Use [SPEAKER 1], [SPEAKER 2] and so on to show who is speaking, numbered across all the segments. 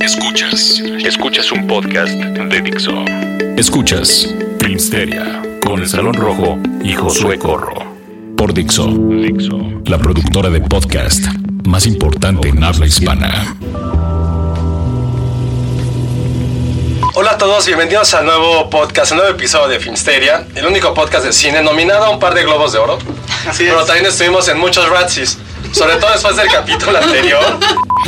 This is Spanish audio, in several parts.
[SPEAKER 1] Escuchas, escuchas un podcast de Dixo. Escuchas Filmsteria con el Salón Rojo y Josué Corro. Por Dixo, Dixo, la productora de podcast más importante en habla hispana.
[SPEAKER 2] Hola a todos, bienvenidos al nuevo podcast, al nuevo episodio de Filmsteria, el único podcast de cine nominado a un par de globos de oro. pero también estuvimos en muchos Razzies, sobre todo después del capítulo anterior,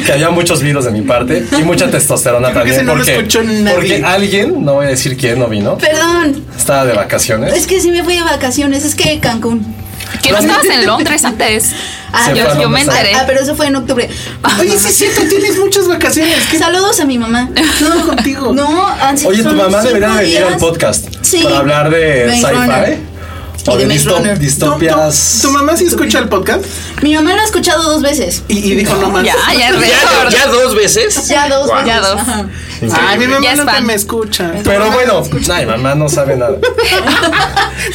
[SPEAKER 2] que había muchos virus de mi parte y mucha testosterona también.
[SPEAKER 3] ese no lo
[SPEAKER 2] porque,
[SPEAKER 3] escuchó nadie.
[SPEAKER 2] porque alguien, no voy a decir quién no vino,
[SPEAKER 3] Perdón,
[SPEAKER 2] estaba de vacaciones.
[SPEAKER 3] es que sí me fui de vacaciones, es que Cancún.
[SPEAKER 4] Que no estabas en Londres antes.
[SPEAKER 3] Ah,
[SPEAKER 2] Se
[SPEAKER 4] yo,
[SPEAKER 2] fue a
[SPEAKER 4] yo me
[SPEAKER 2] Londres.
[SPEAKER 4] enteré. Ah.
[SPEAKER 3] Ah, pero eso fue en octubre. Ah,
[SPEAKER 5] Oye, sí es cierto, tienes muchas vacaciones. ¿Qué
[SPEAKER 3] Saludos a mi mamá.
[SPEAKER 5] pedo contigo?
[SPEAKER 3] No, han sido
[SPEAKER 2] Oye, tu
[SPEAKER 3] solo
[SPEAKER 2] mamá
[SPEAKER 3] cinco
[SPEAKER 2] debería venir
[SPEAKER 3] días.
[SPEAKER 2] al podcast
[SPEAKER 3] Sí.
[SPEAKER 2] para hablar de
[SPEAKER 3] Maze Runner.
[SPEAKER 2] sci-fi o
[SPEAKER 3] Y
[SPEAKER 2] de
[SPEAKER 3] de Maze
[SPEAKER 2] disto-
[SPEAKER 3] Runner.
[SPEAKER 5] ¿Tu, tu,
[SPEAKER 2] distopias.
[SPEAKER 5] tu mamá sí escucha el podcast?
[SPEAKER 3] Mi mamá lo ha escuchado dos veces.
[SPEAKER 5] Y, y dijo, no más.
[SPEAKER 4] Ya, ya es
[SPEAKER 2] Ah,
[SPEAKER 4] récord.
[SPEAKER 6] Ya dos veces.
[SPEAKER 3] Ya dos veces.
[SPEAKER 4] Ya dos.
[SPEAKER 3] Ajá.
[SPEAKER 5] Ay, mi mamá
[SPEAKER 4] Ya es
[SPEAKER 5] nunca
[SPEAKER 4] fan.
[SPEAKER 5] me escucha.
[SPEAKER 2] Pero bueno, ay, mamá no sabe nada.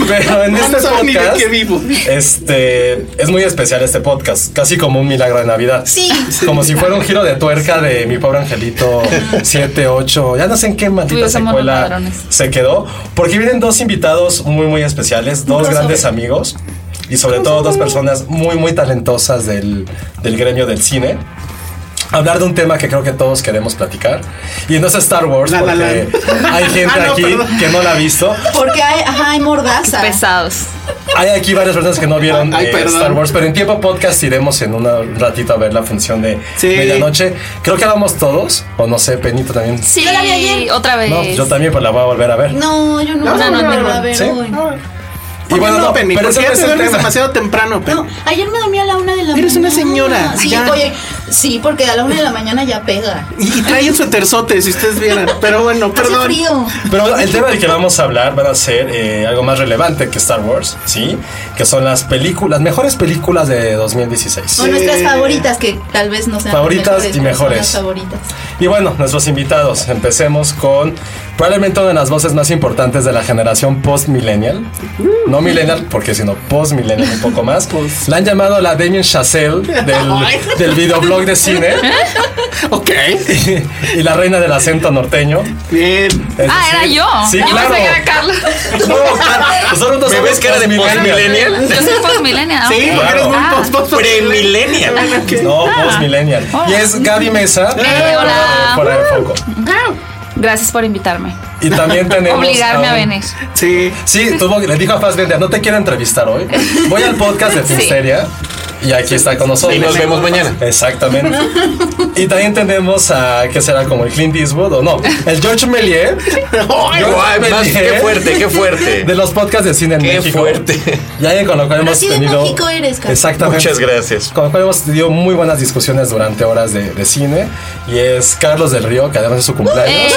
[SPEAKER 2] Pero en este
[SPEAKER 5] no sabe ni de
[SPEAKER 2] podcast,
[SPEAKER 5] qué vivo.
[SPEAKER 2] este, es muy especial este podcast, casi como un milagro de Navidad.
[SPEAKER 3] Sí.
[SPEAKER 2] Como si fuera un giro de tuerca de mi pobre angelito 7, 8, ya no sé en qué maldita
[SPEAKER 4] Pues, Somos los
[SPEAKER 2] secuela
[SPEAKER 4] ladrones.
[SPEAKER 2] se quedó, porque vienen dos invitados muy, muy especiales, dos grandes amigos y sobre todo dos personas muy, muy talentosas del, del gremio del cine. Hablar de un tema que creo que todos queremos platicar. Y no es Star Wars,
[SPEAKER 5] La La
[SPEAKER 2] porque
[SPEAKER 5] Land.
[SPEAKER 2] hay gente
[SPEAKER 5] Ah, no,
[SPEAKER 2] aquí
[SPEAKER 5] perdón.
[SPEAKER 2] que no la ha visto.
[SPEAKER 3] Porque hay, ajá, hay mordaza.
[SPEAKER 4] Pesados.
[SPEAKER 2] Hay aquí varias personas que no vieron
[SPEAKER 5] Ay,
[SPEAKER 2] eh,
[SPEAKER 5] perdón.
[SPEAKER 2] Star Wars, pero en tiempo podcast iremos en una- un ratito a ver la función de
[SPEAKER 5] Sí.
[SPEAKER 2] medianoche. Creo que vamos todos, o no sé, Penito también.
[SPEAKER 4] Sí,
[SPEAKER 3] Yo la vi ayer.
[SPEAKER 4] otra vez.
[SPEAKER 2] No, yo también pues la voy a volver a ver.
[SPEAKER 3] No, yo no,
[SPEAKER 5] No,
[SPEAKER 3] voy
[SPEAKER 5] no,
[SPEAKER 3] a
[SPEAKER 5] no,
[SPEAKER 3] volver a
[SPEAKER 5] no,
[SPEAKER 3] ver
[SPEAKER 2] ¿sí?
[SPEAKER 3] hoy.
[SPEAKER 2] Y bueno, no,
[SPEAKER 5] Penny,
[SPEAKER 2] pero
[SPEAKER 5] porque
[SPEAKER 2] ese
[SPEAKER 5] ya
[SPEAKER 2] no es
[SPEAKER 5] te
[SPEAKER 2] el
[SPEAKER 5] duermes
[SPEAKER 2] tema.
[SPEAKER 5] demasiado temprano, Penny.
[SPEAKER 3] Ayer me dormí a la una de la
[SPEAKER 5] Eres
[SPEAKER 3] mañana.
[SPEAKER 5] una señora,
[SPEAKER 3] Sí,
[SPEAKER 5] ya.
[SPEAKER 3] oye, sí, porque a la una de la mañana ya pega.
[SPEAKER 5] Y, y trae su terzote, si ustedes vieran. Pero bueno,
[SPEAKER 3] Hace
[SPEAKER 5] perdón.
[SPEAKER 3] frío.
[SPEAKER 2] Pero el tema del que vamos a hablar va a ser eh, algo más relevante que Star Wars, ¿sí? Que son las películas, las mejores películas de 2016.
[SPEAKER 3] O nuestras favoritas, que tal vez no sean
[SPEAKER 2] Este, Favoritas
[SPEAKER 3] las
[SPEAKER 2] y
[SPEAKER 3] pero son
[SPEAKER 2] mejores.
[SPEAKER 3] las favoritas.
[SPEAKER 2] Y bueno, nuestros invitados, empecemos con probablemente una de las voces más importantes de la generación post-millennial. No millennial, porque sino post-millennial un poco más. La han llamado la Damien Chazelle del, del videoblog de cine
[SPEAKER 5] Ok.
[SPEAKER 2] y, la reina del acento norteño.
[SPEAKER 5] Bien.
[SPEAKER 2] Es
[SPEAKER 4] Ah, era
[SPEAKER 2] decir,
[SPEAKER 4] yo.
[SPEAKER 2] Sí,
[SPEAKER 4] Yo
[SPEAKER 2] claro.
[SPEAKER 4] pensé que era Carla.
[SPEAKER 2] No, claro. Nosotros no
[SPEAKER 6] ¿Me
[SPEAKER 2] somos
[SPEAKER 6] ves cara de
[SPEAKER 2] post-millennial.
[SPEAKER 6] post-millennial?
[SPEAKER 4] Yo soy postmilenia.
[SPEAKER 5] Sí,
[SPEAKER 4] ok.
[SPEAKER 5] porque eres muy
[SPEAKER 4] Ah.
[SPEAKER 5] post, post- Ah,
[SPEAKER 6] Premilenial.
[SPEAKER 2] No, post-millennial. Y es Gaby Mesa.
[SPEAKER 4] Eh, hola.
[SPEAKER 2] Fuera de foco.
[SPEAKER 4] Gracias por invitarme.
[SPEAKER 2] Y también tenemos.
[SPEAKER 4] Obligarme a
[SPEAKER 2] un-
[SPEAKER 4] venir.
[SPEAKER 5] Sí.
[SPEAKER 2] Sí, tuvo, le dijo a Fassbender, no te quiero entrevistar hoy. Voy al podcast de Finsteria y aquí está con nosotros.
[SPEAKER 6] Y nos vemos mañana.
[SPEAKER 2] Exactamente. Y también tenemos a, ¿qué será? Como el Clint Eastwood o no, el George Méliès.
[SPEAKER 6] Guay,
[SPEAKER 2] George
[SPEAKER 6] más-
[SPEAKER 2] Méliès,
[SPEAKER 6] qué fuerte, qué fuerte.
[SPEAKER 2] De los podcasts de cine en
[SPEAKER 6] Qué
[SPEAKER 2] México.
[SPEAKER 6] fuerte.
[SPEAKER 2] Y alguien con lo cual hemos
[SPEAKER 3] Así de
[SPEAKER 2] tenido.
[SPEAKER 3] mágico eres, Carlos.
[SPEAKER 2] Exactamente.
[SPEAKER 6] Muchas gracias.
[SPEAKER 2] Con el cual hemos tenido muy buenas discusiones durante horas de, de cine. Y es Carlos del Río, que además es su cumpleaños.
[SPEAKER 6] ¡Eh!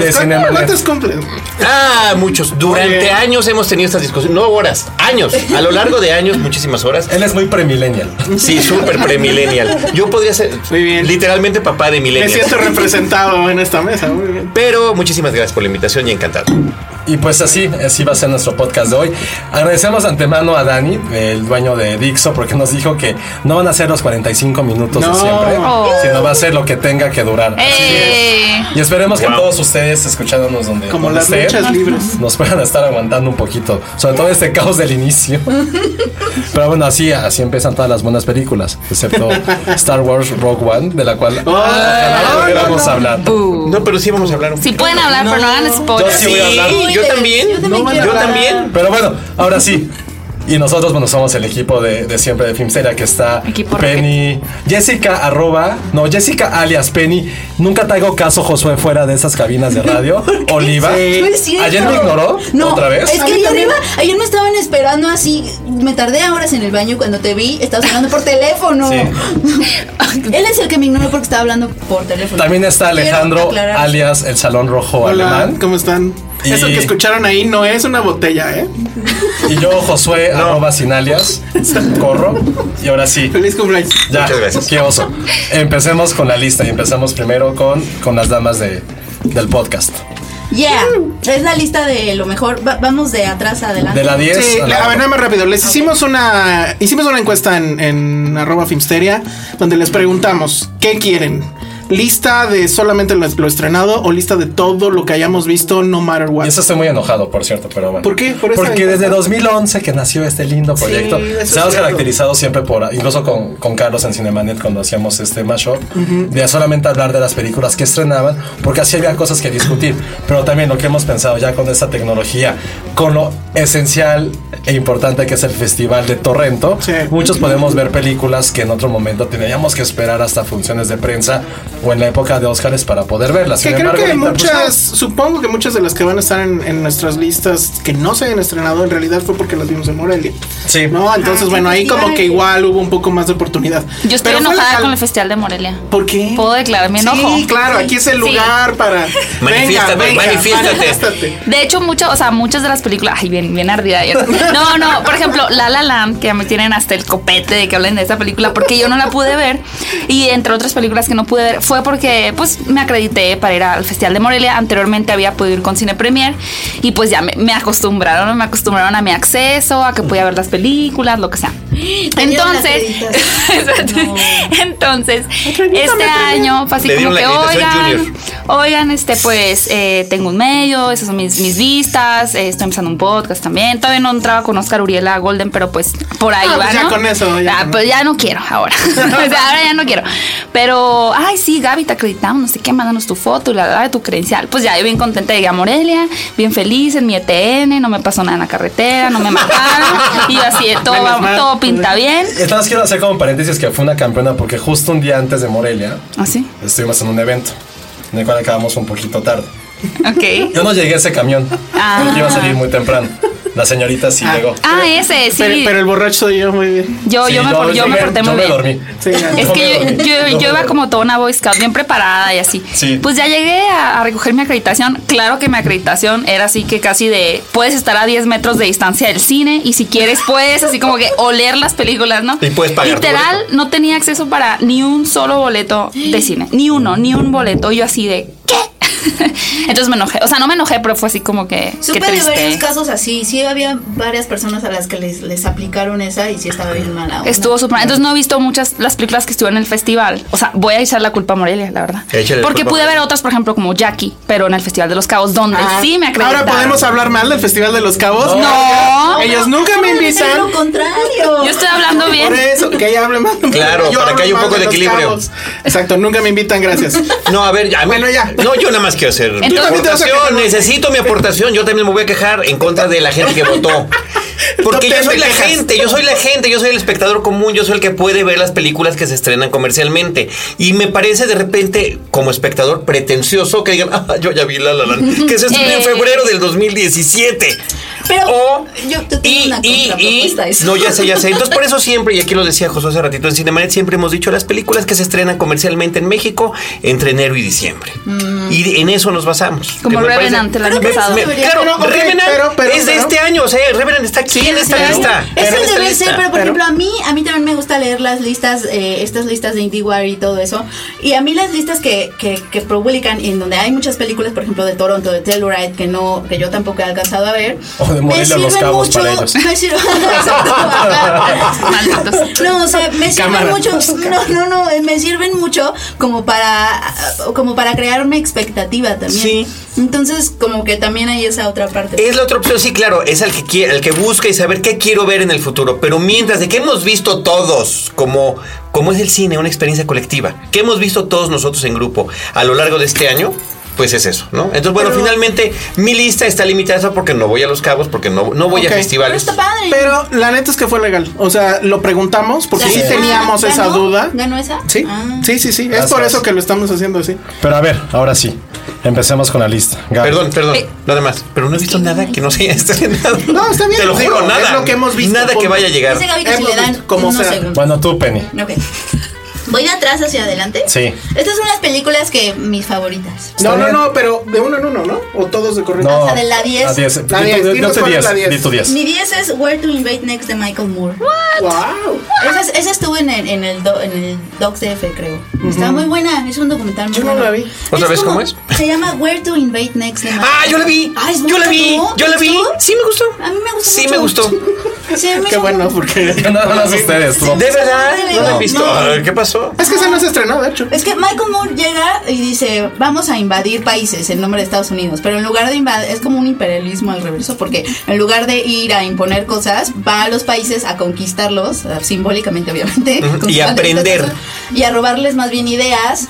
[SPEAKER 2] De cine,
[SPEAKER 5] ¿Cuántos ¿Cuántos cumples?
[SPEAKER 6] Ah, muchos. Durante
[SPEAKER 5] Oye.
[SPEAKER 6] años hemos tenido estas discusiones. No horas, años. A lo largo de años, muchísimas horas.
[SPEAKER 2] Él es muy premillennial.
[SPEAKER 6] Sí, súper premilenial. Yo podría ser
[SPEAKER 5] Muy bien.
[SPEAKER 6] literalmente papá de
[SPEAKER 5] Me
[SPEAKER 6] millennial.
[SPEAKER 5] siento representado en esta mesa. Muy bien.
[SPEAKER 6] Pero muchísimas gracias por la invitación y encantado.
[SPEAKER 2] Y pues así, así va a ser nuestro podcast de hoy. Agradecemos de antemano a Dani, el dueño de Dixo, porque nos dijo que no van a ser los 45 minutos
[SPEAKER 5] No.
[SPEAKER 2] de siempre,
[SPEAKER 4] Oh. Eh.
[SPEAKER 2] sino va a ser lo que tenga que durar. Así
[SPEAKER 4] ¡Ey!
[SPEAKER 2] es. Y esperemos que todos ustedes escuchándonos donde,
[SPEAKER 5] Como
[SPEAKER 2] donde
[SPEAKER 5] las
[SPEAKER 2] estén,
[SPEAKER 5] luchas libres.
[SPEAKER 2] nos puedan estar aguantando un poquito, sobre todo este caos del inicio. Pero bueno, así, así empiezan todas las buenas películas, excepto Star Wars Rogue One, de la cual
[SPEAKER 5] Oh.
[SPEAKER 2] ojalá
[SPEAKER 5] no,
[SPEAKER 2] pudiéramos
[SPEAKER 5] no, no.
[SPEAKER 2] hablar.
[SPEAKER 4] Boo.
[SPEAKER 5] No, pero sí vamos a hablar un
[SPEAKER 4] Sí Uh. pueden hablar, pero no hagan
[SPEAKER 2] Yo
[SPEAKER 4] spoilers.
[SPEAKER 2] sí voy a hablar.
[SPEAKER 1] Sí, yo también.
[SPEAKER 3] Yo también
[SPEAKER 1] No,
[SPEAKER 3] quiero
[SPEAKER 1] yo
[SPEAKER 3] hablar.
[SPEAKER 1] también.
[SPEAKER 2] Pero bueno, ahora sí. Y nosotros, bueno, somos el equipo de, de siempre de Filmsteria, que está
[SPEAKER 4] Equipo
[SPEAKER 2] Penny, Jessica, arroba, no, Jessica alias Penny. Nunca traigo caso, Josué, fuera de esas cabinas de radio. Oliva.
[SPEAKER 3] No es cierto.
[SPEAKER 2] Ayer me ignoró,
[SPEAKER 3] No,
[SPEAKER 2] otra vez.
[SPEAKER 3] Es que ayer, iba, ayer me estaban esperando así. Me tardé horas en el baño y cuando te vi. Estabas hablando por teléfono.
[SPEAKER 2] Sí.
[SPEAKER 3] Él es el que me ignoró porque estaba hablando por teléfono.
[SPEAKER 2] También está
[SPEAKER 3] Quiero
[SPEAKER 2] Alejandro,
[SPEAKER 3] aclarar.
[SPEAKER 2] alias el Salón Rojo
[SPEAKER 5] Hola,
[SPEAKER 2] Alemán.
[SPEAKER 5] ¿cómo están?
[SPEAKER 2] Y-
[SPEAKER 5] Eso que escucharon ahí no es una botella, ¿eh?
[SPEAKER 2] Y yo, Josué, arroba sin alias. Corro. Y ahora sí.
[SPEAKER 5] Feliz cumpleaños.
[SPEAKER 2] Ya,
[SPEAKER 1] Muchas gracias.
[SPEAKER 2] Qué oso. Empecemos con la lista y empezamos primero con, con las damas de, del podcast.
[SPEAKER 3] Yeah. Es la lista de lo mejor. Va- vamos de atrás adelante.
[SPEAKER 2] De la 10.
[SPEAKER 5] Sí,
[SPEAKER 2] a
[SPEAKER 5] le-
[SPEAKER 2] la
[SPEAKER 5] a ver,
[SPEAKER 2] otra.
[SPEAKER 5] nada más rápido. Les hicimos una hicimos una encuesta en, en arroba Filmsteria donde les preguntamos qué quieren. ¿Lista de solamente lo, lo estrenado o lista de todo lo que hayamos visto, no matter what?
[SPEAKER 2] Y eso estoy muy enojado, por cierto, pero bueno.
[SPEAKER 5] ¿Por qué? Por esa
[SPEAKER 2] Porque desde
[SPEAKER 5] encuesta.
[SPEAKER 2] 2011 que nació este lindo proyecto,
[SPEAKER 5] eso es
[SPEAKER 2] estamos
[SPEAKER 5] cierto.
[SPEAKER 2] caracterizados siempre por, incluso con, con Carlos en Cinemanet cuando hacíamos este mashup, de solamente hablar de las películas que estrenaban, porque así había cosas que discutir. Pero también lo que hemos pensado ya con esta tecnología, con lo esencial e importante que es el Festival de Torrento,
[SPEAKER 5] Sí.
[SPEAKER 2] muchos podemos ver películas que en otro momento teníamos que esperar hasta funciones de prensa o en la época de Óscares para poder verlas.
[SPEAKER 5] Que
[SPEAKER 2] Sin
[SPEAKER 5] creo
[SPEAKER 2] embargo,
[SPEAKER 5] que
[SPEAKER 2] ahorita, pues,
[SPEAKER 5] muchas, supongo que muchas de las que van a estar en, en nuestras listas que no se hayan estrenado en realidad fue porque las vimos en Morelia.
[SPEAKER 2] Sí.
[SPEAKER 5] No, entonces
[SPEAKER 3] Ajá,
[SPEAKER 5] bueno, ahí como
[SPEAKER 3] festival.
[SPEAKER 5] que igual hubo un poco más de oportunidad.
[SPEAKER 4] Ah, Yo estoy
[SPEAKER 5] Pero fue
[SPEAKER 4] enojada
[SPEAKER 5] legal.
[SPEAKER 4] con el Festival de Morelia.
[SPEAKER 5] ¿Por qué?
[SPEAKER 4] Puedo declarar mi enojo.
[SPEAKER 5] Sí, claro, aquí es el
[SPEAKER 4] Sí.
[SPEAKER 5] lugar para.
[SPEAKER 1] Manifiéstate, manifiéstate.
[SPEAKER 4] De hecho, muchas, o sea, muchas de las películas. Ay, bien, bien ardida yo. No, no, por ejemplo, La La Land, que ya me tienen hasta el copete de que hablen de esa película, porque yo no la pude ver. Y entre otras películas que no pude ver, fue porque, pues, me acredité para ir al Festival de Morelia. Anteriormente había podido ir con Cine Premier. Y pues ya me, me acostumbraron, me acostumbraron a mi acceso, a que podía ver las películas, lo que sea.
[SPEAKER 3] dieron
[SPEAKER 4] Entonces,
[SPEAKER 3] las acreditaciones. No.
[SPEAKER 4] entonces, este año, fue así
[SPEAKER 1] Le
[SPEAKER 4] como
[SPEAKER 1] dieron
[SPEAKER 4] que,
[SPEAKER 1] la acreditación
[SPEAKER 4] oigan,
[SPEAKER 1] junior".
[SPEAKER 4] Oigan, este, pues eh, tengo un medio, esas son mis, mis vistas, eh, estoy empezando un podcast también. Todavía no entraba con Oscar Uriela Golden, pero pues por ahí
[SPEAKER 5] Ah,
[SPEAKER 4] va,
[SPEAKER 5] pues ya
[SPEAKER 4] ¿no?
[SPEAKER 5] con eso, ya
[SPEAKER 4] Ah,
[SPEAKER 5] con-
[SPEAKER 4] pues ya no quiero ahora. O sea, ahora ya no quiero. Pero, ay, sí, Gaby, te acreditamos, no sé qué, mándanos tu foto, la, la tu credencial. Pues ya, yo bien contenta llegué a Morelia, bien feliz en mi ETN, no me pasó nada en la carretera, no me mataron. y yo así, todo,
[SPEAKER 5] Menos
[SPEAKER 4] va-
[SPEAKER 5] mal.
[SPEAKER 4] todo pinta bien.
[SPEAKER 2] Entonces quiero hacer como paréntesis que fue una campeona porque justo un día antes de Morelia
[SPEAKER 4] Así,
[SPEAKER 2] estuvimos en un evento en el cual acabamos un poquito tarde.
[SPEAKER 4] ok.
[SPEAKER 2] Yo no llegué a ese camión
[SPEAKER 4] Ah.
[SPEAKER 2] porque iba a salir muy temprano. La señorita sí llegó.
[SPEAKER 4] Ah, ese, sí.
[SPEAKER 5] Pero, pero el borracho soy yo, muy bien.
[SPEAKER 4] yo,
[SPEAKER 2] Sí,
[SPEAKER 4] yo, me, por- yo me
[SPEAKER 2] llegué,
[SPEAKER 4] porté
[SPEAKER 2] yo
[SPEAKER 4] muy
[SPEAKER 2] me
[SPEAKER 4] bien.
[SPEAKER 2] dormí.
[SPEAKER 5] Sí, ya.
[SPEAKER 4] Es
[SPEAKER 2] No me
[SPEAKER 4] que
[SPEAKER 2] dormí,
[SPEAKER 4] yo, yo-
[SPEAKER 2] no
[SPEAKER 4] yo
[SPEAKER 2] me
[SPEAKER 4] iba
[SPEAKER 2] dormí.
[SPEAKER 4] como toda una Boy Scout, bien preparada y así.
[SPEAKER 2] Sí.
[SPEAKER 4] Pues ya llegué a, a recoger mi acreditación. Claro que mi acreditación era así que casi de. Puedes estar a 10 metros de distancia del cine y si quieres puedes, así como que oler las películas, ¿no?
[SPEAKER 1] Y puedes pagar tu
[SPEAKER 4] Literal, no tenía acceso para ni un solo boleto de cine. Ni uno, ni un boleto. Yo así de. ¿Qué? Entonces me enojé. O sea, no me enojé, pero fue así como que.
[SPEAKER 3] Supe
[SPEAKER 4] qué
[SPEAKER 3] de
[SPEAKER 4] triste.
[SPEAKER 3] varios casos así. Sí, había varias personas a las que les, les aplicaron esa y sí estaba bien mala. onda.
[SPEAKER 4] Estuvo súper. Entonces no he visto muchas las películas que estuvieron en el festival. O sea, voy a echar la culpa a Morelia, la verdad.
[SPEAKER 1] Échale la
[SPEAKER 4] Porque
[SPEAKER 1] culpa a
[SPEAKER 4] pude ver
[SPEAKER 1] Morelia.
[SPEAKER 4] otras, por ejemplo, como Jackie, pero en el Festival de los Cabos, donde
[SPEAKER 3] Ah.
[SPEAKER 4] sí me acreditaron.
[SPEAKER 5] Ahora podemos hablar mal del Festival de los Cabos.
[SPEAKER 4] No.
[SPEAKER 5] Ellos nunca me
[SPEAKER 3] Acaba de decir
[SPEAKER 5] invitan.
[SPEAKER 3] Lo contrario.
[SPEAKER 4] Yo estoy hablando bien.
[SPEAKER 5] Por eso, que ella hable mal.
[SPEAKER 1] Claro,
[SPEAKER 5] Yo
[SPEAKER 1] para que
[SPEAKER 5] hablo
[SPEAKER 1] haya un
[SPEAKER 5] mal
[SPEAKER 1] poco de
[SPEAKER 5] los
[SPEAKER 1] equilibrio.
[SPEAKER 5] Cabos. Exacto, nunca me invitan, gracias.
[SPEAKER 1] No, a ver, ya, a mí-
[SPEAKER 5] Bueno, ya.
[SPEAKER 1] No, yo nada más quiero hacer mi
[SPEAKER 4] Tú también
[SPEAKER 5] te vas a
[SPEAKER 1] aportación.
[SPEAKER 5] quejar, ¿no?
[SPEAKER 1] Necesito mi aportación. Yo también me voy a quejar en contra de la gente que votó. Porque
[SPEAKER 5] No te
[SPEAKER 1] yo soy la
[SPEAKER 5] quejas.
[SPEAKER 1] gente, yo soy la gente, yo soy el espectador común, yo soy el que puede ver las películas que se estrenan comercialmente. Y me parece de repente, como espectador pretencioso, que digan, ah, yo ya vi La La Land", que se estrenó en
[SPEAKER 4] Eh.
[SPEAKER 1] febrero del 2017.
[SPEAKER 3] Pero
[SPEAKER 2] o
[SPEAKER 3] yo te tengo
[SPEAKER 2] y,
[SPEAKER 3] una
[SPEAKER 2] y, y
[SPEAKER 3] contrapropuesta a eso.
[SPEAKER 2] no ya sé ya sé entonces por eso siempre y aquí lo decía José hace ratito en Cinemanet siempre hemos dicho las películas que se estrenan comercialmente en México entre enero y diciembre y de- en eso nos basamos que
[SPEAKER 4] Como
[SPEAKER 2] me parece-
[SPEAKER 4] Revenant el año
[SPEAKER 3] Creo que
[SPEAKER 4] pasado.
[SPEAKER 3] sí Mm. debería-
[SPEAKER 2] claro
[SPEAKER 5] Pero, ok,
[SPEAKER 2] Revenant
[SPEAKER 5] pero, pero,
[SPEAKER 2] es de
[SPEAKER 5] pero.
[SPEAKER 2] este año o sea Revenant está aquí en esta
[SPEAKER 5] claro.
[SPEAKER 2] lista
[SPEAKER 3] Eso
[SPEAKER 2] Está en esta
[SPEAKER 3] debe
[SPEAKER 2] lista.
[SPEAKER 3] ser, pero por
[SPEAKER 5] Pero-
[SPEAKER 3] ejemplo, a mí, a mí también me gusta leer las listas, eh, estas listas de IndieWire y todo eso. Y a mí las listas que, que, que publican, en donde hay muchas películas, por ejemplo, de Toronto, de Telluride, que no, que yo tampoco he alcanzado a ver.
[SPEAKER 7] O de Morelia a Los Cabos para ellos.
[SPEAKER 3] me sirven- Exacto.
[SPEAKER 4] Malditos.
[SPEAKER 3] No, o sea, me sirven
[SPEAKER 5] Cámara.
[SPEAKER 3] mucho. No, no, no, eh, me sirven mucho como para, como para crear una expectativa también.
[SPEAKER 2] Sí.
[SPEAKER 3] Entonces, como que también hay esa otra parte.
[SPEAKER 2] Es la otra opción, sí, claro, es el que quiere, el que busca y saber qué quiero ver en el futuro. Pero mientras de que hemos visto todos, como, como es el cine, una experiencia colectiva, que hemos visto todos nosotros en grupo a lo largo de este año. Pues es eso, ¿no? Entonces, bueno,
[SPEAKER 3] Pero-
[SPEAKER 2] finalmente mi lista está limitada porque no voy a los cabos, porque no, no voy
[SPEAKER 5] Ok.
[SPEAKER 2] a
[SPEAKER 3] Pero
[SPEAKER 2] festivales.
[SPEAKER 3] está padre.
[SPEAKER 5] Pero la neta es que fue legal. O sea, lo preguntamos porque sí
[SPEAKER 3] Ah,
[SPEAKER 5] teníamos esa
[SPEAKER 3] ¿ganó?
[SPEAKER 5] duda.
[SPEAKER 3] ¿Ganó esa?
[SPEAKER 5] Sí,
[SPEAKER 2] Em,
[SPEAKER 3] Ah.
[SPEAKER 5] sí, sí, sí. Es
[SPEAKER 7] Gracias.
[SPEAKER 5] por eso que lo estamos haciendo así.
[SPEAKER 7] Pero a ver, ahora sí. Empecemos con la lista. Gaby.
[SPEAKER 2] Perdón, perdón,
[SPEAKER 4] Eh.
[SPEAKER 2] nada más. Pero no he visto nada que no se haya estrenado.
[SPEAKER 5] No, está bien,
[SPEAKER 2] Te lo
[SPEAKER 5] digo,
[SPEAKER 2] juro,
[SPEAKER 5] es
[SPEAKER 2] nada.
[SPEAKER 5] lo que hemos visto,
[SPEAKER 2] Nada que
[SPEAKER 5] punto.
[SPEAKER 2] vaya a llegar.
[SPEAKER 3] Dice Gaby que si
[SPEAKER 5] Hemos
[SPEAKER 3] le dan
[SPEAKER 5] visto como
[SPEAKER 3] unos
[SPEAKER 5] sea.
[SPEAKER 3] segundos.
[SPEAKER 7] Bueno, tú, Penny.
[SPEAKER 3] Ok. Voy de atrás hacia adelante.
[SPEAKER 7] Sí.
[SPEAKER 3] Estas son las películas que mis favoritas.
[SPEAKER 5] No, no,
[SPEAKER 7] bien.
[SPEAKER 5] no, pero de uno en uno, ¿no? O todos de corrido.
[SPEAKER 7] No.
[SPEAKER 3] O sea, de la 10.
[SPEAKER 7] La 10.
[SPEAKER 5] La
[SPEAKER 7] Di
[SPEAKER 5] 10,
[SPEAKER 7] tu-
[SPEAKER 5] dinos
[SPEAKER 7] No sé
[SPEAKER 5] cuál es
[SPEAKER 7] 10.
[SPEAKER 5] la 10.
[SPEAKER 7] Di tu 10.
[SPEAKER 3] Mi 10 es Where to Invade Next de Michael Moore.
[SPEAKER 5] Wow.
[SPEAKER 3] Esa, es- esa estuvo en el, en el, do- en el Docs DF, creo. Está muy buena, es un documental muy
[SPEAKER 5] Yo no
[SPEAKER 3] bueno.
[SPEAKER 5] la vi.
[SPEAKER 2] ¿Otra vez
[SPEAKER 3] como-
[SPEAKER 2] cómo es?
[SPEAKER 3] Se llama Where to Invade Next de Michael
[SPEAKER 2] Ah, yo la vi.
[SPEAKER 3] Ah, es
[SPEAKER 2] yo la
[SPEAKER 3] buena,
[SPEAKER 2] vi.
[SPEAKER 3] ¿no?
[SPEAKER 2] Yo la
[SPEAKER 3] ¿Te
[SPEAKER 2] vi.
[SPEAKER 3] gustó?
[SPEAKER 2] Sí, me gustó.
[SPEAKER 3] A mí me gustó
[SPEAKER 2] Sí,
[SPEAKER 3] mucho.
[SPEAKER 2] me gustó.
[SPEAKER 3] Sí, me
[SPEAKER 5] Qué
[SPEAKER 3] hizo-
[SPEAKER 5] bueno, porque.
[SPEAKER 7] Yo nada más ustedes. tú.
[SPEAKER 3] Sí.
[SPEAKER 2] ¿De verdad? ¿No la
[SPEAKER 3] No.
[SPEAKER 2] he visto?
[SPEAKER 3] No.
[SPEAKER 2] ¿Qué pasó?
[SPEAKER 5] Es que se nos estrenó, de hecho.
[SPEAKER 3] Es que Michael Moore llega y dice, vamos a invadir países en nombre de Estados Unidos, pero en lugar de invadir, es como un imperialismo al reverso, porque en lugar de ir a imponer cosas, va a los países a conquistarlos, eh, simbólicamente obviamente,
[SPEAKER 2] Ujú, y
[SPEAKER 3] conquistarles
[SPEAKER 2] aprender.
[SPEAKER 3] estas cosas, y a robarles más bien ideas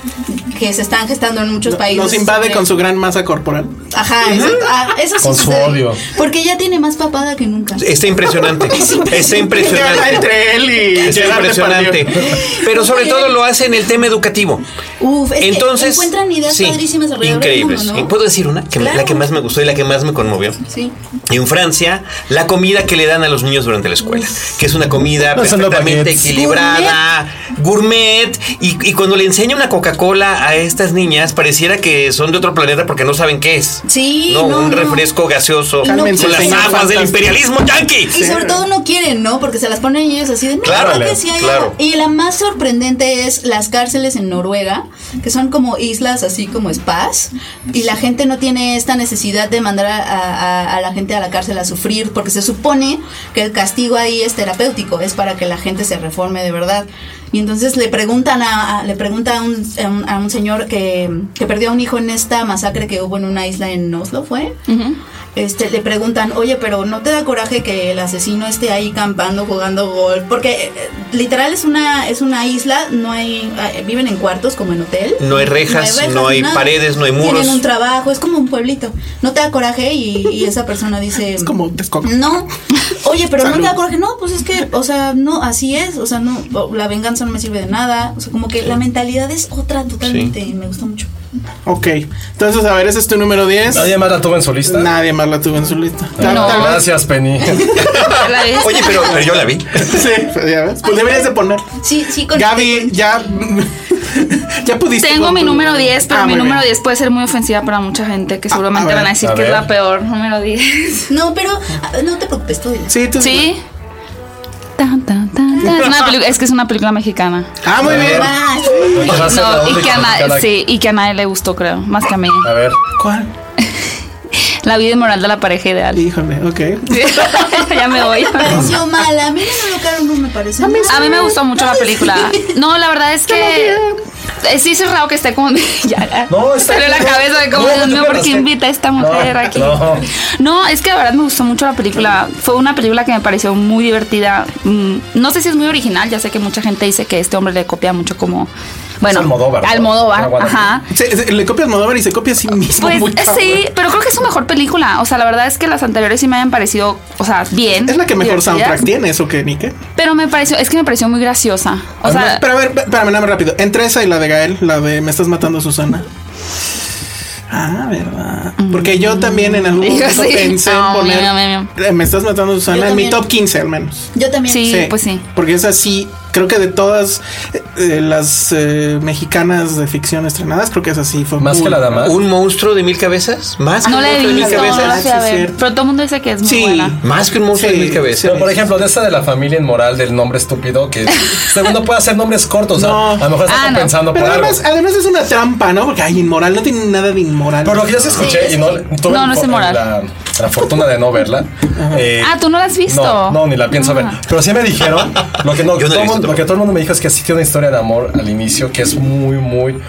[SPEAKER 3] que se están gestando en muchos países.
[SPEAKER 5] Nos invade con su gran masa corporal.
[SPEAKER 3] Ajá, exacto. Ah, eso sí
[SPEAKER 7] Con su
[SPEAKER 3] sucede.
[SPEAKER 7] odio.
[SPEAKER 3] Porque ella tiene más papada que nunca.
[SPEAKER 2] Está impresionante. Está
[SPEAKER 5] Guerra
[SPEAKER 2] impresionante.
[SPEAKER 5] entre él y
[SPEAKER 2] Está
[SPEAKER 5] Gerard
[SPEAKER 2] impresionante.
[SPEAKER 5] Depardieu.
[SPEAKER 2] Pero sobre todo lo hace en el tema educativo.
[SPEAKER 3] Uf, es que
[SPEAKER 2] Entonces.
[SPEAKER 3] encuentran ideas
[SPEAKER 2] sí,
[SPEAKER 3] padrísimas alrededor del
[SPEAKER 2] Increíbles.
[SPEAKER 3] mundo, ¿no?
[SPEAKER 2] ¿Puedo decir una? Que me- La
[SPEAKER 3] Claro.
[SPEAKER 2] que más me gustó y la que más me conmovió.
[SPEAKER 3] Sí.
[SPEAKER 2] En Francia, la comida que le dan a los niños durante la escuela, que es una comida
[SPEAKER 7] No son los
[SPEAKER 2] perfectamente
[SPEAKER 7] baguettes.
[SPEAKER 2] equilibrada, gourmet, y, y cuando le enseña una Coca-Cola a estas niñas, pareciera que son de otro planeta porque no saben qué es.
[SPEAKER 3] Sí,
[SPEAKER 2] No,
[SPEAKER 3] no,
[SPEAKER 2] un
[SPEAKER 3] no.
[SPEAKER 2] refresco gaseoso.
[SPEAKER 3] no
[SPEAKER 2] con
[SPEAKER 5] Cálmense,
[SPEAKER 2] las
[SPEAKER 5] señor
[SPEAKER 2] aguas del
[SPEAKER 5] fantástico.
[SPEAKER 2] imperialismo yanqui.
[SPEAKER 3] Y sobre todo no quieren, ¿no? Porque se las ponen ellos así de no,
[SPEAKER 2] Claro,
[SPEAKER 3] creo que sí hay
[SPEAKER 2] claro.
[SPEAKER 3] algo". Y la más sorprendente es las cárceles en Noruega, que son como islas así como spas, y la gente no tiene esta necesidad de mandar a, a- a la gente a la cárcel a sufrir, porque se supone que el castigo ahí es terapéutico, es para que la gente se reforme de verdad. Y entonces le preguntan a, a- le pregunta a un, a un- a un señor que, que perdió a un hijo en esta masacre que hubo en una isla en Oslo, ¿fue? este, le preguntan, oye, pero ¿no te da coraje que el asesino esté ahí campando, jugando gol? Porque eh, literal es una, es una isla, no hay, eh, viven en cuartos como en hotel.
[SPEAKER 2] No hay rejas, no hay
[SPEAKER 3] nada.
[SPEAKER 2] paredes, no hay muros.
[SPEAKER 3] Tienen un trabajo, es como un pueblito. ¿No te da coraje? Y, y esa persona dice...
[SPEAKER 5] Es como Texcoco.
[SPEAKER 3] No, oye, pero no te da coraje, no, pues es que, o sea, no, así es, o sea, no, o- la venganza no me sirve de nada, o sea, como que la mentalidad es otra totalmente, y me gusta mucho.
[SPEAKER 5] Ok. Entonces, a ver, ese es tu número 10.
[SPEAKER 7] Nadie más la tuvo en su lista.
[SPEAKER 5] Nadie más la tuvo en su lista. Tal,
[SPEAKER 4] No.
[SPEAKER 5] tal vez.
[SPEAKER 7] Gracias, Penny.
[SPEAKER 4] La de-
[SPEAKER 2] Oye, pero, pero yo la vi.
[SPEAKER 5] Sí, pues ya ves. Pues deberías de poner.
[SPEAKER 3] Sí, sí, con este
[SPEAKER 5] Gaby, ya. ya pudiste.
[SPEAKER 4] Tengo mi
[SPEAKER 5] concluir.
[SPEAKER 4] número 10, pero
[SPEAKER 5] Ah,
[SPEAKER 4] mi
[SPEAKER 5] muy
[SPEAKER 4] número
[SPEAKER 5] bien.
[SPEAKER 4] 10 puede ser muy ofensiva para mucha gente que seguramente
[SPEAKER 5] ver,
[SPEAKER 4] van a decir
[SPEAKER 7] a
[SPEAKER 4] que es
[SPEAKER 7] ver.
[SPEAKER 4] la peor número 10.
[SPEAKER 3] No, pero ah, no te preocupes, tú dile.
[SPEAKER 5] Sí, tú
[SPEAKER 4] ¿Sí? Tan, tan, tan, tan. Es, una peli- es que es una película mexicana.
[SPEAKER 5] Ah, muy bien.
[SPEAKER 3] Ah, sí.
[SPEAKER 7] Pásala,
[SPEAKER 4] No,
[SPEAKER 7] ¿dónde
[SPEAKER 4] y que, a
[SPEAKER 7] está la-
[SPEAKER 4] nadie, sí, y que a nadie le gustó, creo, más que a mí.
[SPEAKER 7] A ver.
[SPEAKER 5] ¿Cuál?
[SPEAKER 4] La vida inmoral de la pareja ideal.
[SPEAKER 5] Híjole, ok.
[SPEAKER 4] ya me voy.
[SPEAKER 3] pareció mala. A mí no lo caro, no me pareció mala.
[SPEAKER 4] A mí me gustó mucho la película. No, la verdad es que eh, sí es raro que esté como ya
[SPEAKER 7] No,
[SPEAKER 4] se
[SPEAKER 7] está
[SPEAKER 4] le la
[SPEAKER 7] bien, no.
[SPEAKER 4] cabeza de como
[SPEAKER 7] No,
[SPEAKER 4] Dios
[SPEAKER 7] no
[SPEAKER 4] mío,
[SPEAKER 7] te
[SPEAKER 4] ¿por qué
[SPEAKER 7] creas.
[SPEAKER 4] invita a esta mujer
[SPEAKER 7] No,
[SPEAKER 4] aquí?
[SPEAKER 7] no.
[SPEAKER 4] No, es que la verdad me gustó mucho la película. Fue una película que me pareció muy divertida. Mm, No sé si es muy original, ya sé que mucha gente dice que este hombre le copia mucho como bueno,
[SPEAKER 7] Es Almodóvar, ¿no?
[SPEAKER 4] Almodóvar,
[SPEAKER 7] Una guadalupe.
[SPEAKER 4] ajá.
[SPEAKER 5] Se- se- le copia a Almodóvar y se copia a sí mismo.
[SPEAKER 4] Pues
[SPEAKER 5] muy cabrón.
[SPEAKER 4] sí, pero creo que es su mejor película. O sea, la verdad es que las anteriores sí me habían parecido, o sea, bien.
[SPEAKER 5] Es la que mejor
[SPEAKER 4] divertidas.
[SPEAKER 5] soundtrack tiene, eso que ni qué.
[SPEAKER 4] Pero me pareció, es que me pareció muy graciosa. O sea,
[SPEAKER 5] Pero a ver, espérame, nada más rápido. Entre esa y la de Gael, la de Me estás matando Susana. Ah, verdad. Porque yo también en algún
[SPEAKER 4] Yo
[SPEAKER 5] momento
[SPEAKER 4] Mm. sí.
[SPEAKER 5] pensé en
[SPEAKER 4] No,
[SPEAKER 5] poner.
[SPEAKER 4] mira, mira,
[SPEAKER 5] Eh, Me estás matando,
[SPEAKER 3] Yo
[SPEAKER 5] Susana. En mi
[SPEAKER 3] también.
[SPEAKER 5] top 15 al menos.
[SPEAKER 3] Yo también.
[SPEAKER 4] Sí, pues sí.
[SPEAKER 5] Porque es así. Creo que de todas eh, eh, las eh, mexicanas de ficción estrenadas, creo que es así. Fue
[SPEAKER 1] Más
[SPEAKER 5] muy-
[SPEAKER 1] que la dama.
[SPEAKER 2] ¿Un monstruo de mil cabezas? ¿Más que
[SPEAKER 4] No
[SPEAKER 2] un
[SPEAKER 4] la he
[SPEAKER 2] monstruo de
[SPEAKER 4] visto,
[SPEAKER 2] mil
[SPEAKER 5] visto,
[SPEAKER 4] no la
[SPEAKER 2] cabezas?
[SPEAKER 5] sí,
[SPEAKER 4] fui a
[SPEAKER 5] es
[SPEAKER 4] ver.
[SPEAKER 5] cierto.
[SPEAKER 4] Pero todo el mundo dice que es muy
[SPEAKER 5] Sí.
[SPEAKER 4] buena.
[SPEAKER 2] ¿Más que un monstruo
[SPEAKER 5] Sí,
[SPEAKER 2] de mil cabezas?
[SPEAKER 1] Pero, por ejemplo, de esta de la familia inmoral del nombre estúpido, que segundo puede hacer nombres cortos. o sea,
[SPEAKER 5] No.
[SPEAKER 1] a lo mejor estás
[SPEAKER 4] Ah, no.
[SPEAKER 1] pensando
[SPEAKER 5] Pero
[SPEAKER 1] por algo.
[SPEAKER 5] además, además es una trampa, ¿no? Porque hay inmoral, no tiene nada de inmoral.
[SPEAKER 1] Por lo que yo sí escuché
[SPEAKER 3] Sí,
[SPEAKER 1] y no
[SPEAKER 3] sí.
[SPEAKER 1] tuve
[SPEAKER 4] No, no es
[SPEAKER 1] fo-
[SPEAKER 4] inmoral.
[SPEAKER 1] La, la fortuna de no verla. Eh,
[SPEAKER 4] Ah, ¿tú no la has visto?
[SPEAKER 1] No, no, ni la pienso ver. Pero sí me dijeron, lo que, no, todo
[SPEAKER 2] Yo no la he visto
[SPEAKER 1] mundo- lo que
[SPEAKER 2] tampoco.
[SPEAKER 1] todo el mundo me dijo es que sí tiene una historia de amor al inicio que es muy, muy,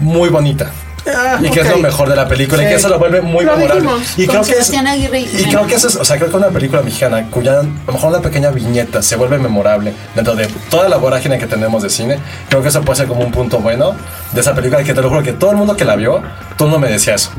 [SPEAKER 1] muy bonita.
[SPEAKER 5] Ah,
[SPEAKER 1] Y que es
[SPEAKER 5] ok.
[SPEAKER 1] lo mejor de la película y
[SPEAKER 5] Sí.
[SPEAKER 1] que eso lo vuelve muy
[SPEAKER 5] Lo
[SPEAKER 1] memorable.
[SPEAKER 5] dijimos,
[SPEAKER 1] y
[SPEAKER 3] con
[SPEAKER 1] creo que es,
[SPEAKER 3] Sebastián Aguirre y
[SPEAKER 1] y
[SPEAKER 3] Jimena.
[SPEAKER 1] creo que eso es, o sea, creo que una película mexicana cuya a lo mejor una pequeña viñeta se vuelve memorable dentro de toda la vorágine que tenemos de cine. Creo que eso puede ser como un punto bueno de esa película que te lo juro que todo el mundo que la vio, todo no me decía eso.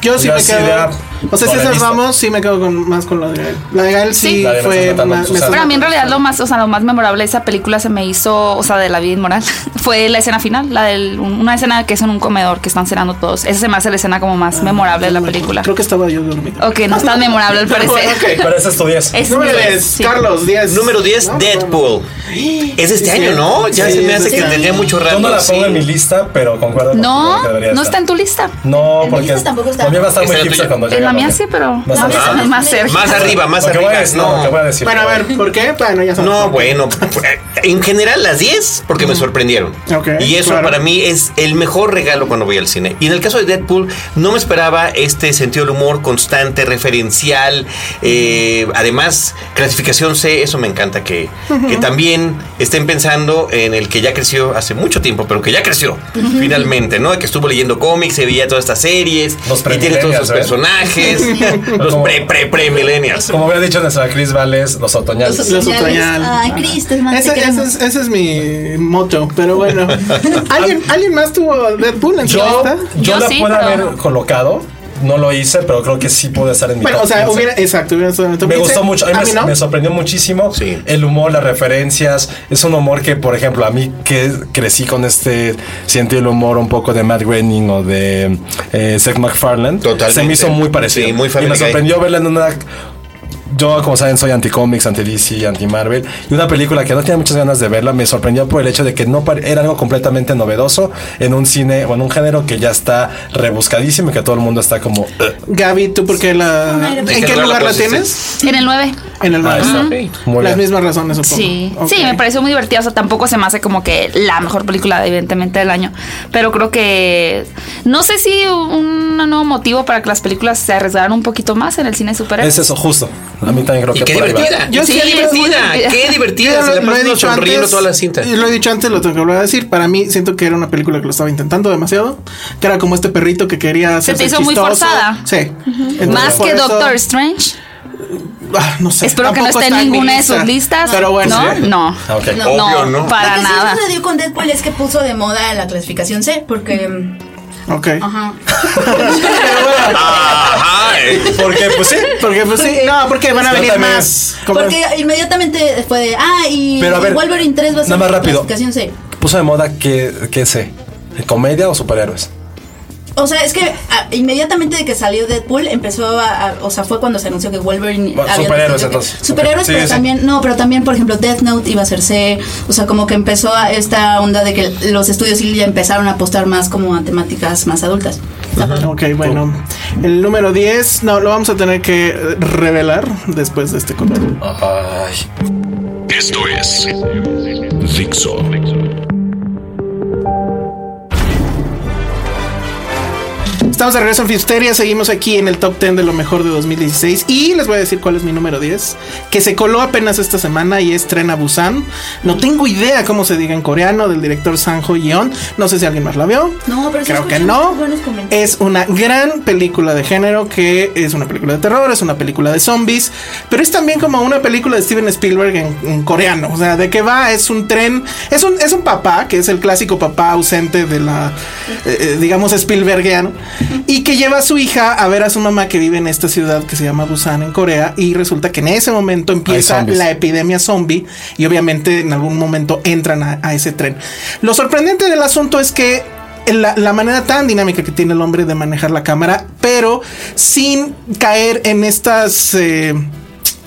[SPEAKER 5] Yo sí
[SPEAKER 1] Yo
[SPEAKER 5] me
[SPEAKER 1] sí
[SPEAKER 5] quedo.
[SPEAKER 1] ya-
[SPEAKER 5] o sea,
[SPEAKER 1] con
[SPEAKER 5] César
[SPEAKER 1] el listo.
[SPEAKER 5] Ramos sí me quedo con, más con la de Gael. La de Gael sí,
[SPEAKER 4] Sí.
[SPEAKER 1] La de Me
[SPEAKER 5] fue.
[SPEAKER 1] estás matando,
[SPEAKER 5] más- me
[SPEAKER 1] Susana.
[SPEAKER 5] estás
[SPEAKER 4] Pero a mí en
[SPEAKER 5] matando.
[SPEAKER 4] realidad lo más, o sea, lo más memorable de esa película se me hizo, o sea, de la vida inmoral, fue la escena final, la del, un- una escena que es en un comedor que están cenando todos. Esa se me hace la escena como
[SPEAKER 3] Ah,
[SPEAKER 4] más memorable de la película.
[SPEAKER 5] Creo que estaba yo dormido.
[SPEAKER 4] Ok, no es tan memorable al parecer.
[SPEAKER 5] bueno, ok. pues,
[SPEAKER 1] Pero ese es tu 10.
[SPEAKER 4] Es
[SPEAKER 5] Número
[SPEAKER 4] mi
[SPEAKER 5] 10,
[SPEAKER 4] sí.
[SPEAKER 5] Carlos, 10.
[SPEAKER 2] Número 10,
[SPEAKER 5] No,
[SPEAKER 2] Deadpool. Es este
[SPEAKER 5] Sí,
[SPEAKER 2] año,
[SPEAKER 5] sí.
[SPEAKER 2] ¿no? Ya
[SPEAKER 5] Sí,
[SPEAKER 2] se me
[SPEAKER 5] es
[SPEAKER 2] hace
[SPEAKER 5] este
[SPEAKER 2] que
[SPEAKER 5] año.
[SPEAKER 2] tendría mucho rato.
[SPEAKER 1] Yo no la
[SPEAKER 2] sí.
[SPEAKER 1] pongo en mi lista, pero concuerdo con
[SPEAKER 4] No,
[SPEAKER 1] que debería
[SPEAKER 4] no
[SPEAKER 1] estar.
[SPEAKER 4] está en tu lista.
[SPEAKER 1] No,
[SPEAKER 3] En mi
[SPEAKER 1] porque
[SPEAKER 3] lista tampoco está.
[SPEAKER 1] la mía va a estar
[SPEAKER 2] Está
[SPEAKER 1] muy
[SPEAKER 2] en la
[SPEAKER 1] hipster
[SPEAKER 2] tuya.
[SPEAKER 1] cuando llegue.
[SPEAKER 4] En la
[SPEAKER 1] a
[SPEAKER 4] mía
[SPEAKER 1] ver.
[SPEAKER 4] sí, pero
[SPEAKER 1] Más
[SPEAKER 4] no,
[SPEAKER 1] arriba.
[SPEAKER 4] es más cerca.
[SPEAKER 2] Más arriba, más
[SPEAKER 1] Lo que voy a
[SPEAKER 2] arriba.
[SPEAKER 1] decir- no, lo que voy a
[SPEAKER 2] No,
[SPEAKER 1] decir.
[SPEAKER 5] Bueno, a ver, ¿por qué? Bueno, ya sabemos.
[SPEAKER 2] no, bueno. En general las 10, porque me sorprendieron.
[SPEAKER 5] Ok,
[SPEAKER 2] y eso
[SPEAKER 5] claro.
[SPEAKER 2] para mí es el mejor regalo cuando voy al cine. Y en el caso de Deadpool, no me esperaba este sentido del humor constante, referencial. eh, Además, clasificación C, eso me encanta que, que también estén pensando en el que ya creció hace mucho tiempo, pero que ya creció finalmente, ¿no? Que estuvo leyendo cómics, se veía todas estas series.
[SPEAKER 1] Los
[SPEAKER 2] y tiene
[SPEAKER 1] premillennials,
[SPEAKER 2] todos esos
[SPEAKER 1] ¿eh?
[SPEAKER 2] personajes. los
[SPEAKER 1] Como-
[SPEAKER 2] pre, pre, pre millennials.
[SPEAKER 1] Como hubiera dicho nuestra Cris Vales, los otoñales.
[SPEAKER 3] Los-
[SPEAKER 5] Los
[SPEAKER 3] Ya ves.
[SPEAKER 5] otoñales.
[SPEAKER 3] Ay, Cris, te mando,
[SPEAKER 5] ese,
[SPEAKER 3] te
[SPEAKER 5] ese
[SPEAKER 3] queremos.
[SPEAKER 5] es, ese es mi moto, pero bueno. ¿Alguien, ¿Alguien más tuvo Deadpool en su
[SPEAKER 1] yo,
[SPEAKER 5] lista?
[SPEAKER 1] yo,
[SPEAKER 4] Yo
[SPEAKER 1] la
[SPEAKER 4] sí,
[SPEAKER 1] puedo
[SPEAKER 4] pero-
[SPEAKER 1] haber colocado, no lo hice, pero creo que sí puede estar en mi
[SPEAKER 5] Bueno,
[SPEAKER 1] top
[SPEAKER 5] o sea,
[SPEAKER 1] 15.
[SPEAKER 5] hubiera. Exacto, hubiera estado en el top
[SPEAKER 1] Me
[SPEAKER 5] 15.
[SPEAKER 1] gustó mucho, a mí me,
[SPEAKER 5] no.
[SPEAKER 1] me sorprendió muchísimo
[SPEAKER 2] Sí.
[SPEAKER 1] el humor, las referencias. Es un humor que, por ejemplo, a mí que crecí con este sentido del humor un poco de Matt Groening o de eh, Seth MacFarlane,
[SPEAKER 2] Totalmente.
[SPEAKER 1] se me hizo muy parecido.
[SPEAKER 2] Sí, muy
[SPEAKER 1] y
[SPEAKER 2] Family
[SPEAKER 1] me
[SPEAKER 2] Guy.
[SPEAKER 1] sorprendió verla en una. Yo, como saben, soy anti-comics, anti-DC, anti-Marvel. Y una película que no tenía muchas ganas de verla me sorprendió por el hecho de que no pare- era algo completamente novedoso en un cine o en un género que ya está rebuscadísimo y que todo el mundo está como. "Ugh".
[SPEAKER 5] Gaby, ¿tú por qué la.
[SPEAKER 3] Ay,
[SPEAKER 5] ¿En
[SPEAKER 3] ¿de
[SPEAKER 5] qué
[SPEAKER 2] qué lugar
[SPEAKER 5] lugar
[SPEAKER 2] la
[SPEAKER 5] la
[SPEAKER 2] pusiste?
[SPEAKER 5] tienes?
[SPEAKER 4] En el 9.
[SPEAKER 5] En el
[SPEAKER 1] Ah,
[SPEAKER 5] nueve.
[SPEAKER 1] está.
[SPEAKER 5] Ujú.
[SPEAKER 1] Muy
[SPEAKER 5] Las
[SPEAKER 1] bien.
[SPEAKER 5] mismas razones, supongo.
[SPEAKER 4] Sí,
[SPEAKER 5] Ok.
[SPEAKER 4] sí, me pareció muy divertida. O sea, tampoco se me hace como que la mejor película, evidentemente, del año. Pero creo que. No sé si un nuevo motivo para que las películas se arriesgaran un poquito más en el cine superhéroe.
[SPEAKER 1] Es eso, justo. A mí también creo
[SPEAKER 2] Y
[SPEAKER 1] que
[SPEAKER 2] qué
[SPEAKER 1] por ahí va.
[SPEAKER 2] divertida.
[SPEAKER 5] Yo sí,
[SPEAKER 2] qué divertida.
[SPEAKER 4] es muy
[SPEAKER 2] Qué
[SPEAKER 5] Yo
[SPEAKER 2] divertida. Se
[SPEAKER 5] ya lo,
[SPEAKER 2] la
[SPEAKER 5] lo he
[SPEAKER 2] pasó
[SPEAKER 5] dicho
[SPEAKER 2] sonriendo
[SPEAKER 5] antes,
[SPEAKER 2] toda la cinta.
[SPEAKER 5] Lo he dicho antes, lo tengo que volver a decir. Para mí, siento que era una película que lo estaba intentando demasiado. Que era como este perrito que quería
[SPEAKER 4] Se
[SPEAKER 5] hacer.
[SPEAKER 4] te hizo muy forzada.
[SPEAKER 5] Sí. Entonces,
[SPEAKER 4] Más
[SPEAKER 5] por
[SPEAKER 4] que
[SPEAKER 5] eso-
[SPEAKER 4] Doctor Strange.
[SPEAKER 5] Ah, no sé.
[SPEAKER 4] Espero que no
[SPEAKER 5] tampoco
[SPEAKER 4] esté en
[SPEAKER 5] mi
[SPEAKER 4] ninguna de
[SPEAKER 5] lista.
[SPEAKER 4] sus listas.
[SPEAKER 5] Pero bueno.
[SPEAKER 4] No, no.
[SPEAKER 1] Ah, ok.
[SPEAKER 3] No.
[SPEAKER 2] Obvio,
[SPEAKER 4] no,
[SPEAKER 2] ¿no?
[SPEAKER 4] para
[SPEAKER 3] Lo que
[SPEAKER 4] nada.
[SPEAKER 3] sí sucedió con Deadpool es que puso de moda la clasificación C, porque. mm,
[SPEAKER 5] Ok.
[SPEAKER 3] Ajá.
[SPEAKER 2] Ajá. eh.
[SPEAKER 1] Porque, pues sí.
[SPEAKER 5] Porque, pues sí. No, porque van a
[SPEAKER 1] Yo
[SPEAKER 5] venir
[SPEAKER 1] también.
[SPEAKER 5] más. Como-
[SPEAKER 3] Porque inmediatamente fue de. Ah, y
[SPEAKER 1] Pero a ver,
[SPEAKER 3] Wolverine 3 va a ser
[SPEAKER 1] nada más rápido.
[SPEAKER 3] clasificación C.
[SPEAKER 1] Puso de moda que, que sé. ¿Comedia o superhéroes?
[SPEAKER 3] O sea, es que ah, inmediatamente de que salió Deadpool empezó a, a- O sea, fue cuando se anunció que Wolverine.
[SPEAKER 1] Bueno,
[SPEAKER 3] había
[SPEAKER 1] superhéroes,
[SPEAKER 3] decidido que-
[SPEAKER 1] entonces. Ok,
[SPEAKER 3] Superhéroes,
[SPEAKER 1] sí,
[SPEAKER 3] pero
[SPEAKER 1] sí.
[SPEAKER 3] también. No, pero también, por ejemplo, Death Note iba a ser C. O sea, como que empezó a esta onda de que los estudios sí ya empezaron a apostar más como a temáticas más adultas.
[SPEAKER 5] Ok, bueno. El número 10, no, lo vamos a tener que eh, revelar después de este corte.
[SPEAKER 1] Ay.
[SPEAKER 8] Esto es Dixo.
[SPEAKER 5] Estamos de regreso en Fisteria, seguimos aquí en el top 10 de lo mejor de 2016 y les voy a decir cuál es mi número 10, que se coló apenas esta semana y es Tren a Busan. No tengo idea cómo se diga en coreano del director Sanjo Yeon, no sé si alguien más la vio.
[SPEAKER 3] No, pero sí
[SPEAKER 5] creo que
[SPEAKER 3] escuché
[SPEAKER 5] no.
[SPEAKER 3] muchos buenos comentarios.
[SPEAKER 5] Es una gran película de género que es una película de terror, es una película de zombies, pero es también como una película de Steven Spielberg en, en coreano, o sea, de qué va, es un tren, es un es un papá que es el clásico papá ausente de la eh, eh, digamos Spielbergiano y que lleva a su hija a ver a su mamá que vive en esta ciudad que se llama Busan en Corea y resulta que en ese momento empieza
[SPEAKER 1] zombies.
[SPEAKER 5] la epidemia zombie y obviamente en algún momento entran a, a ese tren. Lo sorprendente del asunto es que la, la manera tan dinámica que tiene el hombre de manejar la cámara, pero sin caer en estas... eh,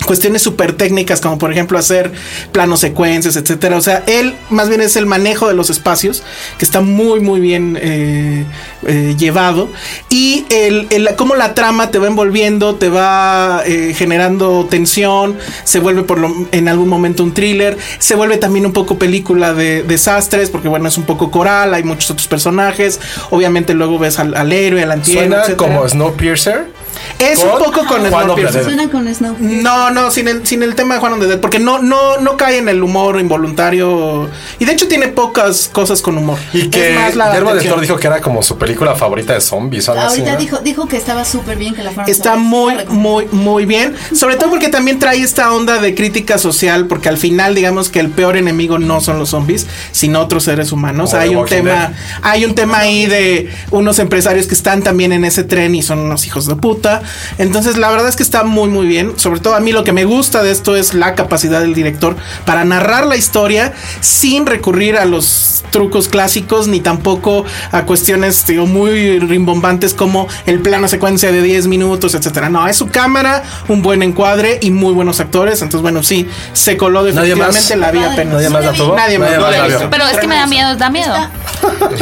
[SPEAKER 5] cuestiones súper técnicas, como por ejemplo hacer planos secuencias, etcétera. O sea, él más bien es el manejo de los espacios, que está muy, muy bien eh, eh, llevado. Y el, el- cómo la trama te va envolviendo, te va eh, generando tensión, se vuelve por lo- en algún momento un thriller, se vuelve también un poco película de desastres, porque bueno, es un poco coral, hay muchos otros personajes. Obviamente luego ves al, al héroe, al antihéroe.
[SPEAKER 7] Suena
[SPEAKER 5] etcétera.
[SPEAKER 7] como Snowpiercer.
[SPEAKER 5] Es un
[SPEAKER 7] con
[SPEAKER 5] poco con
[SPEAKER 7] Juan
[SPEAKER 5] Snowpiercer.
[SPEAKER 7] Obrador.
[SPEAKER 3] Suena con Snow.
[SPEAKER 5] No,
[SPEAKER 7] Este,
[SPEAKER 5] no, sin el, sin el tema de Juan on the Dead, porque no, no, no cae en el humor involuntario. Y de hecho tiene pocas cosas con humor.
[SPEAKER 7] Y que
[SPEAKER 5] Es más la
[SPEAKER 7] Guillermo del
[SPEAKER 5] atención.
[SPEAKER 7] Toro dijo que era como su película favorita de zombies. o algo así,
[SPEAKER 3] Ahorita
[SPEAKER 7] ¿no?
[SPEAKER 3] dijo, dijo que estaba súper bien que la fueron a
[SPEAKER 5] Está
[SPEAKER 3] ver.
[SPEAKER 5] muy,
[SPEAKER 3] La recomiendo.
[SPEAKER 5] muy, muy bien. Sobre todo porque también trae esta onda de crítica social, porque al final digamos que el peor enemigo no son los zombies, sino otros seres humanos.
[SPEAKER 7] Como The
[SPEAKER 5] hay un
[SPEAKER 7] Walking
[SPEAKER 5] tema,
[SPEAKER 7] Dead.
[SPEAKER 5] hay un tema ahí de unos empresarios que están también en ese tren y son unos hijos de puta. Entonces la verdad es que está muy, muy bien. Sobre todo a mí lo que me gusta de esto es la capacidad del director para narrar la historia sin recurrir a los trucos clásicos ni tampoco a cuestiones digo, muy rimbombantes como el plano secuencia de 10 minutos, etcétera. No, es su cámara, un buen encuadre y muy buenos actores. Entonces, bueno, sí, se coló
[SPEAKER 7] Nadie más.
[SPEAKER 5] definitivamente la vía apenas.
[SPEAKER 7] Nadie más la tuvo.
[SPEAKER 5] Nadie más, no la
[SPEAKER 7] la
[SPEAKER 5] he
[SPEAKER 7] vio.
[SPEAKER 5] visto.
[SPEAKER 4] Pero es que me da miedo, da miedo.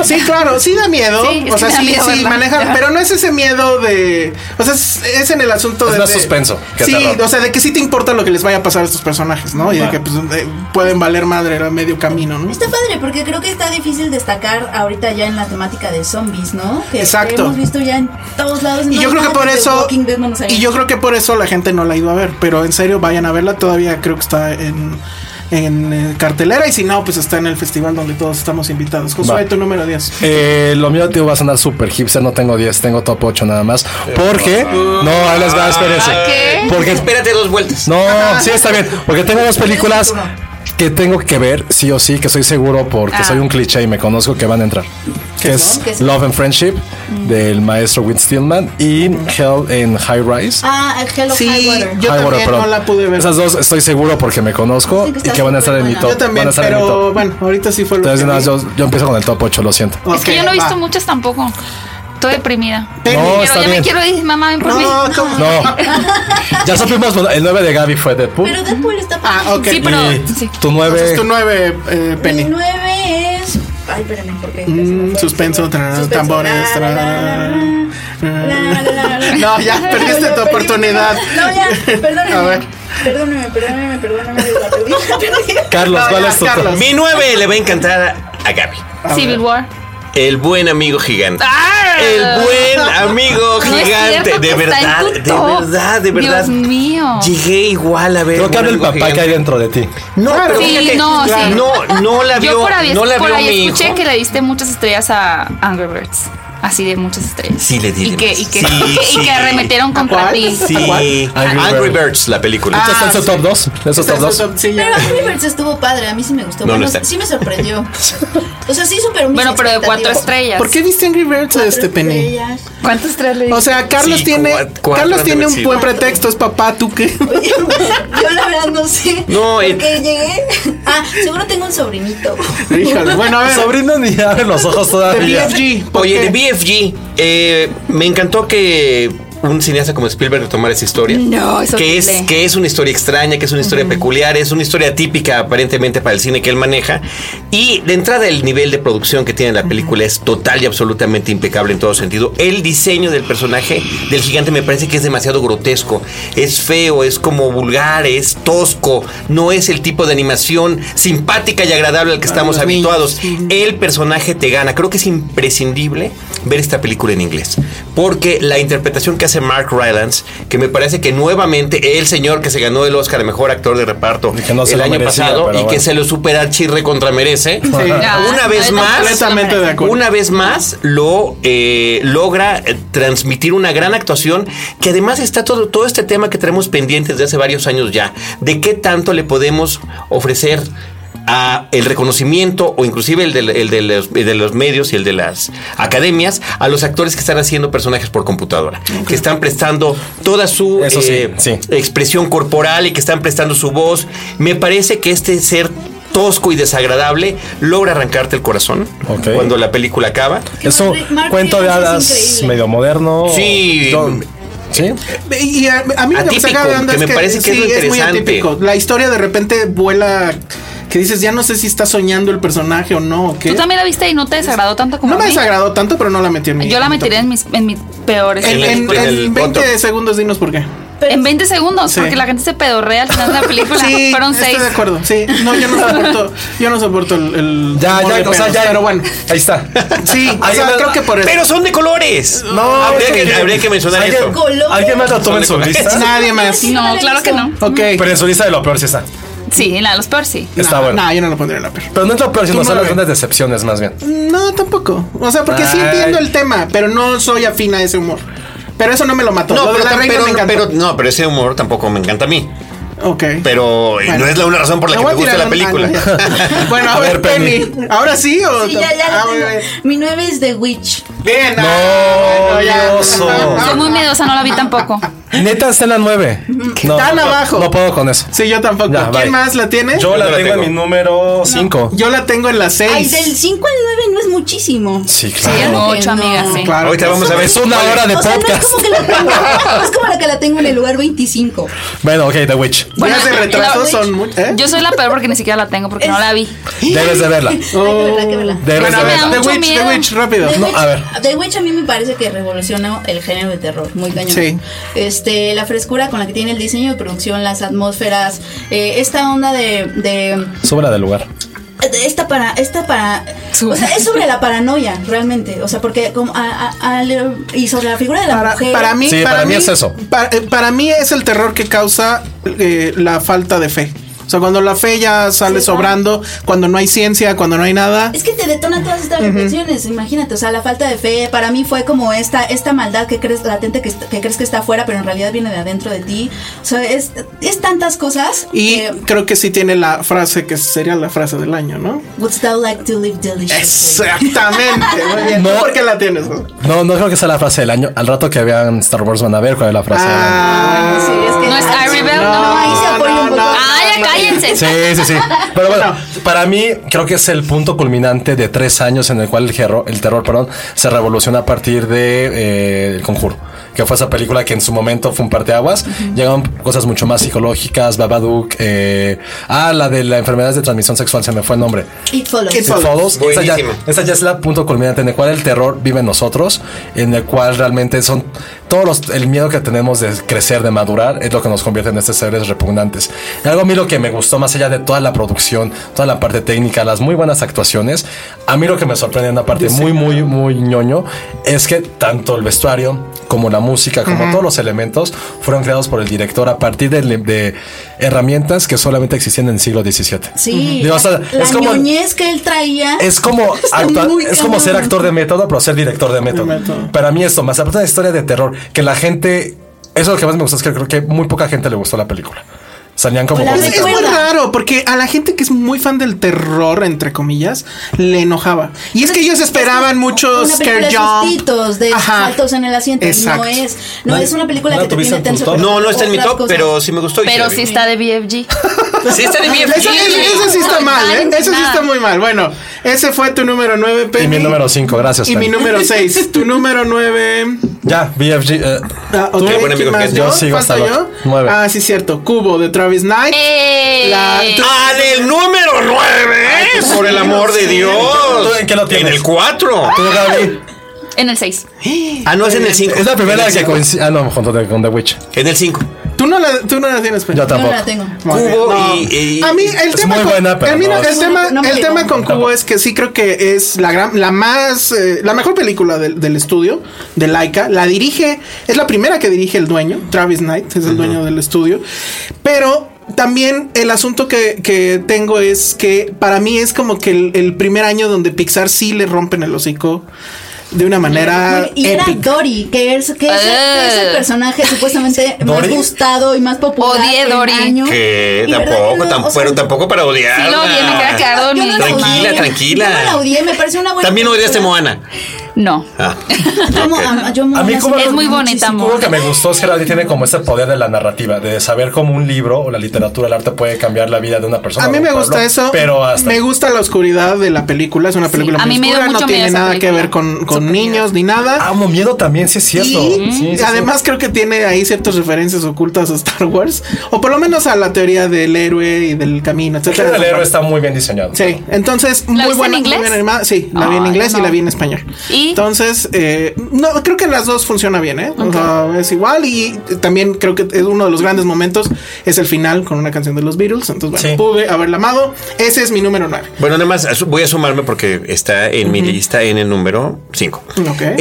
[SPEAKER 5] Sí, claro, sí da miedo.
[SPEAKER 4] Sí, es
[SPEAKER 5] o
[SPEAKER 4] que
[SPEAKER 5] sea,
[SPEAKER 4] me da
[SPEAKER 5] sí,
[SPEAKER 4] miedo
[SPEAKER 5] sí
[SPEAKER 4] verla.
[SPEAKER 5] manejan,
[SPEAKER 4] Ya.
[SPEAKER 5] pero no es ese miedo de. O sea, es, es en el asunto
[SPEAKER 7] Es
[SPEAKER 5] de.
[SPEAKER 7] más
[SPEAKER 5] de-
[SPEAKER 7] suspenso que
[SPEAKER 5] Sí,
[SPEAKER 7] terror.
[SPEAKER 5] o sea, de que sí te importa lo que les vaya a pasar a estos personajes, ¿no? Y de que pues, eh, pueden valer madre a medio camino, ¿no?
[SPEAKER 3] Está padre, porque creo que está difícil destacar ahorita ya en la temática de zombies, ¿no? Que
[SPEAKER 5] Exacto.
[SPEAKER 3] que hemos visto ya en todos lados.
[SPEAKER 5] Y
[SPEAKER 3] No,
[SPEAKER 5] yo creo que
[SPEAKER 3] nada
[SPEAKER 5] por
[SPEAKER 3] de
[SPEAKER 5] eso.
[SPEAKER 3] Walking Dead no nos
[SPEAKER 5] Y
[SPEAKER 3] salió.
[SPEAKER 5] yo creo que por eso la gente no la ha ido a ver. Pero en serio, vayan a verla. Todavía creo que está en, en eh, cartelera. Y si no, pues está en el festival donde todos estamos invitados. Josué,
[SPEAKER 1] Va.
[SPEAKER 5] tu número 10.
[SPEAKER 1] Eh, lo mío, tío, va a sonar super hipster. No tengo 10, tengo top 8 nada más. Porque. No, ahí les va, espérense.
[SPEAKER 4] ¿Qué?
[SPEAKER 1] Porque.
[SPEAKER 2] Espérate dos vueltas.
[SPEAKER 1] No, sí, está bien. Porque tengo dos películas que tengo que ver, sí o sí, que estoy seguro porque
[SPEAKER 4] Ah.
[SPEAKER 1] soy un cliché y me conozco que van a entrar. Que es
[SPEAKER 3] ¿Qué son?
[SPEAKER 1] Love and Friendship del maestro Whit Stillman y Hell in High Rise.
[SPEAKER 3] Ah, el Hello High
[SPEAKER 5] Sí,
[SPEAKER 3] Water.
[SPEAKER 1] High
[SPEAKER 5] yo
[SPEAKER 1] Water,
[SPEAKER 5] también
[SPEAKER 1] perdón.
[SPEAKER 5] no la pude ver.
[SPEAKER 1] Esas dos estoy seguro porque me conozco
[SPEAKER 3] Dicen que
[SPEAKER 1] y
[SPEAKER 3] está
[SPEAKER 1] que van a estar en mi
[SPEAKER 3] superbuena.
[SPEAKER 1] top.
[SPEAKER 5] Yo también,
[SPEAKER 1] van a estar en mi
[SPEAKER 5] pero
[SPEAKER 1] top.
[SPEAKER 5] bueno, ahorita sí fue lo
[SPEAKER 1] Entonces,
[SPEAKER 5] que
[SPEAKER 1] nada,
[SPEAKER 5] vi.
[SPEAKER 1] yo, yo empiezo con el top 8, lo siento.
[SPEAKER 4] Es que
[SPEAKER 5] Ok,
[SPEAKER 4] yo no he
[SPEAKER 5] va.
[SPEAKER 4] visto muchas tampoco. Estoy deprimida.
[SPEAKER 5] Penny.
[SPEAKER 1] No,
[SPEAKER 4] Pero
[SPEAKER 1] está
[SPEAKER 4] ya me
[SPEAKER 1] bien.
[SPEAKER 4] quiero ir, mamá, ven por mí.
[SPEAKER 5] No, ¿cómo?
[SPEAKER 1] No. ya supimos, bueno, el 9 de Gaby fue Deadpool.
[SPEAKER 3] Pero Deadpool está padre.
[SPEAKER 5] Ah, ok.
[SPEAKER 4] Sí, pero. sí.
[SPEAKER 1] Tu 9.
[SPEAKER 5] Entonces tu 9, eh,
[SPEAKER 3] El
[SPEAKER 5] Penny.
[SPEAKER 3] 9 es. Ay, espérame, porque.
[SPEAKER 5] Mm, suspenso, tra- tambores, tra- No, ya perdiste tu oportunidad.
[SPEAKER 3] No, ya, perdóname.
[SPEAKER 5] A ver.
[SPEAKER 3] Perdóname, perdóname, perdóname. La perdí, la perdí.
[SPEAKER 1] Carlos,
[SPEAKER 5] No,
[SPEAKER 1] ¿cuál
[SPEAKER 5] ya,
[SPEAKER 1] es tu
[SPEAKER 5] Carlos.
[SPEAKER 2] Mi 9 le va a encantar a Gaby.
[SPEAKER 4] Civil War.
[SPEAKER 2] El buen amigo gigante.
[SPEAKER 4] ¡Ah!
[SPEAKER 2] El buen amigo
[SPEAKER 4] No es
[SPEAKER 2] gigante.
[SPEAKER 4] cierto que
[SPEAKER 2] de,
[SPEAKER 4] está
[SPEAKER 2] verdad,
[SPEAKER 4] en
[SPEAKER 2] de
[SPEAKER 4] tu top.
[SPEAKER 2] verdad, de verdad,
[SPEAKER 4] Dios mío.
[SPEAKER 2] Llegué igual a ver.
[SPEAKER 1] Creo que
[SPEAKER 2] un
[SPEAKER 1] habla el
[SPEAKER 2] amigo
[SPEAKER 1] papá que hay
[SPEAKER 2] gigante.
[SPEAKER 1] dentro de ti.
[SPEAKER 2] No, pero
[SPEAKER 4] Sí,
[SPEAKER 2] fíjate,
[SPEAKER 4] no, sí.
[SPEAKER 2] no, no la vio.
[SPEAKER 4] Yo por ahí,
[SPEAKER 2] no la
[SPEAKER 4] por
[SPEAKER 2] vio
[SPEAKER 4] ahí
[SPEAKER 2] mi
[SPEAKER 4] escuché
[SPEAKER 2] hijo.
[SPEAKER 4] que le diste muchas estrellas a Angry Birds. Así de muchas estrellas.
[SPEAKER 2] Sí, le di
[SPEAKER 4] Y
[SPEAKER 2] de
[SPEAKER 4] que,
[SPEAKER 2] más.
[SPEAKER 4] y que,
[SPEAKER 2] Sí,
[SPEAKER 4] y que- y
[SPEAKER 2] sí.
[SPEAKER 4] que arremetieron contra
[SPEAKER 5] cuál?
[SPEAKER 4] ti.
[SPEAKER 2] Sí, Angry,
[SPEAKER 1] Angry
[SPEAKER 2] Birds.
[SPEAKER 1] Birds. Ah,
[SPEAKER 2] la película.
[SPEAKER 3] Ah,
[SPEAKER 1] ¿Ya está en su top 2? ¿Esos top 2?
[SPEAKER 5] Sí, ya.
[SPEAKER 3] Pero Angry Birds estuvo padre, a mí sí me gustó.
[SPEAKER 2] No, no
[SPEAKER 3] Bueno,
[SPEAKER 2] está.
[SPEAKER 3] sí me sorprendió. O sea, sí superó mis
[SPEAKER 4] Bueno, pero de cuatro
[SPEAKER 3] expectativas.
[SPEAKER 4] estrellas.
[SPEAKER 5] ¿Por qué viste Angry Birds
[SPEAKER 3] Cuatro
[SPEAKER 5] este Penny?
[SPEAKER 3] estrellas.
[SPEAKER 4] ¿Cuántas estrellas le
[SPEAKER 5] O sea, Carlos
[SPEAKER 2] Sí,
[SPEAKER 5] tiene
[SPEAKER 2] cuat- cuatro
[SPEAKER 5] Carlos
[SPEAKER 2] han de
[SPEAKER 5] tiene
[SPEAKER 2] haber
[SPEAKER 5] un
[SPEAKER 2] sido.
[SPEAKER 5] buen pretexto, es papá, tú qué.
[SPEAKER 3] Oye, yo la verdad no sé.
[SPEAKER 2] No,
[SPEAKER 3] porque
[SPEAKER 2] el-
[SPEAKER 3] llegué. Ah, seguro tengo un sobrinito.
[SPEAKER 5] Híjole, bueno, a ver.
[SPEAKER 1] Sobrino ni abre los ojos todavía.
[SPEAKER 5] BFG, ¿por
[SPEAKER 2] Oye,
[SPEAKER 5] qué?
[SPEAKER 2] de BFG, eh, me encantó que un cineasta como Spielberg tomara esa historia.
[SPEAKER 1] Mm,
[SPEAKER 4] No, es
[SPEAKER 2] que es,
[SPEAKER 4] horrible.
[SPEAKER 2] que es una historia extraña, que es una historia peculiar, es una historia típica aparentemente para el cine que él maneja. Y de entrada el nivel de producción que tiene la película es total y absolutamente impecable en todo sentido. El diseño del personaje del gigante me parece que es demasiado grotesco, es feo, es como vulgar, es tosco, no es el tipo de animación simpática y agradable al que estamos habituados. El personaje te gana. Creo que es imprescindible ver esta película en inglés, porque la interpretación que hace Mark Rylance, que me parece que nuevamente el señor que se ganó el Oscar a mejor actor de reparto
[SPEAKER 1] Y que no se
[SPEAKER 2] el
[SPEAKER 1] lo
[SPEAKER 2] año
[SPEAKER 1] merecía,
[SPEAKER 2] pasado y
[SPEAKER 1] pero
[SPEAKER 2] que
[SPEAKER 1] bueno.
[SPEAKER 2] se lo supera Chirre contra merece.
[SPEAKER 4] Ya,
[SPEAKER 2] Una vez
[SPEAKER 4] no,
[SPEAKER 2] más,
[SPEAKER 5] Completamente de acuerdo.
[SPEAKER 2] Una vez más lo eh, logra eh, transmitir una gran actuación que además está todo, todo este tema que tenemos pendientes de hace varios años ya, de qué tanto le podemos ofrecer a el reconocimiento o inclusive el, del- el de, los, el de los medios y el de las academias a los actores que están haciendo personajes por computadora, que están prestando toda su eh,
[SPEAKER 1] Eso sí, sí.
[SPEAKER 2] expresión corporal y que están prestando su voz. Me parece que este ser tosco y desagradable logra arrancarte el corazón
[SPEAKER 1] Ok.
[SPEAKER 2] cuando la película acaba.
[SPEAKER 1] Es un
[SPEAKER 3] Mark- Mark
[SPEAKER 1] cuento de
[SPEAKER 3] Rylance es
[SPEAKER 1] hadas
[SPEAKER 3] increíble.
[SPEAKER 1] medio moderno.
[SPEAKER 2] Sí.
[SPEAKER 1] Yo- Sí.
[SPEAKER 5] Y a, a mí lo que me saca de
[SPEAKER 2] Atípico,
[SPEAKER 5] onda
[SPEAKER 2] que
[SPEAKER 5] es
[SPEAKER 2] me
[SPEAKER 5] que,
[SPEAKER 2] parece que es
[SPEAKER 5] sí,
[SPEAKER 2] lo
[SPEAKER 5] muy
[SPEAKER 2] interesante.
[SPEAKER 5] atípico. La historia de repente vuela que dices, ya no sé si está soñando el personaje o no. ¿o qué?
[SPEAKER 4] Tú también la viste y no te desagradó tanto como
[SPEAKER 5] No
[SPEAKER 4] a
[SPEAKER 5] me
[SPEAKER 4] mí.
[SPEAKER 5] desagradó tanto, pero no la metí en mi.
[SPEAKER 4] Yo la metería en mis, en mis peores.
[SPEAKER 2] En
[SPEAKER 5] En, en-
[SPEAKER 2] el- en
[SPEAKER 5] en
[SPEAKER 2] el
[SPEAKER 5] 20
[SPEAKER 2] bottom.
[SPEAKER 5] segundos, dinos por qué.
[SPEAKER 4] En 20 segundos,
[SPEAKER 5] Sí.
[SPEAKER 4] porque la gente se pedorrea al final de la película.
[SPEAKER 5] Sí,
[SPEAKER 4] Fueron
[SPEAKER 5] Pues estoy
[SPEAKER 4] 6.
[SPEAKER 5] de acuerdo. Sí, no, yo no soporto, yo no soporto el. el
[SPEAKER 1] Ya,
[SPEAKER 5] humor
[SPEAKER 1] ya,
[SPEAKER 5] de
[SPEAKER 1] o sea,
[SPEAKER 5] pedos,
[SPEAKER 1] ya.
[SPEAKER 5] Pero bueno.
[SPEAKER 1] Ahí está.
[SPEAKER 5] Sí, o
[SPEAKER 1] Ahí
[SPEAKER 5] sea,
[SPEAKER 1] va-
[SPEAKER 5] creo que por eso.
[SPEAKER 2] Pero son de colores. habría,
[SPEAKER 1] sí.
[SPEAKER 2] que, habría que mencionar
[SPEAKER 1] ¿Alguien-
[SPEAKER 2] esto.
[SPEAKER 1] ¿Alguien más la toma en su
[SPEAKER 2] Son de
[SPEAKER 1] lista?
[SPEAKER 5] Nadie más.
[SPEAKER 4] No, claro que no.
[SPEAKER 5] Ok.
[SPEAKER 1] Pero en su lista de lo peor sí está.
[SPEAKER 4] Sí, la de los peores sí.
[SPEAKER 1] Está bueno.
[SPEAKER 5] No, yo no lo pondría en la peor.
[SPEAKER 1] Pero no es lo peor, sino
[SPEAKER 5] Tú no
[SPEAKER 1] son
[SPEAKER 5] la
[SPEAKER 1] las
[SPEAKER 5] ves.
[SPEAKER 1] grandes decepciones más bien.
[SPEAKER 5] No, tampoco. O sea, porque sí
[SPEAKER 1] Ay.
[SPEAKER 5] entiendo el tema, pero no soy afín a ese humor. Pero eso no me lo mató.
[SPEAKER 2] No,
[SPEAKER 5] Lo de
[SPEAKER 2] pero,
[SPEAKER 5] la reina
[SPEAKER 2] pero-
[SPEAKER 5] me encantó.
[SPEAKER 2] pero- no, pero ese humor tampoco me encanta a mí.
[SPEAKER 5] Ok.
[SPEAKER 2] Pero eh,
[SPEAKER 5] Bueno.
[SPEAKER 2] no es la una razón por la que
[SPEAKER 5] voy
[SPEAKER 2] me
[SPEAKER 5] a
[SPEAKER 2] gusta la
[SPEAKER 5] tirar un-
[SPEAKER 2] película.
[SPEAKER 5] ah, no, ya. bueno, a, ver, Penny. ¿Ahora sí o.?
[SPEAKER 3] Sí, ya, ya la
[SPEAKER 5] Ah, muy
[SPEAKER 3] tengo.
[SPEAKER 5] bien.
[SPEAKER 3] Mi 9 es The Witch.
[SPEAKER 5] Bien. No,
[SPEAKER 1] oso.
[SPEAKER 5] Ah,
[SPEAKER 4] Soy muy miedosa, no la vi tampoco.
[SPEAKER 1] Neta está en la 9. No,
[SPEAKER 5] Tan
[SPEAKER 1] no,
[SPEAKER 5] abajo.
[SPEAKER 1] No puedo con eso.
[SPEAKER 5] Sí, yo tampoco.
[SPEAKER 1] Ya,
[SPEAKER 5] ¿Quién
[SPEAKER 1] bye.
[SPEAKER 5] más la tiene?
[SPEAKER 1] Yo la
[SPEAKER 2] no la
[SPEAKER 1] tengo en
[SPEAKER 2] tengo.
[SPEAKER 1] mi número 5.
[SPEAKER 5] Yo la tengo en la 6.
[SPEAKER 3] Ay, del 5 al 9 no es muchísimo.
[SPEAKER 1] Sí,
[SPEAKER 4] Sí,
[SPEAKER 1] claro.
[SPEAKER 3] no.
[SPEAKER 4] ocho, amiga, sí.
[SPEAKER 5] Claro.
[SPEAKER 2] Ahorita vamos a ver.
[SPEAKER 1] Es una hora de
[SPEAKER 3] o sea,
[SPEAKER 1] podcast.
[SPEAKER 3] No es, como que la tengo, no es como la que la tengo en el lugar 25.
[SPEAKER 1] Bueno, ok, The Witch.
[SPEAKER 5] Bueno, de retraso
[SPEAKER 4] la-
[SPEAKER 5] son muchas. ¿eh?
[SPEAKER 4] Yo soy la peor porque ni siquiera la tengo porque no la vi.
[SPEAKER 1] Debes de verla.
[SPEAKER 3] Hay que verla, hay que verla.
[SPEAKER 1] Debes
[SPEAKER 5] Bueno,
[SPEAKER 1] de
[SPEAKER 5] a ver,
[SPEAKER 4] me da
[SPEAKER 1] verla.
[SPEAKER 5] The
[SPEAKER 4] mucho
[SPEAKER 5] Witch,
[SPEAKER 4] miedo.
[SPEAKER 5] The Witch, rápido.
[SPEAKER 3] The
[SPEAKER 1] No,
[SPEAKER 3] Witch-
[SPEAKER 1] a ver.
[SPEAKER 3] The Witch a mí me parece que revolucionó el género de terror, muy cañón.
[SPEAKER 5] Sí.
[SPEAKER 3] Este, la frescura con la que tiene el diseño de producción, las atmósferas, eh, esta onda de, de-
[SPEAKER 1] Sobra del lugar.
[SPEAKER 3] de esta para, esta para, o sea, es sobre la paranoia realmente, o sea, porque como a- a- al- y sobre la figura de la
[SPEAKER 5] Para,
[SPEAKER 3] mujer.
[SPEAKER 5] para mí,
[SPEAKER 1] Sí, para mí es eso.
[SPEAKER 5] Para, eh, para mí es el terror que causa eh, la falta de fe. O sea, cuando la fe ya sale
[SPEAKER 3] Sí,
[SPEAKER 5] sobrando, cuando no hay ciencia, cuando no hay nada.
[SPEAKER 3] Es que te detonan todas estas reflexiones, imagínate, o sea, la falta de fe para mí fue como esta esta maldad que crees latente que, est- que crees que está afuera, pero en realidad viene de adentro de ti. O sea, es, es tantas cosas
[SPEAKER 5] Y
[SPEAKER 3] que
[SPEAKER 5] creo que sí tiene la frase que sería la frase del año, ¿no?
[SPEAKER 3] Would thou like to live deliciously?
[SPEAKER 5] Exactamente. Muy bien.
[SPEAKER 1] No.
[SPEAKER 5] ¿Tú ¿Por qué la tienes? no?
[SPEAKER 1] No, no creo que sea la frase del año. Al rato que vean Star Wars van a ver cuál es la frase del año.
[SPEAKER 5] Ah,
[SPEAKER 3] Sí, es que-
[SPEAKER 4] No es I Rebel, no.
[SPEAKER 3] No, ahí se apoya un poco.
[SPEAKER 4] Ah, ya cállense.
[SPEAKER 1] Sí, sí, sí. Pero bueno, para mí creo que es el punto culminante de tres años en el cual el, gerro- el terror perdón, se revoluciona a partir de eh, El Conjuro, que fue esa película que en su momento fue un parteaguas. Llegaron cosas mucho más psicológicas, Babadook, eh, ah, la de la enfermedad de transmisión sexual, se me fue el nombre.
[SPEAKER 3] It follows.
[SPEAKER 5] It
[SPEAKER 1] It Follows. Esa ya,
[SPEAKER 2] Buenísima.
[SPEAKER 1] esa ya es la punto culminante en el cual el terror vive en nosotros, en el cual realmente son todos los- el miedo que tenemos de crecer, de madurar, es lo que nos convierte en estos seres repugnantes. Y algo a mí lo que me gustó, más allá de toda la producción, toda la parte técnica, las muy buenas actuaciones, a mí lo que me sorprende en una parte muy, muy, muy ñoño es que tanto el vestuario como la música, como todos los elementos fueron creados por el director a partir de, de herramientas que solamente existían en el siglo XVII.
[SPEAKER 3] Sí,
[SPEAKER 1] Digo, o sea,
[SPEAKER 3] la
[SPEAKER 1] es como-
[SPEAKER 3] ñoñez que él traía.
[SPEAKER 1] es como
[SPEAKER 3] Está
[SPEAKER 1] actua-
[SPEAKER 3] muy
[SPEAKER 1] es como ser
[SPEAKER 3] cabrón.
[SPEAKER 1] actor de método, pero ser director de método.
[SPEAKER 5] De método.
[SPEAKER 1] Para mí esto, más aparte de la historia de terror, que la gente, eso es lo que más me gustó, es que creo que muy poca gente le gustó la película. Salían como...
[SPEAKER 3] Hola,
[SPEAKER 1] con-
[SPEAKER 5] Es, es muy
[SPEAKER 3] Recuerda.
[SPEAKER 5] raro porque a la gente que es muy fan del terror, entre comillas, le enojaba. Y es que ellos esperaban muchos
[SPEAKER 3] una
[SPEAKER 5] scare
[SPEAKER 3] película de
[SPEAKER 5] jump.
[SPEAKER 3] sustitos, de
[SPEAKER 5] Ajá.
[SPEAKER 3] saltos en el asiento.
[SPEAKER 5] Exacto.
[SPEAKER 3] No es, no,
[SPEAKER 1] No,
[SPEAKER 3] es una película
[SPEAKER 1] ¿no
[SPEAKER 3] que
[SPEAKER 1] la
[SPEAKER 3] te
[SPEAKER 1] tuviste
[SPEAKER 3] tiene
[SPEAKER 1] en
[SPEAKER 3] tenso.
[SPEAKER 1] tu top?
[SPEAKER 3] pero
[SPEAKER 2] No, no está en mi
[SPEAKER 3] otras
[SPEAKER 2] top,
[SPEAKER 3] cosas.
[SPEAKER 2] pero sí me gustó. y
[SPEAKER 4] Pero
[SPEAKER 2] la vi.
[SPEAKER 4] sí está de BFG.
[SPEAKER 2] Sí está de bien.
[SPEAKER 5] Eso, eso- eso sí está mal, ¿eh? Eso sí está muy mal. Bueno, ese fue tu número 9,
[SPEAKER 1] Y mi número 5, gracias.
[SPEAKER 5] Y mi
[SPEAKER 1] Penny.
[SPEAKER 5] número 6. Tu número 9.
[SPEAKER 1] ya, BFG. eh,
[SPEAKER 5] Ah, ok,
[SPEAKER 1] tú-
[SPEAKER 2] buen amigo
[SPEAKER 5] ¿quién más?
[SPEAKER 2] que
[SPEAKER 1] yo sigo hasta
[SPEAKER 5] ¿Falta
[SPEAKER 1] el
[SPEAKER 5] yo?
[SPEAKER 1] nueve.
[SPEAKER 5] Ah, sí, cierto. Cubo de Travis Knight.
[SPEAKER 4] ¡Eh!
[SPEAKER 5] La- tú-
[SPEAKER 2] Ah, del número 9,
[SPEAKER 5] pues,
[SPEAKER 2] por el amor de Dios.
[SPEAKER 1] ¿Tú en qué lo tienes?
[SPEAKER 2] En el 4.
[SPEAKER 1] tú, Gaby,
[SPEAKER 4] En el 6.
[SPEAKER 3] Eh.
[SPEAKER 2] Ah, no, es en el 5.
[SPEAKER 1] es la primera que coincide... Ah, no, junto de- con The Witch.
[SPEAKER 2] En el 5.
[SPEAKER 5] Tú no la, tú no la tienes, Penny.
[SPEAKER 1] Yo
[SPEAKER 3] Yo no
[SPEAKER 1] tampoco.
[SPEAKER 3] la tengo.
[SPEAKER 5] Muy bien.
[SPEAKER 2] Cubo
[SPEAKER 5] No.
[SPEAKER 2] y- y-
[SPEAKER 5] a mí el
[SPEAKER 1] es
[SPEAKER 5] tema
[SPEAKER 1] muy
[SPEAKER 5] con,
[SPEAKER 1] buena, pero
[SPEAKER 5] a mí no-
[SPEAKER 1] no.
[SPEAKER 5] el tema
[SPEAKER 3] No me
[SPEAKER 5] el
[SPEAKER 3] llegó.
[SPEAKER 5] tema con Cubo es que sí creo que es la gran la más eh, la mejor película del, del estudio de Laika la dirige es la primera que dirige el dueño Travis Knight es el dueño del estudio pero también el asunto que, que tengo es que para mí es como que el, el primer año donde Pixar sí le rompen el hocico de una manera
[SPEAKER 3] y era
[SPEAKER 5] épica.
[SPEAKER 3] Dory, que es, que es, que es el
[SPEAKER 4] Eh.
[SPEAKER 3] personaje supuestamente más
[SPEAKER 1] ¿Dory?
[SPEAKER 3] gustado y más popular.
[SPEAKER 4] Odié
[SPEAKER 3] en
[SPEAKER 4] Dory.
[SPEAKER 3] años.
[SPEAKER 2] Que
[SPEAKER 3] Y verdad
[SPEAKER 2] tampoco,
[SPEAKER 3] no,
[SPEAKER 2] tam-
[SPEAKER 3] o sea,
[SPEAKER 2] pero tampoco para odiar. Ah.
[SPEAKER 4] Sí lo odié, me quería quedar
[SPEAKER 3] yo no
[SPEAKER 4] dormida.
[SPEAKER 3] la
[SPEAKER 2] Tranquila,
[SPEAKER 3] odié.
[SPEAKER 2] tranquila.
[SPEAKER 3] Yo no la odié, me parece una buena
[SPEAKER 2] También odiaste
[SPEAKER 3] película.
[SPEAKER 2] Moana.
[SPEAKER 4] No.
[SPEAKER 2] Ah,
[SPEAKER 3] Yo amo-
[SPEAKER 2] ok.
[SPEAKER 3] amo- yo amo
[SPEAKER 1] A mí
[SPEAKER 3] una
[SPEAKER 1] como
[SPEAKER 3] serie
[SPEAKER 4] Es muy bonita,
[SPEAKER 3] muchísimo.
[SPEAKER 4] amor.
[SPEAKER 1] Lo que me gustó es que Rally tiene como ese poder de la narrativa, de saber cómo un libro o la literatura, el arte puede cambiar la vida de una persona.
[SPEAKER 5] A mí
[SPEAKER 1] o un
[SPEAKER 5] me
[SPEAKER 1] pueblo,
[SPEAKER 5] gusta eso.
[SPEAKER 1] Pero hasta
[SPEAKER 5] me gusta la oscuridad de la película. Es una película
[SPEAKER 4] a
[SPEAKER 5] muy
[SPEAKER 4] mí me dio
[SPEAKER 5] oscura, no
[SPEAKER 4] mucho
[SPEAKER 5] tiene
[SPEAKER 4] miedo esa
[SPEAKER 5] nada que
[SPEAKER 4] película.
[SPEAKER 5] ver con, con
[SPEAKER 4] Súper
[SPEAKER 5] niños ni nada.
[SPEAKER 1] Amo miedo también, sí es Ah, cierto. Sí,
[SPEAKER 5] Y
[SPEAKER 1] sí, sí.
[SPEAKER 5] además creo que tiene ahí ciertas referencias ocultas a Star Wars, o por lo menos a la teoría del héroe y del camino,
[SPEAKER 1] El
[SPEAKER 5] etcétera.
[SPEAKER 1] género del héroe está muy bien diseñado.
[SPEAKER 5] Sí, entonces
[SPEAKER 4] ¿La
[SPEAKER 5] muy
[SPEAKER 4] viste
[SPEAKER 5] buena,
[SPEAKER 4] en
[SPEAKER 5] muy
[SPEAKER 4] inglés?
[SPEAKER 5] bien animada. Sí, la vi en
[SPEAKER 4] Ay,
[SPEAKER 5] inglés y
[SPEAKER 4] no.
[SPEAKER 5] la vi en español.
[SPEAKER 4] ¿Y?
[SPEAKER 5] Entonces, eh, no, creo que las dos funciona bien, ¿eh? O sea, es igual y también creo que es uno de los grandes momentos es el final con una canción de los Beatles. Entonces,
[SPEAKER 1] Sí.
[SPEAKER 5] bueno, pude haberla amado. Ese es mi número 9.
[SPEAKER 2] Bueno, nada más asu- voy a sumarme porque está en mi lista en el número 5.
[SPEAKER 5] Ok.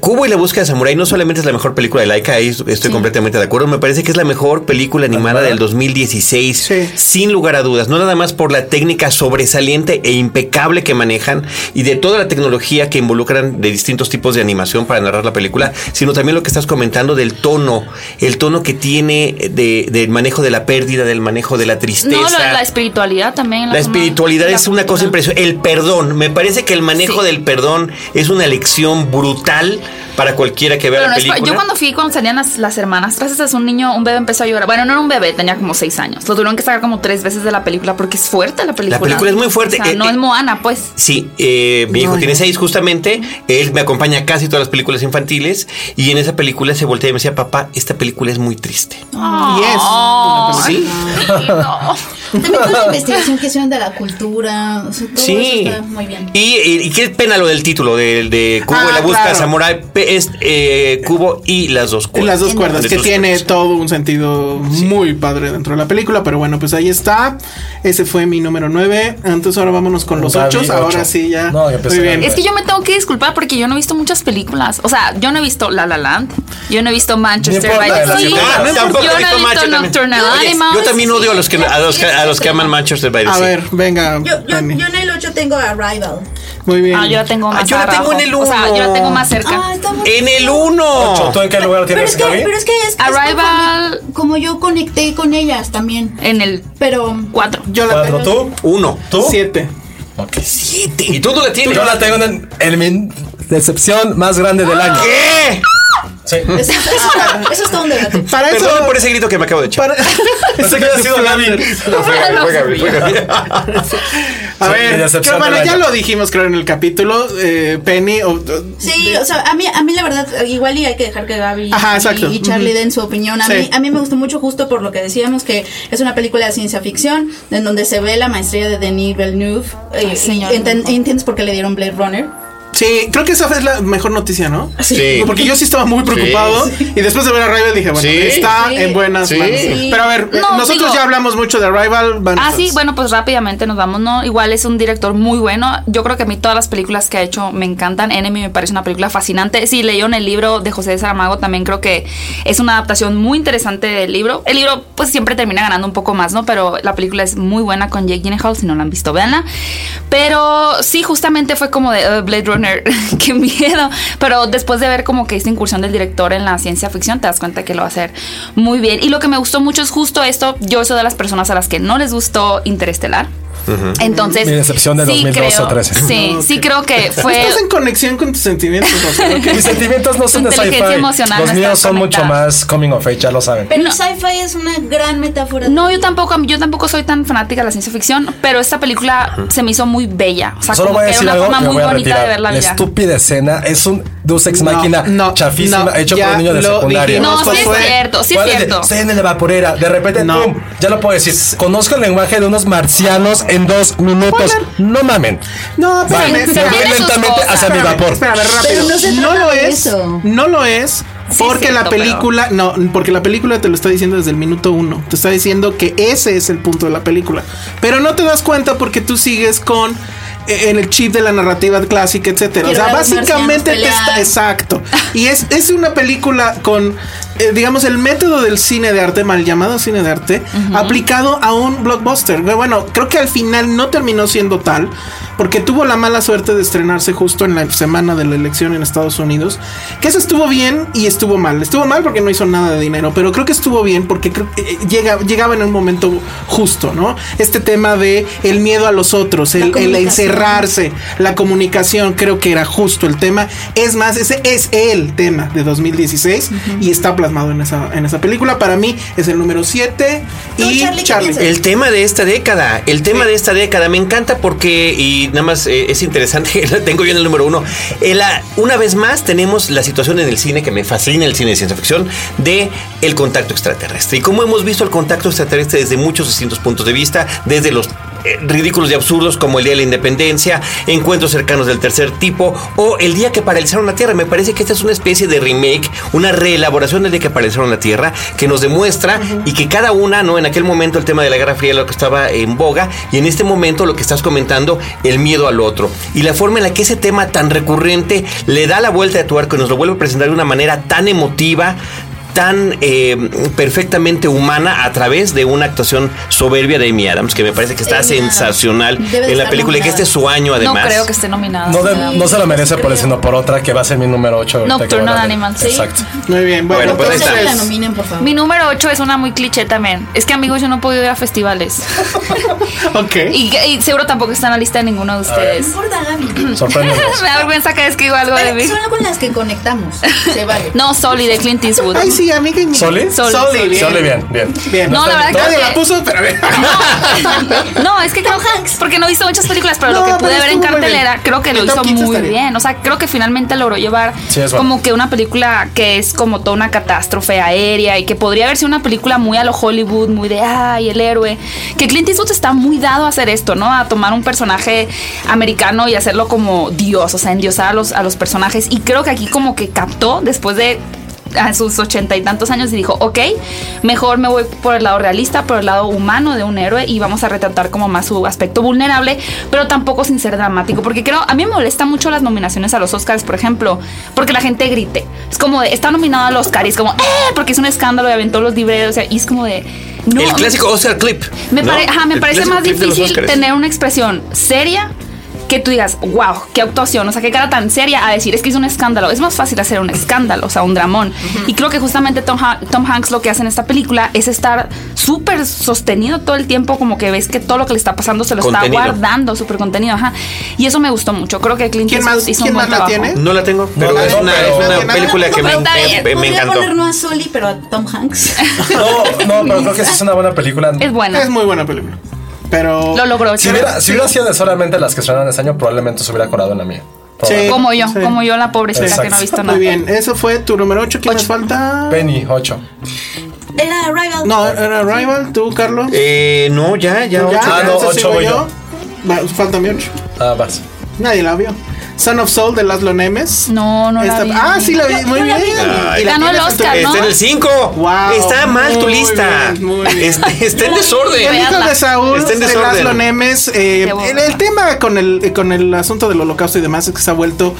[SPEAKER 2] Cubo y la búsqueda de Samurai no solamente es la mejor película de Laika, ahí estoy completamente de acuerdo, me parece que es la mejor película animada del 2016,
[SPEAKER 5] Sí.
[SPEAKER 2] sin lugar a dudas, no nada más por la técnica sobresaliente e impecable que manejan y de toda la tecnología que involucran de distintos tipos de animación para narrar la película, sino también lo que estás comentando del tono, el tono que tiene de- del manejo de la pérdida, del manejo de la tristeza.
[SPEAKER 4] No, lo de la espiritualidad también.
[SPEAKER 2] La espiritualidad
[SPEAKER 4] la
[SPEAKER 2] es una cosa
[SPEAKER 4] cultura.
[SPEAKER 2] impresionante. El perdón. Me parece que el manejo
[SPEAKER 4] Sí.
[SPEAKER 2] del perdón es una lección brutal para cualquiera que vea
[SPEAKER 4] Pero
[SPEAKER 2] la
[SPEAKER 4] no es pa-
[SPEAKER 2] película.
[SPEAKER 4] yo cuando fui, cuando salían las, las hermanas tras un niño, un bebé empezó a llorar. Bueno, no era un bebé, tenía como seis años. Lo tuvieron que sacar como tres veces de la película porque es fuerte la película.
[SPEAKER 2] película es muy fuerte.
[SPEAKER 4] O sea,
[SPEAKER 2] Eh,
[SPEAKER 4] no
[SPEAKER 2] eh.
[SPEAKER 4] es Moana, pues.
[SPEAKER 2] Sí, eh, mi hijo tiene seis justamente, él me acompaña a casi todas las películas infantiles y en esa película se voltea y me decía, papá, esta película es muy triste.
[SPEAKER 5] Y es. una
[SPEAKER 4] Oh,
[SPEAKER 5] película.
[SPEAKER 2] Sí,
[SPEAKER 4] No.
[SPEAKER 3] También toda la investigación que hicieron de la cultura. o sea, todo
[SPEAKER 2] sí.
[SPEAKER 3] eso está muy bien.
[SPEAKER 2] Y, y- y qué pena lo del título de, de Cubo
[SPEAKER 5] Ah,
[SPEAKER 2] y la busca
[SPEAKER 5] claro.
[SPEAKER 2] Samurai, pe- es eh, Cubo y las dos cuerdas.
[SPEAKER 5] Las dos cuerdas,
[SPEAKER 2] De
[SPEAKER 5] que
[SPEAKER 2] sus
[SPEAKER 5] tiene
[SPEAKER 2] cuerdas.
[SPEAKER 5] todo un sentido muy padre dentro de la película, pero bueno, pues ahí está. Ese fue mi número 9. Entonces ahora vámonos con los
[SPEAKER 1] Davi,
[SPEAKER 5] 8.
[SPEAKER 1] ocho.
[SPEAKER 5] Ahora sí, ya.
[SPEAKER 1] No, ya empecé
[SPEAKER 5] Muy bien.
[SPEAKER 1] ganando.
[SPEAKER 4] Es que yo me tengo que disculpar porque yo no he visto muchas películas. O sea, yo no he visto La La Land, yo no he visto Manchester
[SPEAKER 1] No
[SPEAKER 4] by
[SPEAKER 1] importa,
[SPEAKER 4] the
[SPEAKER 1] la
[SPEAKER 4] Sea,
[SPEAKER 1] que
[SPEAKER 2] Ah,
[SPEAKER 1] tengas.
[SPEAKER 4] yo no
[SPEAKER 2] tampoco
[SPEAKER 4] he
[SPEAKER 2] he visto
[SPEAKER 4] visto
[SPEAKER 2] Manchester también.
[SPEAKER 4] Nocturnal
[SPEAKER 2] Oye,
[SPEAKER 4] Animals.
[SPEAKER 2] Yo también odio a los que, a los que, a los que aman Manchester by the
[SPEAKER 5] A
[SPEAKER 2] Sea.
[SPEAKER 5] ver, venga.
[SPEAKER 9] Yo, yo,
[SPEAKER 5] Dani.
[SPEAKER 9] yo en el 8 tengo Arrival.
[SPEAKER 5] Muy bien.
[SPEAKER 4] Ah, yo la tengo más
[SPEAKER 2] yo la tengo
[SPEAKER 4] abajo.
[SPEAKER 2] en el
[SPEAKER 4] O sea, yo
[SPEAKER 2] uno.
[SPEAKER 4] la tengo más cerca.
[SPEAKER 3] Ah, está muy
[SPEAKER 2] En
[SPEAKER 3] bien.
[SPEAKER 2] el 1.
[SPEAKER 1] ¿Tú en qué lugar
[SPEAKER 9] Pero
[SPEAKER 1] tienes,
[SPEAKER 9] es que,
[SPEAKER 1] Gaby?
[SPEAKER 9] pero es que es. es
[SPEAKER 4] Arrival
[SPEAKER 3] Como yo conecté con ellas también.
[SPEAKER 4] en el
[SPEAKER 3] Pero.
[SPEAKER 4] 4.
[SPEAKER 5] Yo la
[SPEAKER 1] ¿Cuatro
[SPEAKER 5] tengo.
[SPEAKER 1] tú?
[SPEAKER 2] 1.
[SPEAKER 1] ¿Tú?
[SPEAKER 5] Siete.
[SPEAKER 1] Ok.
[SPEAKER 2] Y tú no la tienes.
[SPEAKER 1] Yo la tengo en, en mi Este decepción más grande del año.
[SPEAKER 2] ¿Qué?
[SPEAKER 1] Sí.
[SPEAKER 3] Eso, eso está, eso está un debate.
[SPEAKER 5] Para eso.
[SPEAKER 2] Perdón por ese grito que me acabo de echar.
[SPEAKER 5] para-
[SPEAKER 1] Pensé que había sido Gaby.
[SPEAKER 2] No, fue Gaby, fue Gaby, fue Gaby.
[SPEAKER 5] A
[SPEAKER 1] Sí, mi
[SPEAKER 5] ver,
[SPEAKER 1] decepción
[SPEAKER 5] creo- bueno,
[SPEAKER 1] del
[SPEAKER 5] ya
[SPEAKER 1] año.
[SPEAKER 5] lo dijimos, creo, en el capítulo. eh, Penny. o- o-
[SPEAKER 3] Sí, o sea, a mí, a mí la verdad, igual y hay que dejar que Gaby
[SPEAKER 5] Ajá,
[SPEAKER 3] y-
[SPEAKER 5] exacto.
[SPEAKER 3] y, Charlie
[SPEAKER 5] Ujú.
[SPEAKER 3] den su opinión. A,
[SPEAKER 5] Sí.
[SPEAKER 3] mí, a mí me gustó mucho justo por lo que decíamos que es una película de ciencia ficción en donde se ve la maestría de Denis Villeneuve. eh,
[SPEAKER 4] señor.
[SPEAKER 3] y enten- entiendes por qué le dieron Blade Runner.
[SPEAKER 5] Sí, creo que esa fue la mejor noticia, ¿no?
[SPEAKER 2] Sí.
[SPEAKER 5] Porque yo sí estaba muy preocupado y después de ver Arrival dije, bueno,
[SPEAKER 2] Sí.
[SPEAKER 5] está
[SPEAKER 3] Sí.
[SPEAKER 5] en buenas
[SPEAKER 2] Sí.
[SPEAKER 5] manos.
[SPEAKER 2] Sí.
[SPEAKER 5] Pero a ver, eh,
[SPEAKER 4] No,
[SPEAKER 5] nosotros
[SPEAKER 4] digo-
[SPEAKER 5] ya hablamos mucho de Arrival. van
[SPEAKER 4] Ah,
[SPEAKER 5] ustedes.
[SPEAKER 4] sí, bueno, pues rápidamente nos vamos, ¿no? Igual es un director muy bueno. Yo creo que a mí todas las películas que ha hecho me encantan. Enemy me parece una película fascinante. Sí, leyeron el libro de José de Saramago, también creo que es una adaptación muy interesante del libro. El libro, pues siempre termina ganando un poco más, ¿no? Pero la película es muy buena con Jake Gyllenhaal, si no la han visto, véanla. Pero sí, justamente fue como de "Ugh, Blade Runner, qué miedo. Pero después de ver como que esta incursión del director en la ciencia ficción, te das cuenta que lo va a hacer muy bien. Y lo que me gustó mucho es justo esto. Yo soy de las personas a las que no les gustó Interestelar. Entonces,
[SPEAKER 1] Mi decepción de 2012
[SPEAKER 4] creo-
[SPEAKER 1] o 13.
[SPEAKER 4] Sí, sí creo que fue
[SPEAKER 5] Estás en conexión con tus sentimientos. o sea, ok.
[SPEAKER 1] Mis sentimientos no son
[SPEAKER 4] Tu
[SPEAKER 1] de
[SPEAKER 4] inteligencia
[SPEAKER 1] sci-fi.
[SPEAKER 4] emocional
[SPEAKER 1] Los
[SPEAKER 4] no
[SPEAKER 1] míos
[SPEAKER 4] está
[SPEAKER 1] son mucho
[SPEAKER 4] conectada.
[SPEAKER 1] más coming of age, ya lo saben.
[SPEAKER 9] Pero el sci-fi es una gran metáfora.
[SPEAKER 4] No, yo tampoco, yo tampoco soy tan fanática de la ciencia ficción, pero esta película se me hizo muy bella. O sea,
[SPEAKER 1] Solo
[SPEAKER 4] como
[SPEAKER 1] voy a
[SPEAKER 4] que era
[SPEAKER 1] decir
[SPEAKER 4] una
[SPEAKER 1] algo
[SPEAKER 4] forma
[SPEAKER 1] me
[SPEAKER 4] muy
[SPEAKER 1] voy a
[SPEAKER 4] bonita
[SPEAKER 1] retirar.
[SPEAKER 4] de ver la
[SPEAKER 1] la
[SPEAKER 4] vida.
[SPEAKER 1] estúpida escena es un Deus Ex
[SPEAKER 5] No,
[SPEAKER 1] Máquina
[SPEAKER 5] no,
[SPEAKER 1] chafísima
[SPEAKER 5] no,
[SPEAKER 1] hecho por
[SPEAKER 5] ya
[SPEAKER 1] un niño de
[SPEAKER 5] lo
[SPEAKER 1] secundaria.
[SPEAKER 5] dijimos,
[SPEAKER 4] No, sí es
[SPEAKER 5] Josué.
[SPEAKER 4] cierto, sí es
[SPEAKER 1] ¿Cuál de-
[SPEAKER 4] cierto.
[SPEAKER 1] Estoy en la vaporera, de repente,
[SPEAKER 5] No.
[SPEAKER 1] ¡pum! Ya lo puedo decir. Conozco el lenguaje de unos marcianos en dos minutos. No mamen.
[SPEAKER 5] No,
[SPEAKER 1] Vale,
[SPEAKER 5] espérame.
[SPEAKER 1] me
[SPEAKER 5] espérame.
[SPEAKER 1] voy
[SPEAKER 4] tiene sus
[SPEAKER 1] lentamente
[SPEAKER 4] cosas.
[SPEAKER 1] hacia mi
[SPEAKER 5] Espérame,
[SPEAKER 1] vapor.
[SPEAKER 5] espérame, rápido.
[SPEAKER 3] Pero no se
[SPEAKER 5] no
[SPEAKER 3] trata
[SPEAKER 5] lo
[SPEAKER 3] de
[SPEAKER 5] es.
[SPEAKER 3] eso.
[SPEAKER 5] No lo es.
[SPEAKER 4] Sí,
[SPEAKER 5] Porque
[SPEAKER 4] es
[SPEAKER 5] la
[SPEAKER 4] cierto,
[SPEAKER 5] película, no, porque la película te lo está diciendo desde el minuto uno. Te está diciendo que ese es el punto de la película. Pero no te das cuenta porque tú sigues con eh, en el chip de la narrativa clásica, etcétera. O
[SPEAKER 3] Quiero
[SPEAKER 5] sea,
[SPEAKER 3] ver a los
[SPEAKER 5] básicamente te
[SPEAKER 3] marcianos
[SPEAKER 5] está,
[SPEAKER 3] pelear.
[SPEAKER 5] exacto. Y es, es una película con eh, digamos, el método del cine de arte, mal llamado cine de arte, aplicado a un blockbuster. Bueno, creo que al final no terminó siendo tal, porque tuvo la mala suerte de estrenarse justo en la semana de la elección en Estados Unidos, que eso estuvo bien y estuvo mal. Estuvo mal porque no hizo nada de dinero, pero creo que estuvo bien porque creo que, eh, llega, llegaba en un momento justo, ¿no? Este tema de el miedo a los otros, el, el
[SPEAKER 9] comunicación.
[SPEAKER 5] encerrarse, la comunicación, creo que era justo el tema. Es más, ese es el tema de 2016 y está plasmado en esa, en esa película. Para mí es el número 7
[SPEAKER 9] Tú,
[SPEAKER 5] y
[SPEAKER 9] Charlie, ¿qué
[SPEAKER 5] Charlie.
[SPEAKER 9] piensas?
[SPEAKER 2] El tema de esta década, el tema de esta década me encanta porque, y nada más eh, es interesante, la tengo yo en el número uno. Eh, la- una vez más tenemos la situación en el cine que me fascina, el cine de ciencia ficción, de el contacto extraterrestre. Y como hemos visto el contacto extraterrestre desde muchos distintos puntos de vista, desde los eh, ridículos y absurdos como el Día de la Independencia, encuentros cercanos del tercer tipo o el día que paralizaron la Tierra. Me parece que esta es una especie de remake, una reelaboración del día que paralizaron la Tierra que nos demuestra y que cada una, ¿no? En aquel momento el tema de la Guerra Fría era lo que estaba en boga y en este momento lo que estás comentando, el miedo al otro y la forma en la que ese tema tan recurrente le da la vuelta de tu arco y nos lo vuelve a presentar de una manera tan emotiva, tan eh, perfectamente humana a través de una actuación soberbia de Amy Adams, que me parece que está
[SPEAKER 9] Amy Adams.
[SPEAKER 2] sensacional
[SPEAKER 9] Debe de
[SPEAKER 2] en la
[SPEAKER 9] estar
[SPEAKER 2] película y que
[SPEAKER 9] nominada.
[SPEAKER 2] este es su año
[SPEAKER 4] No
[SPEAKER 2] además.
[SPEAKER 4] creo que esté nominada.
[SPEAKER 1] No, de- no se lo merece por eso, sino por otra que va a ser mi número 8.
[SPEAKER 4] Nocturnal Animals. Sí.
[SPEAKER 1] Exacto.
[SPEAKER 5] Muy bien, bueno,
[SPEAKER 2] Bueno, pues ahí
[SPEAKER 5] entonces,
[SPEAKER 2] está.
[SPEAKER 3] Que la nominen, por favor.
[SPEAKER 4] Mi número 8 es una muy cliché también. Es que amigos, yo no he podido ir a festivales.
[SPEAKER 1] pues,
[SPEAKER 5] ok.
[SPEAKER 4] Y, y seguro tampoco está en la lista de ninguno de
[SPEAKER 9] No
[SPEAKER 4] ustedes.
[SPEAKER 9] importa, Gaby.
[SPEAKER 1] Sorpréndenos.
[SPEAKER 4] Me da vergüenza que escribo algo de
[SPEAKER 3] Pero
[SPEAKER 4] mí.
[SPEAKER 3] Solo con las que conectamos. Se vale.
[SPEAKER 4] No, Soli de Clint Eastwood.
[SPEAKER 5] Ay, sí, amiga y mi-
[SPEAKER 1] ¿Soli?
[SPEAKER 4] Soli,
[SPEAKER 5] Soli, bien.
[SPEAKER 1] Sale bien, bien.
[SPEAKER 5] Bien.
[SPEAKER 4] No, la verdad
[SPEAKER 5] Nadie
[SPEAKER 4] que-
[SPEAKER 5] la puso, pero bien.
[SPEAKER 4] No, no, es que creo que- porque no he visto muchas películas, pero
[SPEAKER 5] No,
[SPEAKER 4] lo que
[SPEAKER 5] pero
[SPEAKER 4] pude ver en
[SPEAKER 5] estuvo muy bien.
[SPEAKER 4] cartelera, creo que lo
[SPEAKER 5] El top
[SPEAKER 4] hizo
[SPEAKER 5] 15
[SPEAKER 4] muy
[SPEAKER 5] está
[SPEAKER 4] bien.
[SPEAKER 5] bien.
[SPEAKER 4] O sea, creo que finalmente logró llevar
[SPEAKER 1] Sí, es bueno.
[SPEAKER 4] como que una película que es como toda una catástrofe aérea y que podría haber sido una película muy a lo Hollywood, muy de ay, el héroe. Que Clint Eastwood está muy dado a hacer esto, ¿no? A tomar un personaje americano y hacerlo como Dios, o sea, endiosar a los, a los personajes. Y creo que aquí como que captó después de a sus ochenta y tantos años y dijo, ok, mejor me voy por el lado realista, por el lado humano de un héroe y vamos a retratar como más su aspecto vulnerable, pero tampoco sin ser dramático, porque creo, a mí me molesta mucho las nominaciones a los Oscars, por ejemplo, porque la gente grite, es como de, está nominado al Oscar y es como, eh, porque es un escándalo y aventó los libreros y es como de... No,
[SPEAKER 2] El clásico Oscar clip.
[SPEAKER 4] me,
[SPEAKER 2] ¿no?
[SPEAKER 4] pare- ajá, me
[SPEAKER 2] El
[SPEAKER 4] parece
[SPEAKER 2] clásico
[SPEAKER 4] más
[SPEAKER 2] clip de los
[SPEAKER 4] difícil
[SPEAKER 2] Óscares.
[SPEAKER 4] tener una expresión seria que tú digas, wow, qué actuación, o sea, qué cara tan seria a decir, es que es un escándalo. Es más fácil hacer un escándalo, o sea, un dramón. Y creo que justamente Tom, Ha- Tom Hanks lo que hace en esta película es estar súper sostenido todo el tiempo, como que ves que todo lo que le está pasando se lo
[SPEAKER 2] Contenido.
[SPEAKER 4] está guardando, súper contenido, ajá. Y eso me gustó mucho. Creo que Clint
[SPEAKER 5] ¿Quién
[SPEAKER 4] Eastwood
[SPEAKER 5] más-
[SPEAKER 4] hizo
[SPEAKER 5] quién
[SPEAKER 4] un buen
[SPEAKER 5] más la
[SPEAKER 4] trabajo.
[SPEAKER 5] tiene?
[SPEAKER 2] No la tengo, pero
[SPEAKER 1] la
[SPEAKER 2] es
[SPEAKER 1] tengo,
[SPEAKER 2] una,
[SPEAKER 1] pero-
[SPEAKER 2] es una
[SPEAKER 5] pero-
[SPEAKER 2] película que me,
[SPEAKER 4] pero está
[SPEAKER 2] me-
[SPEAKER 4] bien.
[SPEAKER 2] me
[SPEAKER 9] Podría
[SPEAKER 2] encantó.
[SPEAKER 9] poner no a Soli, pero a Tom Hanks.
[SPEAKER 1] No, no, pero creo que sí es una buena película.
[SPEAKER 4] Es buena.
[SPEAKER 5] Es muy buena película. Pero.
[SPEAKER 4] Lo logró.
[SPEAKER 1] Si hubiera, si hubiera sido de solamente las que estrenaron ese año, probablemente se hubiera colado en la mía.
[SPEAKER 5] Sí.
[SPEAKER 4] Como yo,
[SPEAKER 5] Sí.
[SPEAKER 4] como yo, la pobrecita que
[SPEAKER 1] Exacto.
[SPEAKER 4] no ha visto nada.
[SPEAKER 5] Muy bien, eso fue tu número 8. ¿Quién nos falta?
[SPEAKER 1] Penny, 8.
[SPEAKER 9] Era Rival.
[SPEAKER 5] No, era Rival, tú, Carlos.
[SPEAKER 2] Eh, no, ya, ya.
[SPEAKER 5] Ya,
[SPEAKER 2] ocho.
[SPEAKER 1] Ah, no,
[SPEAKER 5] entonces
[SPEAKER 1] ocho
[SPEAKER 5] sigo
[SPEAKER 1] voy
[SPEAKER 5] Va, falta mi 8.
[SPEAKER 1] Ah, vas.
[SPEAKER 5] Nadie la vio. Son of Soul de Laszlo Nemes.
[SPEAKER 4] No, no la vi.
[SPEAKER 5] Ah, sí la vi. Muy
[SPEAKER 9] yo
[SPEAKER 5] bien.
[SPEAKER 9] la vi.
[SPEAKER 5] Y la
[SPEAKER 4] Ganó
[SPEAKER 5] tienes
[SPEAKER 4] el
[SPEAKER 5] en tu-
[SPEAKER 4] Oscar, ¿no?
[SPEAKER 2] Está en el 5.
[SPEAKER 5] Wow,
[SPEAKER 2] está mal tu
[SPEAKER 5] muy
[SPEAKER 2] lista.
[SPEAKER 5] bien, muy bien.
[SPEAKER 2] Está, está en
[SPEAKER 5] El
[SPEAKER 2] desorden.
[SPEAKER 4] Vean.
[SPEAKER 5] hijo
[SPEAKER 4] Veanla.
[SPEAKER 5] de Saúl
[SPEAKER 2] Está en
[SPEAKER 5] de
[SPEAKER 2] desorden.
[SPEAKER 5] Laszlo Nemes. eh,
[SPEAKER 4] Qué bueno.
[SPEAKER 5] el, el tema con el, eh, con el asunto del holocausto y demás es que se ha vuelto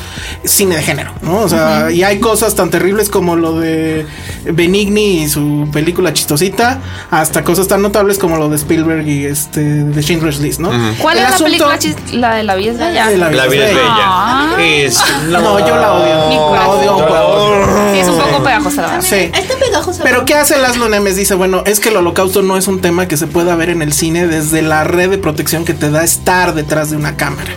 [SPEAKER 5] cine de género, ¿no? O sea, y hay cosas tan terribles como lo de Benigni y su película chistosita, hasta cosas tan notables como lo de Spielberg y este de Schindler's List, ¿no?
[SPEAKER 4] ¿Cuál
[SPEAKER 5] El
[SPEAKER 4] es la
[SPEAKER 5] asunto-
[SPEAKER 4] película? chis- La de la vida es bella.
[SPEAKER 5] de
[SPEAKER 2] La vida es
[SPEAKER 4] Ah.
[SPEAKER 2] bella. Es-
[SPEAKER 5] No, yo la odio. La
[SPEAKER 4] corazón.
[SPEAKER 5] odio.
[SPEAKER 4] Yo
[SPEAKER 5] la odio.
[SPEAKER 4] Sí, es un poco pegajosa la verdad.
[SPEAKER 5] Sí.
[SPEAKER 9] Está pegajoso.
[SPEAKER 5] Pero ¿qué hace Laszlo Nemes? Dice, bueno, es que el holocausto no es un tema que se pueda ver en el cine desde la red de protección que te da estar detrás de una cámara.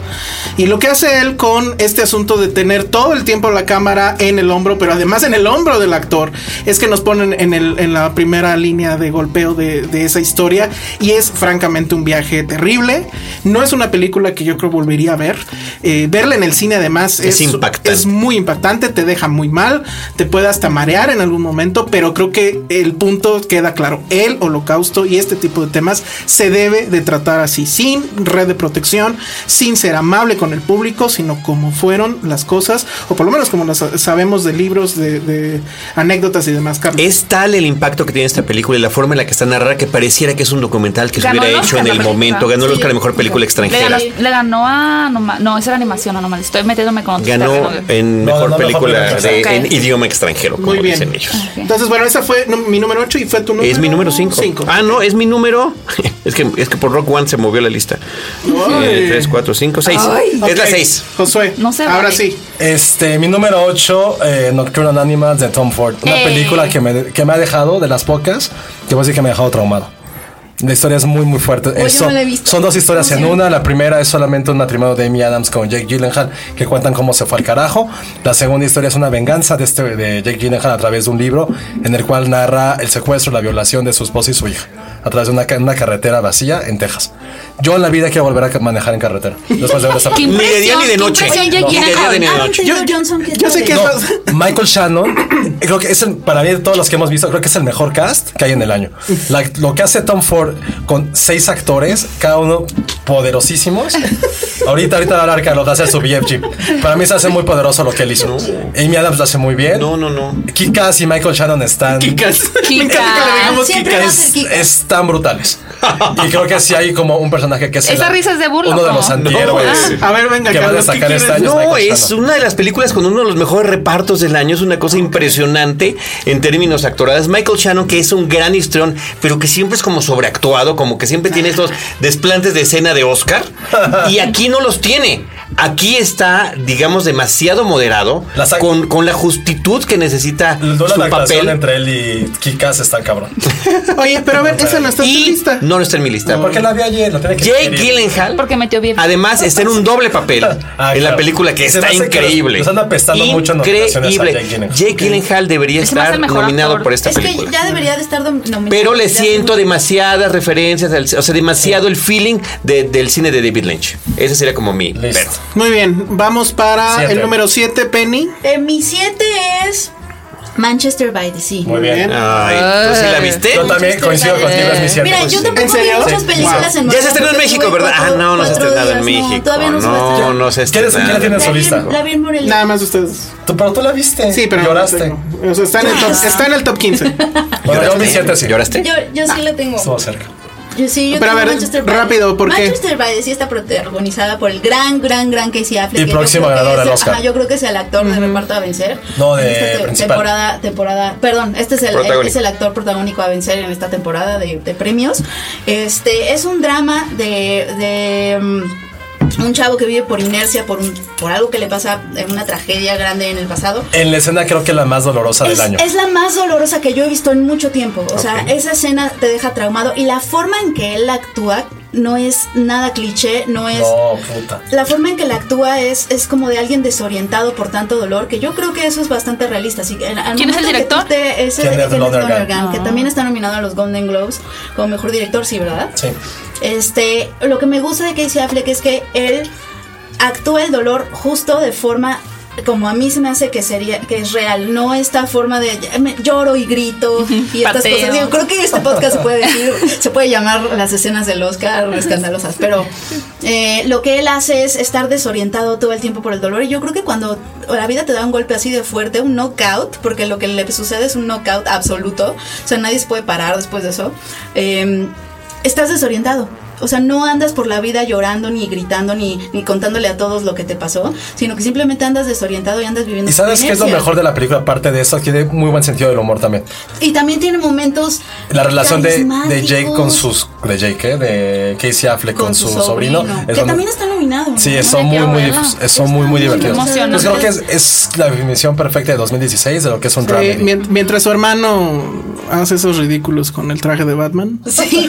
[SPEAKER 5] Y lo que hace él con este asunto de tener todo el tiempo la cámara en el hombro, pero además en el hombro del actor, es que nos ponen en, el- en la primera línea de golpeo de, de esa historia y es francamente un viaje terrible. No es una película que yo creo volvería a ver. Eh, verla en el cine además
[SPEAKER 2] Es impactante.
[SPEAKER 5] es muy impactante, te deja muy mal, te puede hasta marear en algún momento, pero creo que el punto queda claro. El holocausto y este tipo de temas se debe de tratar así, sin red de protección, sin ser amable con el público, sino como fueron las cosas, o por lo menos como las sabemos de libros, de, de anécdotas y demás, Carlos.
[SPEAKER 2] Es tal el impacto que tiene esta película y la forma en la que está narrada que pareciera que es un documental que se
[SPEAKER 4] Ganó
[SPEAKER 2] hubiera
[SPEAKER 4] el
[SPEAKER 2] hecho
[SPEAKER 4] Oscar
[SPEAKER 2] en
[SPEAKER 4] la
[SPEAKER 2] el
[SPEAKER 4] película.
[SPEAKER 2] momento. Ganó el Oscar a mejor película
[SPEAKER 4] Le ganó,
[SPEAKER 2] extranjera.
[SPEAKER 4] le ganó a Anoma- No, esa era animación, Anomalous estoy metiéndome con otros
[SPEAKER 2] Ganó
[SPEAKER 4] terrenos.
[SPEAKER 2] en
[SPEAKER 1] No, no,
[SPEAKER 2] mejor
[SPEAKER 1] no,
[SPEAKER 2] película
[SPEAKER 1] no,
[SPEAKER 2] de-
[SPEAKER 4] no, no.
[SPEAKER 2] en
[SPEAKER 4] Ok.
[SPEAKER 2] idioma extranjero, como
[SPEAKER 5] Muy bien.
[SPEAKER 2] dicen ellos.
[SPEAKER 5] Entonces, bueno, esa fue nu- mi número 8 y fue tu número
[SPEAKER 2] Es mi número 5.
[SPEAKER 5] 5.
[SPEAKER 2] Ah, no, es mi número. es, que, es que por Rock One se movió la lista. Eh, 3, 4, 5, 6. Es la 6.
[SPEAKER 5] Josué,
[SPEAKER 4] No se
[SPEAKER 5] ahora
[SPEAKER 4] vale.
[SPEAKER 5] sí.
[SPEAKER 1] Este, mi número 8, Nocturnal Animals de Tom Ford. Una
[SPEAKER 4] Eh.
[SPEAKER 1] película que me, que me ha dejado, de las pocas, que voy a decir que me ha dejado traumado. La historia es muy, muy fuerte. Eh,
[SPEAKER 3] yo
[SPEAKER 1] son,
[SPEAKER 3] no la he visto.
[SPEAKER 1] son dos historias en una. La primera es solamente un matrimonio de Amy Adams con Jake Gyllenhaal que cuentan cómo se fue al carajo. La segunda historia es una venganza de, este, de Jake Gyllenhaal a través de un libro en el cual narra el secuestro, la violación de su esposa y su hija a través de una, ca- una carretera vacía en Texas. Yo en la vida quiero volver a ca- manejar en carretera. Después de ver esa
[SPEAKER 4] Qué
[SPEAKER 1] película.
[SPEAKER 2] Ni de día ni de
[SPEAKER 4] impresión, qué
[SPEAKER 2] noche.
[SPEAKER 4] impresión, Jake
[SPEAKER 2] Ni de día
[SPEAKER 4] Gyllenhaal.
[SPEAKER 2] ni de
[SPEAKER 9] Ah,
[SPEAKER 2] noche.
[SPEAKER 9] Taylor Johnson, que es
[SPEAKER 5] yo
[SPEAKER 9] la
[SPEAKER 5] sé
[SPEAKER 9] de-
[SPEAKER 5] que-
[SPEAKER 1] No,
[SPEAKER 5] Estás-
[SPEAKER 1] Michael Shannon, creo que es el, para mí de todos los que hemos visto, creo que es el mejor cast que hay en el año. La- lo que hace Tom Ford con seis actores, cada uno poderosísimos. Ahorita, ahorita va a hablar Carlos, va a hacer su BFG. Para mí se hace muy poderoso lo que él hizo. Amy Adams lo hace muy bien.
[SPEAKER 2] No, no, no.
[SPEAKER 1] Kikas y Michael Shannon están.
[SPEAKER 5] Kikas. Me encanta que le
[SPEAKER 4] Kikas.
[SPEAKER 5] digamos
[SPEAKER 3] Siempre va a ser
[SPEAKER 5] Kikas.
[SPEAKER 1] Es, están brutales. Y creo que sí hay como un personaje que es.
[SPEAKER 4] Esa risa es de burla,
[SPEAKER 1] Uno de
[SPEAKER 4] ¿no?
[SPEAKER 1] los
[SPEAKER 4] Ah.
[SPEAKER 1] antihéroes.
[SPEAKER 2] No,
[SPEAKER 5] A ver, venga,
[SPEAKER 1] que va a
[SPEAKER 5] Carlos, ¿qué
[SPEAKER 1] destacar este
[SPEAKER 5] quieres?
[SPEAKER 1] año.
[SPEAKER 2] No,
[SPEAKER 1] Michael
[SPEAKER 2] es
[SPEAKER 1] Shannon.
[SPEAKER 2] una de las películas con uno de los mejores repartos del año. Es una cosa impresionante en términos actorales. Michael Shannon, que es un gran histrión, pero que siempre es como sobreactuado, como que siempre tiene estos desplantes de escena de Oscar. Y aquí no los tiene. Aquí está, digamos, demasiado moderado,
[SPEAKER 1] La sac-
[SPEAKER 2] con, con la justitud que necesita
[SPEAKER 1] El dólar
[SPEAKER 2] su
[SPEAKER 1] de actuación
[SPEAKER 2] papel.
[SPEAKER 1] entre él y Kikas está cabrón.
[SPEAKER 5] Oye, pero a ver, esa no está en tu
[SPEAKER 2] Y
[SPEAKER 5] lista.
[SPEAKER 2] no, no está en mi lista.
[SPEAKER 1] Porque la vi ayer, lo tiene que
[SPEAKER 2] Jake
[SPEAKER 1] ver.
[SPEAKER 2] Gyllenhaal.
[SPEAKER 4] Porque metió bien.
[SPEAKER 2] Además, está en un doble papel
[SPEAKER 1] Ah,
[SPEAKER 2] en la
[SPEAKER 1] claro.
[SPEAKER 2] película que
[SPEAKER 1] Se me
[SPEAKER 2] está
[SPEAKER 1] hace que
[SPEAKER 2] increíble.
[SPEAKER 1] los- los anda apestando mucho en nominaciones a
[SPEAKER 2] increíble.
[SPEAKER 1] Jake Gyllenhaal.
[SPEAKER 2] Jake Gyllenhaal debería
[SPEAKER 4] Se me hace
[SPEAKER 2] estar
[SPEAKER 4] el mejor
[SPEAKER 2] nominado
[SPEAKER 4] actor.
[SPEAKER 2] por esta
[SPEAKER 3] Es que
[SPEAKER 2] película.
[SPEAKER 3] ya debería de estar dom- nominado.
[SPEAKER 2] Pero le
[SPEAKER 3] Ya-
[SPEAKER 2] siento demasiadas referencias, al- o sea, demasiado el feeling de- del cine de David Lynch. Ese sería como mi.
[SPEAKER 1] Listo.
[SPEAKER 2] pero.
[SPEAKER 5] Muy bien, vamos para
[SPEAKER 1] Siete.
[SPEAKER 5] el número 7, Penny.
[SPEAKER 3] Eh, mi 7 es Manchester by the Sea.
[SPEAKER 1] Muy bien.
[SPEAKER 2] Ay, ¿tú sí la viste?
[SPEAKER 1] Yo también coincido contigo, es mi cierto.
[SPEAKER 3] Mira, yo tampoco
[SPEAKER 5] ¿En
[SPEAKER 3] vi
[SPEAKER 5] serio?
[SPEAKER 3] muchas películas
[SPEAKER 1] Sí.
[SPEAKER 3] en
[SPEAKER 2] Ya se estrenó en
[SPEAKER 3] porque
[SPEAKER 2] México,
[SPEAKER 3] tuve
[SPEAKER 2] ¿verdad? Ah,
[SPEAKER 3] cuatro-
[SPEAKER 2] no, no se ha
[SPEAKER 3] cuatro
[SPEAKER 2] estrenado en
[SPEAKER 3] días, no,
[SPEAKER 2] México.
[SPEAKER 3] todavía no se va a
[SPEAKER 2] No,
[SPEAKER 3] estrenar.
[SPEAKER 2] no se ha
[SPEAKER 1] ¿Quién es- quién
[SPEAKER 2] estrenado.
[SPEAKER 1] tiene
[SPEAKER 3] La
[SPEAKER 1] su
[SPEAKER 3] vi-
[SPEAKER 1] lista?
[SPEAKER 3] La vi en Morelia.
[SPEAKER 5] Nada más ustedes.
[SPEAKER 1] Tú, pero tú la viste.
[SPEAKER 5] Sí, pero
[SPEAKER 1] lloraste.
[SPEAKER 5] no, o sea, está, en el
[SPEAKER 3] Ah.
[SPEAKER 5] top, está en el top Eh, 15.
[SPEAKER 1] Bueno, yo mi siete sí.
[SPEAKER 2] ¿Lloraste?
[SPEAKER 3] Yo, yo sí la tengo.
[SPEAKER 1] Estuvo cerca.
[SPEAKER 3] Yo sí, yo
[SPEAKER 5] Pero a
[SPEAKER 3] tengo
[SPEAKER 5] ver,
[SPEAKER 3] Manchester by-
[SPEAKER 5] rápido, ¿por qué?
[SPEAKER 3] Manchester by the Sea está protagonizada por el gran, gran, gran Casey Affleck.
[SPEAKER 1] Y
[SPEAKER 3] que yo
[SPEAKER 1] próximo
[SPEAKER 3] creo que
[SPEAKER 1] ganador
[SPEAKER 3] es-
[SPEAKER 1] al Oscar.
[SPEAKER 3] ajá, yo creo que es el actor de reparto a vencer.
[SPEAKER 1] No, de
[SPEAKER 3] En esta te-
[SPEAKER 1] principal.
[SPEAKER 3] temporada, temporada. Perdón, este es el,
[SPEAKER 2] Protagónico.
[SPEAKER 3] es el actor protagónico a vencer en esta temporada de, de premios. Este es un drama de. de mm, un chavo que vive por inercia, por, un- por algo que le pasa en una tragedia grande en el pasado.
[SPEAKER 1] En la escena creo que la más dolorosa
[SPEAKER 3] Es,
[SPEAKER 1] del año.
[SPEAKER 3] es la más dolorosa que yo he visto en mucho tiempo. O sea, esa escena te deja traumado y la forma en que él actúa no es nada cliché, no es...
[SPEAKER 1] No, puta.
[SPEAKER 3] La forma en que él actúa es, es como de alguien desorientado por tanto dolor, que yo creo que eso es bastante realista. Así que, al- al
[SPEAKER 4] ¿Quién es el
[SPEAKER 3] momento que tú
[SPEAKER 4] director? Ah.
[SPEAKER 3] te- es el-
[SPEAKER 1] Kenneth
[SPEAKER 3] Kenneth
[SPEAKER 1] Lonergan.
[SPEAKER 3] Lonergan, que también está nominado a los Golden Globes como mejor director, sí, ¿verdad?
[SPEAKER 1] Sí.
[SPEAKER 3] Este, lo que me gusta de Casey Affleck es que él actúa el dolor justo de forma como a mí se me hace que sería que es real, no esta forma de ya me- lloro y grito y estas
[SPEAKER 4] Pateo.
[SPEAKER 3] cosas. Yo creo que este podcast se puede decir, se puede llamar las escenas del Oscar escandalosas, pero eh, lo que él hace es estar desorientado todo el tiempo por el dolor y yo creo que cuando la vida te da un golpe así de fuerte, un knockout, porque lo que le sucede es un knockout absoluto, o sea, nadie se puede parar después de eso. eh, estás desorientado. O sea, no andas por la vida llorando, ni gritando, ni, ni contándole a todos lo que te pasó, sino que simplemente andas desorientado y andas viviendo.
[SPEAKER 1] ¿Y
[SPEAKER 3] tu
[SPEAKER 1] sabes qué es lo
[SPEAKER 3] inercia.
[SPEAKER 1] mejor de la película? Aparte de eso, tiene muy buen sentido del humor también.
[SPEAKER 3] Y también tiene momentos.
[SPEAKER 1] La relación de, de
[SPEAKER 3] carismáticos
[SPEAKER 1] Jake con sus. De Jake, ¿eh? De Casey Affleck con, su, sobrino. es
[SPEAKER 3] que
[SPEAKER 1] donde-
[SPEAKER 3] también está nominado.
[SPEAKER 1] Sí,
[SPEAKER 3] ¿no?
[SPEAKER 1] son muy,
[SPEAKER 4] quiero
[SPEAKER 1] muy,
[SPEAKER 4] verla.
[SPEAKER 1] dif- son muy, muy
[SPEAKER 3] Está
[SPEAKER 1] divertidos.
[SPEAKER 4] emocionante.
[SPEAKER 1] Pues creo que es, es la definición perfecta de 2016 de lo que es un drama.
[SPEAKER 5] Eh, mien- mientras su hermano hace esos ridículos con el traje de Batman,
[SPEAKER 3] Sí.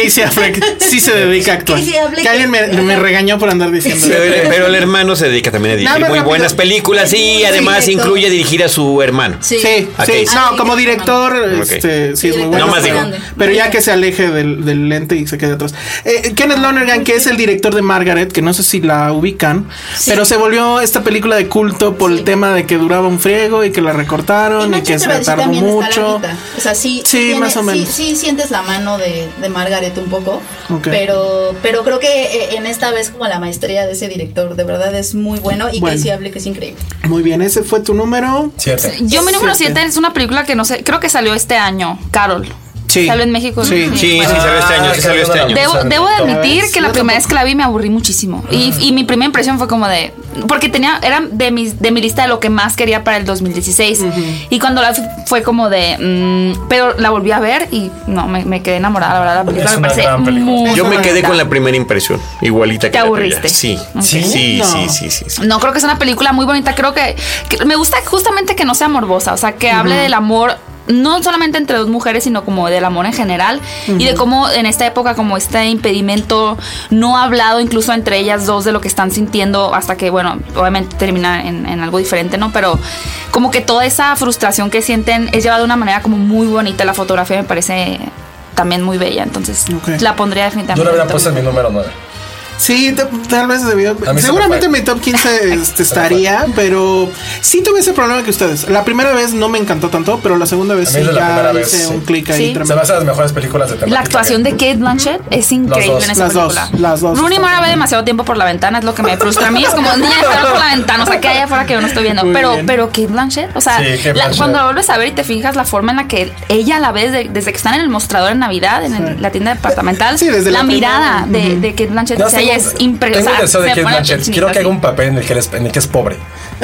[SPEAKER 5] Casey Affleck sí se dedica a actuar.
[SPEAKER 3] Casey Affleck.
[SPEAKER 5] Que alguien me, me regañó por andar diciendo.
[SPEAKER 2] Pero el, pero el hermano se dedica también a dirigir
[SPEAKER 5] Nada más
[SPEAKER 2] muy
[SPEAKER 5] rápido.
[SPEAKER 2] buenas películas y
[SPEAKER 3] Sí,
[SPEAKER 2] además
[SPEAKER 3] director.
[SPEAKER 2] incluye dirigir a su hermano.
[SPEAKER 3] Sí.
[SPEAKER 5] Sí,
[SPEAKER 2] Ah,
[SPEAKER 5] sí.
[SPEAKER 2] Casey.
[SPEAKER 5] No, como director,
[SPEAKER 2] Ok.
[SPEAKER 5] este, sí es muy
[SPEAKER 3] No
[SPEAKER 5] bueno.
[SPEAKER 2] más digo.
[SPEAKER 5] Pero ya que se aleje del, del lente y se quede atrás. Eh, Kenneth Lonergan, que es el director de Margaret, que no sé si la ubican, pero se volvió esta película de culto por el tema de que duraba un friego y que la
[SPEAKER 3] Y
[SPEAKER 5] recortaron y, que
[SPEAKER 3] Manchester by
[SPEAKER 5] se
[SPEAKER 3] the Sea
[SPEAKER 5] tardó
[SPEAKER 3] también está
[SPEAKER 5] mucho.
[SPEAKER 3] larguita. O sea, sí,
[SPEAKER 5] Sí, más o
[SPEAKER 3] sí-
[SPEAKER 5] menos.
[SPEAKER 3] Sí, sientes la mano de, de Margaret un poco.
[SPEAKER 5] Ok.
[SPEAKER 3] Pero, pero creo que eh, en esta vez, como la maestría de ese director, de verdad es muy bueno y
[SPEAKER 5] Bueno.
[SPEAKER 3] que sí hable que es increíble.
[SPEAKER 5] Muy bien, ese fue tu número.
[SPEAKER 1] Siete.
[SPEAKER 4] Yo mi número
[SPEAKER 5] Siete.
[SPEAKER 4] 7 es una película que no sé, creo que salió este año, Carol.
[SPEAKER 5] Sí.
[SPEAKER 4] Salió en México.
[SPEAKER 5] Sí.
[SPEAKER 4] ¿no?
[SPEAKER 2] Sí, sí,
[SPEAKER 4] Bueno,
[SPEAKER 2] salió este año, sí salió este año.
[SPEAKER 4] Debo, debo de admitir
[SPEAKER 5] ¿Ves?
[SPEAKER 4] que la Ah. primera vez que la vi me aburrí muchísimo. Y, y mi primera impresión fue como de. Porque tenía. Era de, mis, de mi lista de lo que más quería para el 2016. Y cuando la vi fue como de. mm, pero la volví a ver y no, me, me quedé enamorada. La verdad, la película
[SPEAKER 1] Es
[SPEAKER 4] me
[SPEAKER 1] una
[SPEAKER 4] parece.
[SPEAKER 1] gran película.
[SPEAKER 4] muy
[SPEAKER 2] Yo me quedé
[SPEAKER 4] bonita.
[SPEAKER 2] con la primera impresión, igualita que
[SPEAKER 4] ¿Te
[SPEAKER 2] la tuya.
[SPEAKER 4] aburriste?
[SPEAKER 2] Sí,
[SPEAKER 4] Ok.
[SPEAKER 2] sí, sí,
[SPEAKER 5] No.
[SPEAKER 2] sí, sí, sí, sí.
[SPEAKER 4] No, creo que es una película muy bonita. Creo que, que me gusta justamente que no sea morbosa, o sea, que hable del amor. No solamente entre dos mujeres, sino como del amor en general y de cómo en esta época, como este impedimento no hablado incluso entre ellas dos de lo que están sintiendo hasta que, bueno, obviamente termina en, en algo diferente, ¿no? Pero como que toda esa frustración que sienten es llevada de una manera como muy bonita. La fotografía me parece también muy bella, entonces
[SPEAKER 5] Ok.
[SPEAKER 4] la pondría definitivamente.
[SPEAKER 1] Yo la hubiera puesto en mi número 9.
[SPEAKER 5] Sí, ta- tal vez debió.
[SPEAKER 1] me
[SPEAKER 5] Seguramente
[SPEAKER 1] fue.
[SPEAKER 5] mi top 15 este, estaría, pero sí tuve ese problema que ustedes. La primera vez no me encantó tanto, pero la segunda vez
[SPEAKER 1] A mí
[SPEAKER 5] sí
[SPEAKER 1] la
[SPEAKER 5] ya
[SPEAKER 1] primera vez,
[SPEAKER 5] hice
[SPEAKER 1] sí.
[SPEAKER 5] un clic ahí
[SPEAKER 4] Sí.
[SPEAKER 1] Se me
[SPEAKER 5] tremendo.
[SPEAKER 1] hace las mejores películas de temática.
[SPEAKER 4] La actuación de Kate Blanchett es increíble
[SPEAKER 1] dos.
[SPEAKER 4] en esa
[SPEAKER 5] Las dos,
[SPEAKER 4] película.
[SPEAKER 5] las dos
[SPEAKER 4] Rooney
[SPEAKER 5] están
[SPEAKER 4] Mara ve demasiado tiempo por la ventana, es lo que me frustra a mí. Es como, niña, está por la ventana, o sea, que hay afuera que yo no estoy viendo.
[SPEAKER 5] Muy
[SPEAKER 4] Pero,
[SPEAKER 5] bien.
[SPEAKER 4] pero Kate Blanchett, o sea,
[SPEAKER 1] Sí, Kate
[SPEAKER 4] la-
[SPEAKER 1] Blanchett.
[SPEAKER 4] cuando la vuelves a ver y te fijas la forma en la que ella la ve desde, desde que están en el mostrador en Navidad, en el- la tienda departamental,
[SPEAKER 5] Sí, desde
[SPEAKER 4] la,
[SPEAKER 5] la
[SPEAKER 4] mirada
[SPEAKER 5] primera.
[SPEAKER 4] de,
[SPEAKER 5] Ujú.
[SPEAKER 4] de Kate Blanchett,
[SPEAKER 1] Ya
[SPEAKER 4] o sea, ella
[SPEAKER 1] tengo-
[SPEAKER 4] es Ah, impresionante.
[SPEAKER 1] Tengo el deseo de Kate Blanchett. Quiero que haga un papel en el que, eres- en el que es pobre.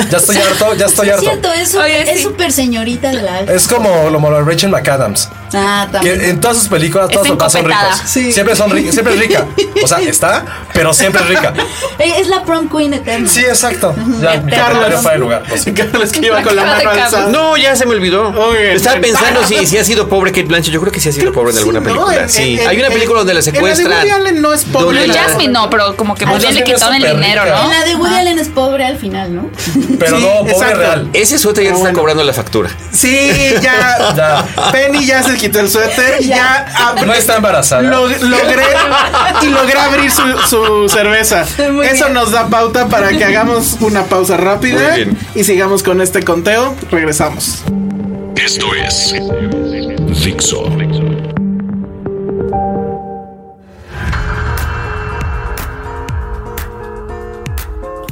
[SPEAKER 1] Ya estoy harto, ya estoy
[SPEAKER 3] Es
[SPEAKER 1] harto.
[SPEAKER 3] cierto, es
[SPEAKER 4] Oye, sí.
[SPEAKER 3] es súper señorita de la.
[SPEAKER 1] Es como lo como Rachel McAdams.
[SPEAKER 3] Ah, también.
[SPEAKER 1] Que eh, en todas sus películas
[SPEAKER 4] Es
[SPEAKER 1] todos los papás son
[SPEAKER 4] encopetada.
[SPEAKER 1] ricos.
[SPEAKER 5] Sí.
[SPEAKER 1] Siempre son ri- siempre es rica. O sea, está, pero siempre es rica.
[SPEAKER 3] Eh, Es la prom queen eterna.
[SPEAKER 1] Sí, exacto. Ya, mi comentario
[SPEAKER 5] Carlos.
[SPEAKER 1] fuera de lugar. lo siento.
[SPEAKER 5] Carlos que iba con la
[SPEAKER 4] La cara
[SPEAKER 5] mano
[SPEAKER 4] de Carlos.
[SPEAKER 5] alzada.
[SPEAKER 2] No, ya se me olvidó.
[SPEAKER 5] Muy bien.
[SPEAKER 2] Estaba pensando si, si ha sido pobre Kate Blanchett. Yo creo que sí ha sido pobre en
[SPEAKER 5] Sí,
[SPEAKER 2] alguna
[SPEAKER 5] ¿no?
[SPEAKER 2] película.
[SPEAKER 5] En-
[SPEAKER 2] sí,
[SPEAKER 5] en-
[SPEAKER 2] hay una
[SPEAKER 5] en-
[SPEAKER 2] película donde la
[SPEAKER 5] en de Woody
[SPEAKER 2] secuestran.
[SPEAKER 5] Allen no es pobre.
[SPEAKER 2] Donde
[SPEAKER 4] Pero
[SPEAKER 2] la-
[SPEAKER 4] Jasmine no, pero como que pues, bien le
[SPEAKER 1] Jasmine es
[SPEAKER 4] quitaron el
[SPEAKER 1] súper
[SPEAKER 4] dinero,
[SPEAKER 1] rica.
[SPEAKER 4] ¿no?
[SPEAKER 3] La de Woody Allen es pobre al final, ¿no?
[SPEAKER 1] Pero
[SPEAKER 5] Sí,
[SPEAKER 1] no, pobre
[SPEAKER 5] exacto.
[SPEAKER 1] real.
[SPEAKER 2] Ese suéter ya te está cobrando la factura.
[SPEAKER 5] Sí, ya,
[SPEAKER 1] Ya.
[SPEAKER 5] Penny ya se quitó el suéter y ya, ab-
[SPEAKER 1] No está embarazada.
[SPEAKER 5] lo- logré y logré abrir su, su cerveza.
[SPEAKER 3] Muy
[SPEAKER 5] Eso
[SPEAKER 3] bien.
[SPEAKER 5] nos da pauta para que hagamos una pausa rápida
[SPEAKER 2] Muy bien.
[SPEAKER 5] y sigamos con este conteo. Regresamos.
[SPEAKER 10] Esto es Dixo.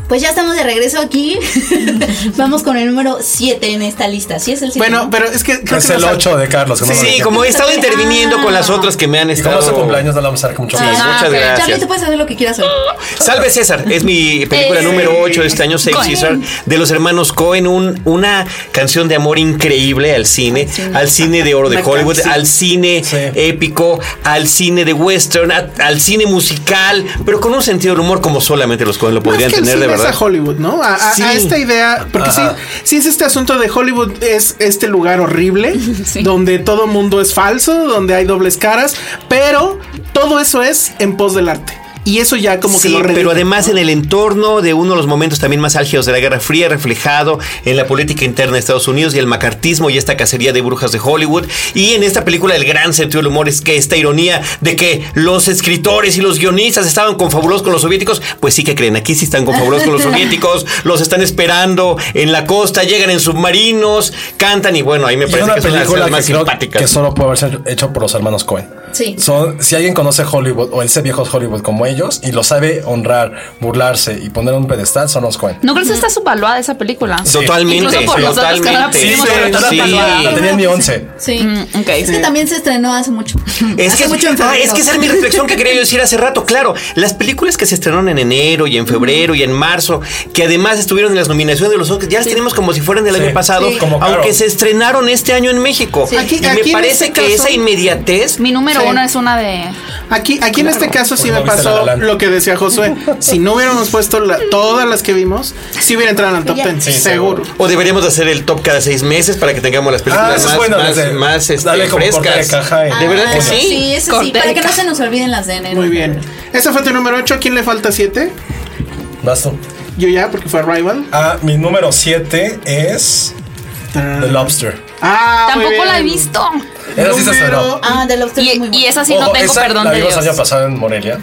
[SPEAKER 3] Pues ya estamos de regreso aquí. Vamos con el número 7 en esta lista. Sí, es el 7.
[SPEAKER 5] Bueno, pero es que creo
[SPEAKER 1] es
[SPEAKER 5] que
[SPEAKER 1] el
[SPEAKER 5] nos-
[SPEAKER 1] 8 de Carlos. como
[SPEAKER 2] Sí,
[SPEAKER 1] lo-
[SPEAKER 2] como he estado interviniendo con las otras que me han
[SPEAKER 1] Y como
[SPEAKER 2] estado.
[SPEAKER 1] es su cumpleaños, no la vamos a dar con mucho
[SPEAKER 2] Sí,
[SPEAKER 1] gusto.
[SPEAKER 2] muchas
[SPEAKER 4] ok.
[SPEAKER 3] Charlie,
[SPEAKER 2] gracias.
[SPEAKER 3] tú puedes hacer lo que quieras hoy.
[SPEAKER 2] Salve César, es mi película
[SPEAKER 4] Eh,
[SPEAKER 2] número 8 de este año, Save
[SPEAKER 4] Cohen.
[SPEAKER 2] César, de los hermanos Cohen, un- una canción de amor increíble al cine, al cine de oro de
[SPEAKER 5] Una
[SPEAKER 2] Hollywood,
[SPEAKER 5] canción.
[SPEAKER 2] al cine
[SPEAKER 1] Sí.
[SPEAKER 2] épico, al cine de western, a- al cine musical, pero con un sentido del humor como solamente los Cohen lo
[SPEAKER 5] Más
[SPEAKER 2] Pues podrían
[SPEAKER 5] que el
[SPEAKER 2] tener de
[SPEAKER 5] cine
[SPEAKER 2] verdad.
[SPEAKER 5] es a Hollywood, ¿no? A, a-
[SPEAKER 2] Sí.
[SPEAKER 5] a esta idea, porque sí,
[SPEAKER 1] Ajá.
[SPEAKER 5] sí es este asunto de Hollywood es este lugar horrible
[SPEAKER 4] Sí.
[SPEAKER 5] donde todo mundo es falso, donde hay dobles caras, pero todo eso es en pos del arte. Y eso ya como que
[SPEAKER 2] Sí,
[SPEAKER 5] lo redime.
[SPEAKER 2] pero además en el entorno de uno de los momentos también más álgidos de la Guerra Fría, reflejado en la política interna de Estados Unidos y el macartismo y esta cacería de brujas de Hollywood. Y en esta película el gran sentido del humor es que esta ironía de que los escritores y los guionistas estaban confabulados con los soviéticos, pues sí que creen, aquí sí están confabulados con los soviéticos, los están esperando en la costa, llegan en submarinos, cantan y bueno, ahí me
[SPEAKER 1] Y es
[SPEAKER 2] parece
[SPEAKER 1] una
[SPEAKER 2] que es una de las
[SPEAKER 1] película
[SPEAKER 2] escenas
[SPEAKER 1] que,
[SPEAKER 2] más
[SPEAKER 1] creo
[SPEAKER 2] simpáticas.
[SPEAKER 1] que solo puede haberse hecho por los hermanos Cohen.
[SPEAKER 3] Sí.
[SPEAKER 1] Son, si alguien conoce Hollywood o ese viejo Hollywood como ellos y lo sabe honrar, burlarse y poner en un pedestal, son los Cohen.
[SPEAKER 4] ¿No crees que está subvaluada esa película?
[SPEAKER 2] Totalmente,
[SPEAKER 4] Incluso por nosotros que no la
[SPEAKER 2] totalmente.
[SPEAKER 4] pudimos
[SPEAKER 1] Sí,
[SPEAKER 4] ver, está
[SPEAKER 1] sí.
[SPEAKER 4] subvaluada.
[SPEAKER 1] La tenía en mi 11.
[SPEAKER 3] Sí.
[SPEAKER 4] Mm, ok.
[SPEAKER 3] Es que también se estrenó hace mucho.
[SPEAKER 2] Es
[SPEAKER 3] hace
[SPEAKER 2] que,
[SPEAKER 3] mucho en
[SPEAKER 2] ah,
[SPEAKER 3] febrero.
[SPEAKER 2] es que esa es mi reflexión que quería yo decir hace rato. Claro, las películas que se estrenaron en enero y en febrero y en marzo, que además estuvieron en las nominaciones de los Oscars, ya las tenemos como si fueran del
[SPEAKER 1] Sí.
[SPEAKER 2] año pasado,
[SPEAKER 1] Sí. Como
[SPEAKER 2] aunque
[SPEAKER 1] Carol.
[SPEAKER 2] se estrenaron este año en México.
[SPEAKER 3] Sí. Aquí-
[SPEAKER 2] y
[SPEAKER 5] aquí en
[SPEAKER 2] me parece
[SPEAKER 5] este
[SPEAKER 2] que
[SPEAKER 5] caso-
[SPEAKER 2] esa inmediatez.
[SPEAKER 4] Mi número
[SPEAKER 5] Sí.
[SPEAKER 4] uno es una de.
[SPEAKER 5] Aquí, aquí en este caso sí
[SPEAKER 1] Porque
[SPEAKER 5] me
[SPEAKER 1] no viste La
[SPEAKER 5] pasó
[SPEAKER 1] La Land.
[SPEAKER 5] lo que decía Josué. Si no hubiéramos puesto la- todas las que vimos, sí hubiera entrado en el top 10,
[SPEAKER 1] Sí,
[SPEAKER 5] seguro.
[SPEAKER 2] O deberíamos de hacer el top cada seis meses para que tengamos las
[SPEAKER 1] Ah,
[SPEAKER 2] películas
[SPEAKER 1] eso es
[SPEAKER 2] más,
[SPEAKER 1] bueno,
[SPEAKER 2] más,
[SPEAKER 1] desde-
[SPEAKER 2] más, este,
[SPEAKER 1] dale como corte
[SPEAKER 2] frescas.
[SPEAKER 1] de caja en-
[SPEAKER 2] de verdad que
[SPEAKER 1] Ah,
[SPEAKER 2] sí.
[SPEAKER 3] Sí, eso sí.
[SPEAKER 4] Corte.
[SPEAKER 3] Para que no se nos olviden las de enero.
[SPEAKER 5] Muy bien. Ese fue tu número 8. ¿A quién le falta 7?
[SPEAKER 1] Vas tú.
[SPEAKER 5] Yo ya, porque fue Rival.
[SPEAKER 1] Ah, mi número 7 es The Lobster.
[SPEAKER 5] Ah, muy
[SPEAKER 4] Tampoco la he
[SPEAKER 5] bien.
[SPEAKER 4] visto.
[SPEAKER 1] Esa sí se estrenó.
[SPEAKER 5] Número-
[SPEAKER 3] Ah, de los tres.
[SPEAKER 4] Y,
[SPEAKER 3] muy
[SPEAKER 4] y
[SPEAKER 3] buena.
[SPEAKER 4] esa sí no
[SPEAKER 1] Ojo,
[SPEAKER 4] tengo
[SPEAKER 1] esa
[SPEAKER 4] perdón
[SPEAKER 1] la
[SPEAKER 4] de
[SPEAKER 1] vimos
[SPEAKER 4] Dios.
[SPEAKER 1] año pasado en Morelia.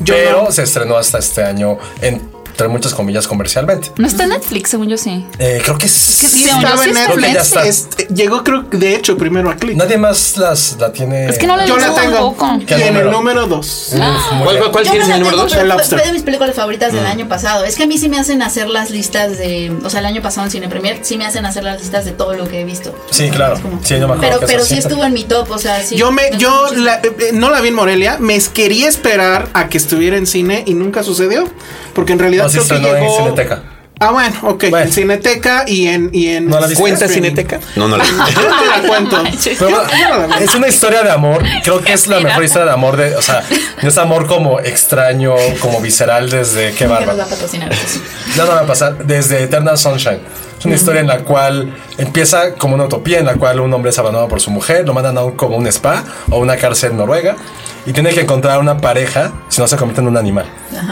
[SPEAKER 5] Yo
[SPEAKER 1] pero
[SPEAKER 5] no.
[SPEAKER 1] se estrenó hasta este año en entre muchas comillas comercialmente.
[SPEAKER 4] No está en Netflix, según yo sí.
[SPEAKER 1] Eh, creo que sí.
[SPEAKER 4] Sí,
[SPEAKER 1] creo
[SPEAKER 4] estaba
[SPEAKER 1] que
[SPEAKER 4] en Netflix.
[SPEAKER 1] ya está.
[SPEAKER 5] Este, llegó creo que de hecho primero a clic.
[SPEAKER 1] Nadie más las, la tiene.
[SPEAKER 4] Es que no la
[SPEAKER 5] Yo la
[SPEAKER 4] lanzó
[SPEAKER 5] tengo.
[SPEAKER 4] tampoco.
[SPEAKER 1] ¿Qué
[SPEAKER 5] Y en
[SPEAKER 1] número?
[SPEAKER 5] el número 2.
[SPEAKER 1] Uf, muy
[SPEAKER 2] ¿Cuál,
[SPEAKER 1] bien.
[SPEAKER 2] cuál, cuál
[SPEAKER 3] Yo
[SPEAKER 2] tienes
[SPEAKER 3] no
[SPEAKER 2] en
[SPEAKER 3] la
[SPEAKER 2] Oh, el número
[SPEAKER 3] tengo,
[SPEAKER 2] 2?
[SPEAKER 5] El
[SPEAKER 3] pero fue
[SPEAKER 5] Lobster.
[SPEAKER 3] fue de mis películas favoritas del año pasado. Es que a mí sí me hacen hacer las listas de. O sea, el año pasado en Cine Premier sí me hacen hacer las listas de todo lo que he visto.
[SPEAKER 1] Sí, claro.
[SPEAKER 3] Es como-
[SPEAKER 1] Sí, yo me acuerdo
[SPEAKER 3] Pero,
[SPEAKER 1] que eso
[SPEAKER 3] pero
[SPEAKER 1] sí.
[SPEAKER 3] sí estuvo en mi top, o sea, sí.
[SPEAKER 5] Yo me,
[SPEAKER 3] No,
[SPEAKER 5] yo
[SPEAKER 3] muchísimo.
[SPEAKER 5] la- eh, eh, no la vi en Morelia, me quería esperar a que estuviera en cine y nunca sucedió, porque en realidad
[SPEAKER 1] No, sí
[SPEAKER 5] creo que
[SPEAKER 1] estrenó en
[SPEAKER 5] llegó-
[SPEAKER 1] Cineteca.
[SPEAKER 5] Ah, bueno, ok,
[SPEAKER 1] Bueno.
[SPEAKER 5] en Cineteca y en y en
[SPEAKER 1] ¿No la viste?
[SPEAKER 5] ¿Cuenta
[SPEAKER 2] Cineteca? No, no la
[SPEAKER 5] Yo no la cuento.
[SPEAKER 1] Pero bueno, es una historia de amor. Creo que es la mejor historia de amor. De, o sea, no es amor como extraño, como visceral desde qué
[SPEAKER 3] Que nos va
[SPEAKER 1] bárbaro.
[SPEAKER 3] a patrocinar. pues.
[SPEAKER 1] Ya no va a pasar. Desde Eternal Sunshine. Es una historia en la cual empieza como una utopía, en la cual un hombre es abandonado por su mujer, lo mandan a un, como un spa o una cárcel noruega y tiene que encontrar una pareja si no se convierte en un animal.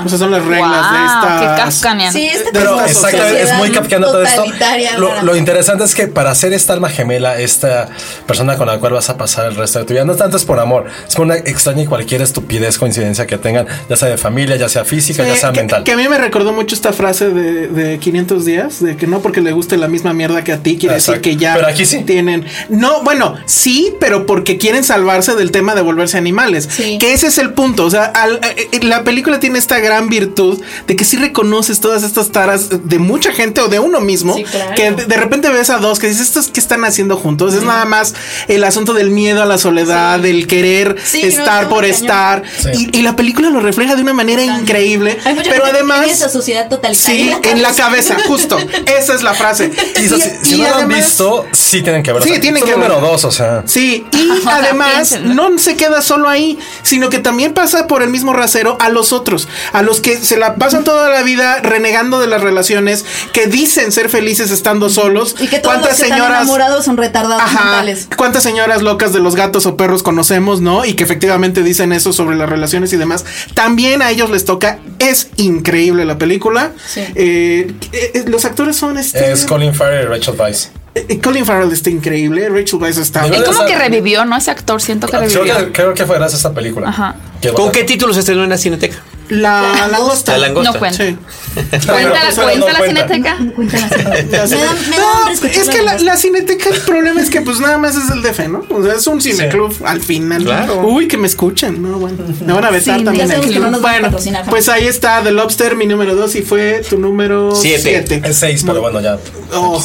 [SPEAKER 5] Esas son las
[SPEAKER 4] Wow,
[SPEAKER 5] reglas de
[SPEAKER 4] qué
[SPEAKER 5] estas.
[SPEAKER 4] Kafkanian.
[SPEAKER 3] Sí, esta
[SPEAKER 1] Pero
[SPEAKER 5] Esta
[SPEAKER 1] exactamente, es
[SPEAKER 3] sociedad
[SPEAKER 1] muy capcano todo esto.
[SPEAKER 3] totalitaria,
[SPEAKER 1] Lo,
[SPEAKER 3] rara.
[SPEAKER 1] lo interesante es que para ser esta alma gemela, esta persona con la cual vas a pasar el resto de tu vida, no tanto es por amor, es por una extraña y cualquier estupidez, coincidencia que tengan, ya sea de familia, ya sea física, ya
[SPEAKER 5] Eh,
[SPEAKER 1] sea
[SPEAKER 5] que-
[SPEAKER 1] mental.
[SPEAKER 5] Que, a mí me recordó mucho esta frase de, de 500 días, de que no porque le guste la misma mierda que a ti, quiere
[SPEAKER 1] Exacto.
[SPEAKER 5] decir que ya
[SPEAKER 1] Pero aquí sí.
[SPEAKER 5] tienen... No, bueno, sí, pero porque quieren salvarse del tema de volverse animales.
[SPEAKER 3] Sí.
[SPEAKER 5] Que ese es el punto. O sea, al- eh, eh, la película tiene esta gran virtud de que sí reconoces todas estas taras de mucha gente o de uno mismo,
[SPEAKER 3] Sí, claro.
[SPEAKER 5] que de, de repente ves a dos que dices, ¿estos qué están haciendo juntos? Es nada más el asunto del miedo a la soledad, del querer
[SPEAKER 3] Sí, no,
[SPEAKER 5] estar
[SPEAKER 3] está
[SPEAKER 5] por
[SPEAKER 3] muy
[SPEAKER 5] estar.
[SPEAKER 1] Sí.
[SPEAKER 5] Y, y la película lo refleja de una manera increíble,
[SPEAKER 3] Hay mucha
[SPEAKER 5] pero
[SPEAKER 3] gente que
[SPEAKER 5] además
[SPEAKER 3] tiene esa sociedad
[SPEAKER 5] sí,
[SPEAKER 3] totalitaria.
[SPEAKER 5] en la cabeza, justo. Esa es la frase.
[SPEAKER 1] Y eso, si, si
[SPEAKER 5] y
[SPEAKER 1] no lo han
[SPEAKER 5] además-
[SPEAKER 1] visto, sí tienen que verlo.
[SPEAKER 5] Sí,
[SPEAKER 1] O sea,
[SPEAKER 5] tienen
[SPEAKER 1] es
[SPEAKER 5] que
[SPEAKER 1] número
[SPEAKER 5] verlo.
[SPEAKER 1] dos, o sea.
[SPEAKER 5] Sí, y
[SPEAKER 4] Ajá,
[SPEAKER 5] además
[SPEAKER 4] piénsenlo.
[SPEAKER 5] no se queda solo ahí, sino que también pasa por el mismo rasero a los otros, a los que se la pasan toda la vida renegando de las relaciones, que dicen ser felices estando solos.
[SPEAKER 3] Y que todos los que están enamorados son retardados
[SPEAKER 5] Ajá.
[SPEAKER 3] mentales.
[SPEAKER 5] ¿Cuántas señoras locas de los gatos o perros conocemos, no? Y que efectivamente dicen eso sobre las relaciones y demás. También a ellos les toca. Es increíble la película.
[SPEAKER 3] Sí.
[SPEAKER 5] Eh, eh, eh, los actores son este.
[SPEAKER 1] Es Colin Farrell y Rachel Weisz.
[SPEAKER 5] eh, Colin Farrell está increíble. Rachel Weisz está.
[SPEAKER 1] Yo
[SPEAKER 4] Él
[SPEAKER 1] no
[SPEAKER 4] como
[SPEAKER 1] sé.
[SPEAKER 4] que revivió, ¿no? Ese actor siento que
[SPEAKER 1] Creo
[SPEAKER 4] revivió.
[SPEAKER 1] que, creo que fue gracias a esta película.
[SPEAKER 4] Ajá.
[SPEAKER 2] ¿Con qué título se estrenó en la Cineteca?
[SPEAKER 5] La
[SPEAKER 2] La
[SPEAKER 5] langosta.
[SPEAKER 2] langosta.
[SPEAKER 4] No cuenta.
[SPEAKER 5] Sí.
[SPEAKER 4] Cuenta,
[SPEAKER 1] Pero, pues,
[SPEAKER 4] cuenta la
[SPEAKER 1] pero no
[SPEAKER 4] cineteca.
[SPEAKER 5] La
[SPEAKER 3] Me da-
[SPEAKER 5] Cineteca.
[SPEAKER 3] me da hambre
[SPEAKER 5] No, pues,
[SPEAKER 3] escuchar
[SPEAKER 5] es
[SPEAKER 3] la
[SPEAKER 5] que la,
[SPEAKER 3] langosta.
[SPEAKER 5] la cineteca el problema es que pues nada más es el DF, ¿no? O sea, es un cineclub al final.
[SPEAKER 2] Claro.
[SPEAKER 5] Uy, que me escuchen, ¿no? Bueno, me van a vetar
[SPEAKER 3] Sí,
[SPEAKER 5] también.
[SPEAKER 3] ya sabemos
[SPEAKER 5] aquí.
[SPEAKER 3] que no nos van a
[SPEAKER 5] bueno,
[SPEAKER 3] patrocinar.
[SPEAKER 5] pues ahí está The Lobster, mi número 2 y fue tu número
[SPEAKER 2] Siete.
[SPEAKER 5] 7.
[SPEAKER 1] Es seis, pero bueno, ya.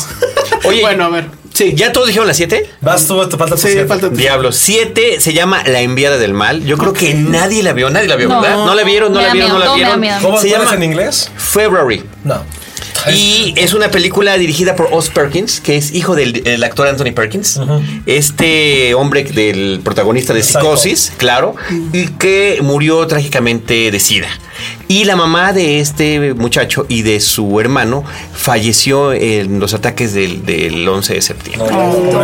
[SPEAKER 2] Oye,
[SPEAKER 5] bueno, a ver. Sí,
[SPEAKER 2] ¿Ya todos dijeron las 7?
[SPEAKER 1] Vas tú, te falta tu
[SPEAKER 5] sí,
[SPEAKER 1] siete.
[SPEAKER 5] falta tu-
[SPEAKER 2] Diablo, 7 se llama La enviada del mal. Yo creo que nadie la vio, nadie la vio,
[SPEAKER 4] No.
[SPEAKER 2] ¿verdad? No la vieron, no
[SPEAKER 4] Me
[SPEAKER 2] la
[SPEAKER 4] da
[SPEAKER 2] vieron, no
[SPEAKER 4] miedo,
[SPEAKER 2] la
[SPEAKER 4] todo me da
[SPEAKER 2] vieron.
[SPEAKER 4] miedo.
[SPEAKER 1] ¿Cómo
[SPEAKER 2] Se
[SPEAKER 1] se
[SPEAKER 2] llama
[SPEAKER 1] en inglés?
[SPEAKER 2] February.
[SPEAKER 1] No.
[SPEAKER 2] Y es una película dirigida por Oz Perkins, que es hijo del el actor Anthony Perkins, este hombre del protagonista de
[SPEAKER 1] Exacto.
[SPEAKER 2] Psicosis, claro, y que murió trágicamente de SIDA. Y la mamá de este muchacho y de su hermano falleció en los ataques del, del 11 de septiembre.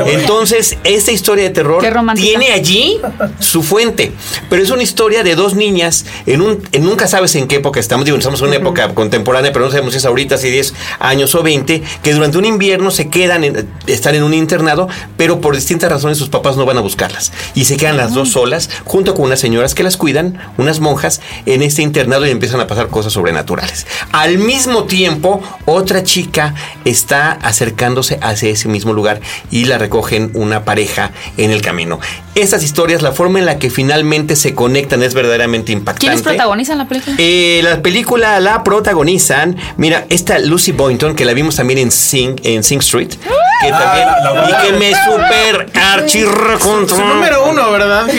[SPEAKER 2] Entonces, esta historia de terror
[SPEAKER 4] Qué romántica.
[SPEAKER 2] tiene allí su fuente, pero es una historia de dos niñas en un en nunca sabes en qué época estamos, digo, estamos en una época contemporánea, pero no sabemos si es ahorita, si 10 años o 20, que durante un invierno se quedan en- están en un internado, pero por distintas razones sus papás no van a buscarlas y se quedan las dos solas junto con unas señoras que las cuidan, unas monjas en este internado y empiezan a pasar cosas sobrenaturales. Al mismo tiempo, otra chica está acercándose hacia ese mismo lugar y la recogen una pareja en el camino. Estas historias, la forma en la que finalmente se conectan es verdaderamente impactante.
[SPEAKER 4] ¿Quiénes protagonizan la película?
[SPEAKER 2] Eh, la película la protagonizan, mira, esta Lucy Boynton, que la vimos también en Sing, en Sing Street, que también,
[SPEAKER 1] la- la-
[SPEAKER 2] y que me super
[SPEAKER 5] Su
[SPEAKER 2] archirrecontra-
[SPEAKER 5] número uno, ¿verdad?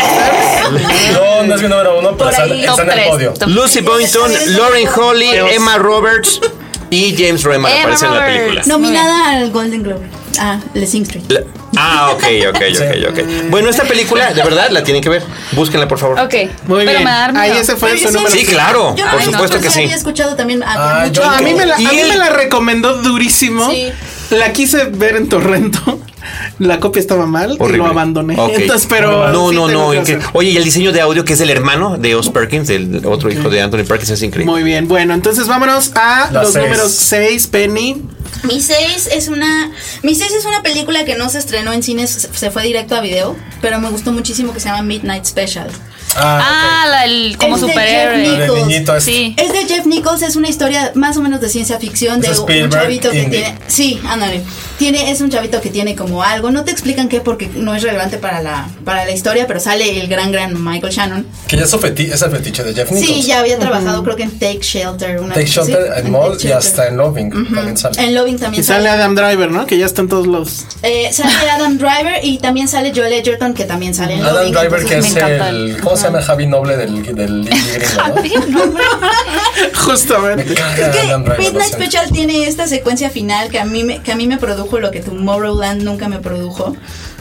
[SPEAKER 1] No, no es mi número uno, pero
[SPEAKER 3] Por
[SPEAKER 1] está,
[SPEAKER 3] ahí.
[SPEAKER 1] está
[SPEAKER 4] Top
[SPEAKER 1] en el
[SPEAKER 4] tres,
[SPEAKER 1] podio.
[SPEAKER 4] top-
[SPEAKER 2] Lucy Boynton, Lauren Holly, Emma Roberts y James Remar
[SPEAKER 4] Emma
[SPEAKER 2] aparecen en la
[SPEAKER 4] Roberts.
[SPEAKER 2] película.
[SPEAKER 3] Nominada al Golden Globe. Ah, Le Sing Street.
[SPEAKER 2] La- ah, ok, ok, ok, ok. Bueno, esta película, de verdad, la tienen que ver. Búsquenla, por favor.
[SPEAKER 4] Ok.
[SPEAKER 5] Muy
[SPEAKER 4] Pero
[SPEAKER 5] bien.
[SPEAKER 4] me da miedo.
[SPEAKER 5] Ahí ese fue
[SPEAKER 3] Pero yo
[SPEAKER 5] su número.
[SPEAKER 2] Sí, claro,
[SPEAKER 3] Yo-
[SPEAKER 2] por
[SPEAKER 3] ay, no,
[SPEAKER 2] supuesto
[SPEAKER 3] yo
[SPEAKER 2] que
[SPEAKER 3] sí
[SPEAKER 2] sí.
[SPEAKER 3] había escuchado también a,
[SPEAKER 1] Ah,
[SPEAKER 3] mucho-
[SPEAKER 1] yo-
[SPEAKER 5] No, a mí, me la, a
[SPEAKER 2] Y
[SPEAKER 5] mí
[SPEAKER 2] el-
[SPEAKER 5] me la recomendó durísimo.
[SPEAKER 3] Sí.
[SPEAKER 5] La quise ver en Torrento. La copia estaba mal y lo
[SPEAKER 2] Horrible.
[SPEAKER 5] abandoné.
[SPEAKER 2] Ok.
[SPEAKER 5] Entonces, pero.
[SPEAKER 2] No,
[SPEAKER 5] sí
[SPEAKER 2] no,
[SPEAKER 5] tengo
[SPEAKER 2] no.
[SPEAKER 5] que
[SPEAKER 2] incre-
[SPEAKER 5] hacer.
[SPEAKER 2] Oye, y el diseño de audio que es del hermano de Oz Perkins, del otro hijo de Anthony Perkins, es increíble.
[SPEAKER 5] Muy bien. Bueno, entonces vámonos a
[SPEAKER 1] La
[SPEAKER 5] los
[SPEAKER 1] seis.
[SPEAKER 5] números 6, Penny.
[SPEAKER 3] Mi 6 es una Mi 6 es una película que no se estrenó en cines, se fue directo a video, pero me gustó muchísimo que se llama Midnight Special.
[SPEAKER 4] Ah, la del- como
[SPEAKER 3] Es de
[SPEAKER 4] superhéroe.
[SPEAKER 3] Jeff
[SPEAKER 1] El
[SPEAKER 3] Nichols.
[SPEAKER 1] niñito es-
[SPEAKER 4] Sí.
[SPEAKER 3] Es de Jeff Nichols, es una historia más o menos de ciencia ficción de
[SPEAKER 1] Es
[SPEAKER 3] un
[SPEAKER 1] Spielberg
[SPEAKER 3] chavito que
[SPEAKER 1] indie.
[SPEAKER 3] tiene. Sí, ándale. Tiene, es un chavito que tiene como algo. No te explican qué porque no es relevante para la, para la historia, pero sale el gran, gran Michael Shannon.
[SPEAKER 1] Que ya es, su feti- es el fetiche de Jeff Nichols.
[SPEAKER 3] Sí, ya había trabajado, creo que en Take Shelter. Una
[SPEAKER 1] Take
[SPEAKER 3] cosa así.
[SPEAKER 1] Shelter, en Mall
[SPEAKER 3] Take
[SPEAKER 1] y hasta en Loving. También
[SPEAKER 3] Shelter.
[SPEAKER 1] sale.
[SPEAKER 3] En Loving
[SPEAKER 5] Y
[SPEAKER 3] también
[SPEAKER 5] sale
[SPEAKER 3] sale.
[SPEAKER 5] Adam Driver, ¿no? Que ya están todos los.
[SPEAKER 3] eh, sale Adam Driver y también sale Joel Edgerton, que también sale en
[SPEAKER 1] Adam
[SPEAKER 3] Loving.
[SPEAKER 1] Driver, que
[SPEAKER 3] entonces
[SPEAKER 1] es
[SPEAKER 4] me encanta
[SPEAKER 1] el. ¿Cómo se llama el Javi Noble del, del gringo, no?
[SPEAKER 5] Justamente.
[SPEAKER 1] Caga
[SPEAKER 3] que
[SPEAKER 1] Adam Driver,
[SPEAKER 3] Midnight
[SPEAKER 1] lo sé.
[SPEAKER 3] Special tiene esta secuencia final que a mí me, que a mí me produjo lo que Tomorrowland nunca me produjo.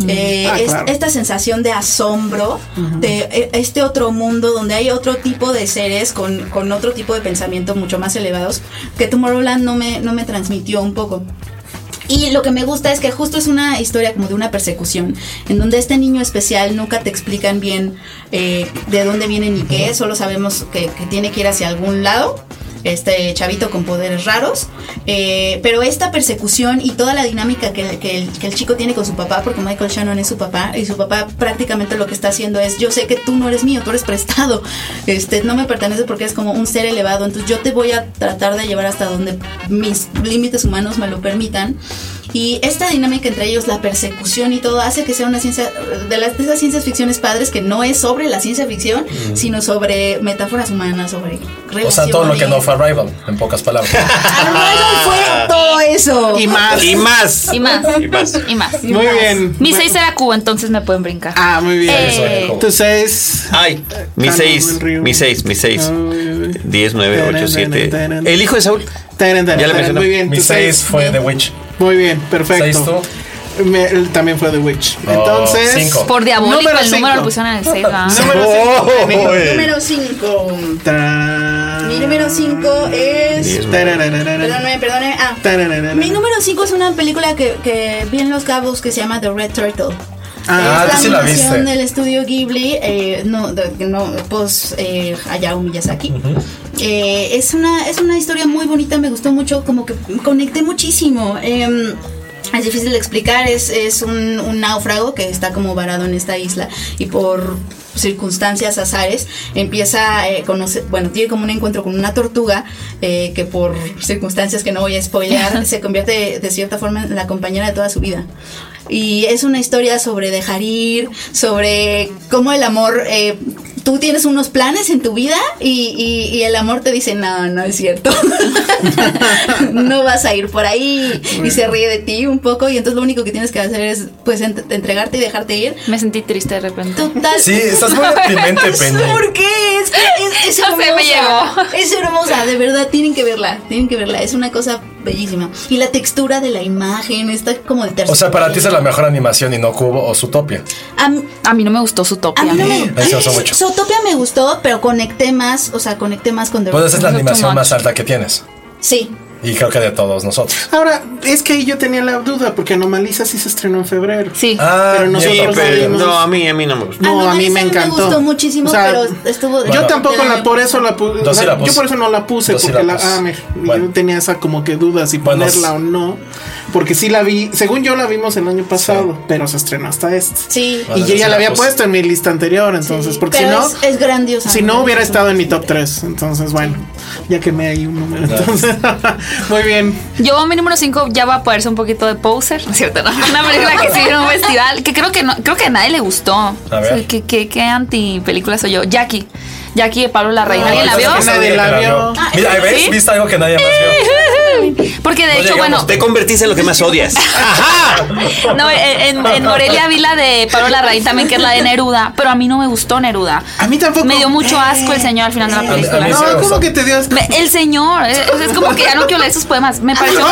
[SPEAKER 3] Eh,
[SPEAKER 5] Ah,
[SPEAKER 3] es-
[SPEAKER 5] claro.
[SPEAKER 3] Esta sensación de asombro de eh, este otro mundo donde hay otro tipo de seres con, con otro tipo de pensamiento mucho más elevados que Tomorrowland no me, no me transmitió un poco. Y lo que me gusta es que justo es una historia como de una persecución, en donde este niño especial nunca te explican bien eh, de dónde viene ni qué, solo sabemos que, que tiene que ir hacia algún lado, este chavito con poderes raros, eh, pero esta persecución y toda la dinámica que, que el, que el chico tiene con su papá, porque Michael Shannon es su papá, y su papá prácticamente lo que está haciendo es, yo sé que tú no eres mío, tú eres prestado, este, no me pertenece porque es como un ser elevado, entonces yo te voy a tratar de llevar hasta donde mis límites humanos me lo permitan. Y esta dinámica entre ellos, la persecución y todo, hace que sea una ciencia de, las, de esas ciencias ficciones padres que no es sobre la ciencia ficción, sino sobre metáforas humanas, sobre
[SPEAKER 1] Mm. O sea, todo lo que no fue
[SPEAKER 3] relaciones.
[SPEAKER 1] Arrival, en pocas palabras.
[SPEAKER 3] Ah, Arrival fue todo eso.
[SPEAKER 5] Y más.
[SPEAKER 2] Y más.
[SPEAKER 4] Y más.
[SPEAKER 2] Y más.
[SPEAKER 4] Y más.
[SPEAKER 5] Muy bien.
[SPEAKER 4] Mi 6 era cubo, entonces me pueden brincar.
[SPEAKER 5] Ah, muy bien.
[SPEAKER 4] Eh.
[SPEAKER 5] Entonces.
[SPEAKER 2] Ay, mi
[SPEAKER 5] Cano,
[SPEAKER 2] 6,
[SPEAKER 5] buen río.
[SPEAKER 2] mi 6, mi 6.
[SPEAKER 5] Ah.
[SPEAKER 2] 10, 9, 8, 7. El hijo de Saúl. Ya la mencionó.
[SPEAKER 5] Muy bien.
[SPEAKER 1] Mi
[SPEAKER 5] tu
[SPEAKER 1] 6 fue The Witch.
[SPEAKER 5] Muy bien, perfecto.
[SPEAKER 1] 6 tú.
[SPEAKER 5] Me- él también fue The Witch. Entonces.
[SPEAKER 1] cinco.
[SPEAKER 4] Por diabólico,
[SPEAKER 5] Número
[SPEAKER 4] el número
[SPEAKER 5] cinco.
[SPEAKER 4] lo pusieron en el ah. 6, ¿verdad?
[SPEAKER 5] Número
[SPEAKER 1] Oh,
[SPEAKER 5] 5.
[SPEAKER 3] Número 5. Mi
[SPEAKER 5] Mi
[SPEAKER 3] número 5 es...
[SPEAKER 2] Diez,
[SPEAKER 3] Perdóname, perdóname. Ah, mi número 5 es una película que, que vi en Los Cabos que se llama The Red Turtle.
[SPEAKER 1] Ah,
[SPEAKER 3] es la
[SPEAKER 1] tú sí la
[SPEAKER 3] animación
[SPEAKER 1] viste.
[SPEAKER 3] del estudio Ghibli, eh, no, de- no, pues eh, Hayao Miyazaki. Eh, es, una, es una historia muy bonita, me gustó mucho, como que conecté muchísimo. Em, es difícil de explicar, es, es un, un náufrago que está como varado en esta isla y por circunstancias azares empieza eh, conoce- bueno, tiene como un encuentro con una tortuga eh, que por circunstancias que no voy a spoilear se convierte de cierta forma en la compañera de toda su vida. Y es una historia sobre dejar ir, sobre cómo el amor... eh, Tú tienes unos planes en tu vida y, y- y el amor te dice, no, no es cierto. no vas a ir por ahí. Y se ríe de ti un poco y entonces lo único que tienes que hacer es pues ent- entregarte y dejarte ir.
[SPEAKER 4] Me sentí triste de repente.
[SPEAKER 3] Total.
[SPEAKER 1] Sí, estás muy deprimente, Penny.
[SPEAKER 3] ¿Por qué? Es, que es, es
[SPEAKER 4] No sé,
[SPEAKER 3] hermosa.
[SPEAKER 4] me llegó.
[SPEAKER 3] Es hermosa, de verdad, tienen que verla. Tienen que verla, es una cosa bellísima. Y la textura de la imagen está como de tercera.
[SPEAKER 1] O sea, para ti es la mejor animación y no Cubo o Zootopia.
[SPEAKER 3] A, mí-
[SPEAKER 4] A mí no me gustó su tope.
[SPEAKER 3] a mí no me
[SPEAKER 1] Ahí se usó mucho.
[SPEAKER 3] Zootopia me gustó, pero conecté más, o sea, conecté más con The
[SPEAKER 1] Pues esa es la
[SPEAKER 4] No, too
[SPEAKER 1] animación
[SPEAKER 4] much.
[SPEAKER 1] más alta que tienes.
[SPEAKER 3] Sí.
[SPEAKER 1] Y creo que de todos nosotros.
[SPEAKER 5] Ahora, es que ahí yo tenía la duda, porque Anomaliza sí se estrenó en febrero.
[SPEAKER 4] Sí.
[SPEAKER 1] Ah,
[SPEAKER 5] Pero no
[SPEAKER 2] Ah, Sí,
[SPEAKER 1] mierda,
[SPEAKER 5] nosotros
[SPEAKER 2] pero
[SPEAKER 5] sabíamos.
[SPEAKER 2] no, a mí, a mí no me gusta.
[SPEAKER 5] No, a
[SPEAKER 3] Anomalisa
[SPEAKER 5] mí me encantó.
[SPEAKER 3] Me gustó muchísimo,
[SPEAKER 5] O sea,
[SPEAKER 3] pero estuvo.
[SPEAKER 5] Yo tampoco
[SPEAKER 3] del
[SPEAKER 5] la
[SPEAKER 3] año
[SPEAKER 5] por eso la puse.
[SPEAKER 1] Yo sí la puse.
[SPEAKER 5] yo por eso no la puse,
[SPEAKER 1] Yo sí
[SPEAKER 5] porque
[SPEAKER 1] la
[SPEAKER 5] la,
[SPEAKER 1] puse.
[SPEAKER 5] ah, me-
[SPEAKER 1] Bueno.
[SPEAKER 5] yo tenía esa como que duda si
[SPEAKER 1] Bueno,
[SPEAKER 5] ponerla o no. Porque sí la vi, según yo la vimos el año pasado, pero se estrenó hasta este.
[SPEAKER 3] Sí.
[SPEAKER 1] Bueno,
[SPEAKER 5] y yo
[SPEAKER 1] yo
[SPEAKER 5] ya
[SPEAKER 1] sí
[SPEAKER 5] la
[SPEAKER 1] la
[SPEAKER 5] había
[SPEAKER 2] pues.
[SPEAKER 1] puse.
[SPEAKER 5] puesto en mi lista anterior, entonces,
[SPEAKER 3] Sí,
[SPEAKER 5] porque si
[SPEAKER 3] pero
[SPEAKER 5] no,
[SPEAKER 3] es, es grandiosa.
[SPEAKER 5] si no hubiera estado en mi top
[SPEAKER 3] tres
[SPEAKER 5] 3. Entonces, bueno, ya quemé ahí un número. Entonces, muy bien.
[SPEAKER 4] Yo, mi número 5 ya va a ponerse un poquito de poser, ¿no es cierto? no? Una película que se vio en un festival que creo que, no, creo que a nadie le gustó.
[SPEAKER 1] A ver.
[SPEAKER 4] O sea, ¿Qué, qué, qué anti película soy yo? Jackie. Jackie de Pablo Larraín. ¿Alguien la
[SPEAKER 1] Esa
[SPEAKER 4] vio? Ah,
[SPEAKER 1] es
[SPEAKER 5] Nadie
[SPEAKER 1] que
[SPEAKER 5] la vio.
[SPEAKER 1] Mira, ahí ¿ves?
[SPEAKER 4] ¿Sí?
[SPEAKER 1] ¿Viste algo que nadie más vio?
[SPEAKER 4] Porque de
[SPEAKER 2] No
[SPEAKER 4] hecho,
[SPEAKER 2] llegamos,
[SPEAKER 4] bueno,
[SPEAKER 2] Te convertiste en lo que más odias.
[SPEAKER 4] no, en, en- en Morelia vi la de Pablo Larraín también, que es la de Neruda, pero a mí no me gustó Neruda.
[SPEAKER 5] A mí tampoco. Eh,
[SPEAKER 4] Me dio mucho asco el señor al final de la
[SPEAKER 1] mí-
[SPEAKER 4] película.
[SPEAKER 1] a mí sí me
[SPEAKER 5] No,
[SPEAKER 1] gustó.
[SPEAKER 5] ¿cómo que te dio asco?
[SPEAKER 4] Me- el señor, es, es como que ya no quiero leer sus poemas. Me pareció.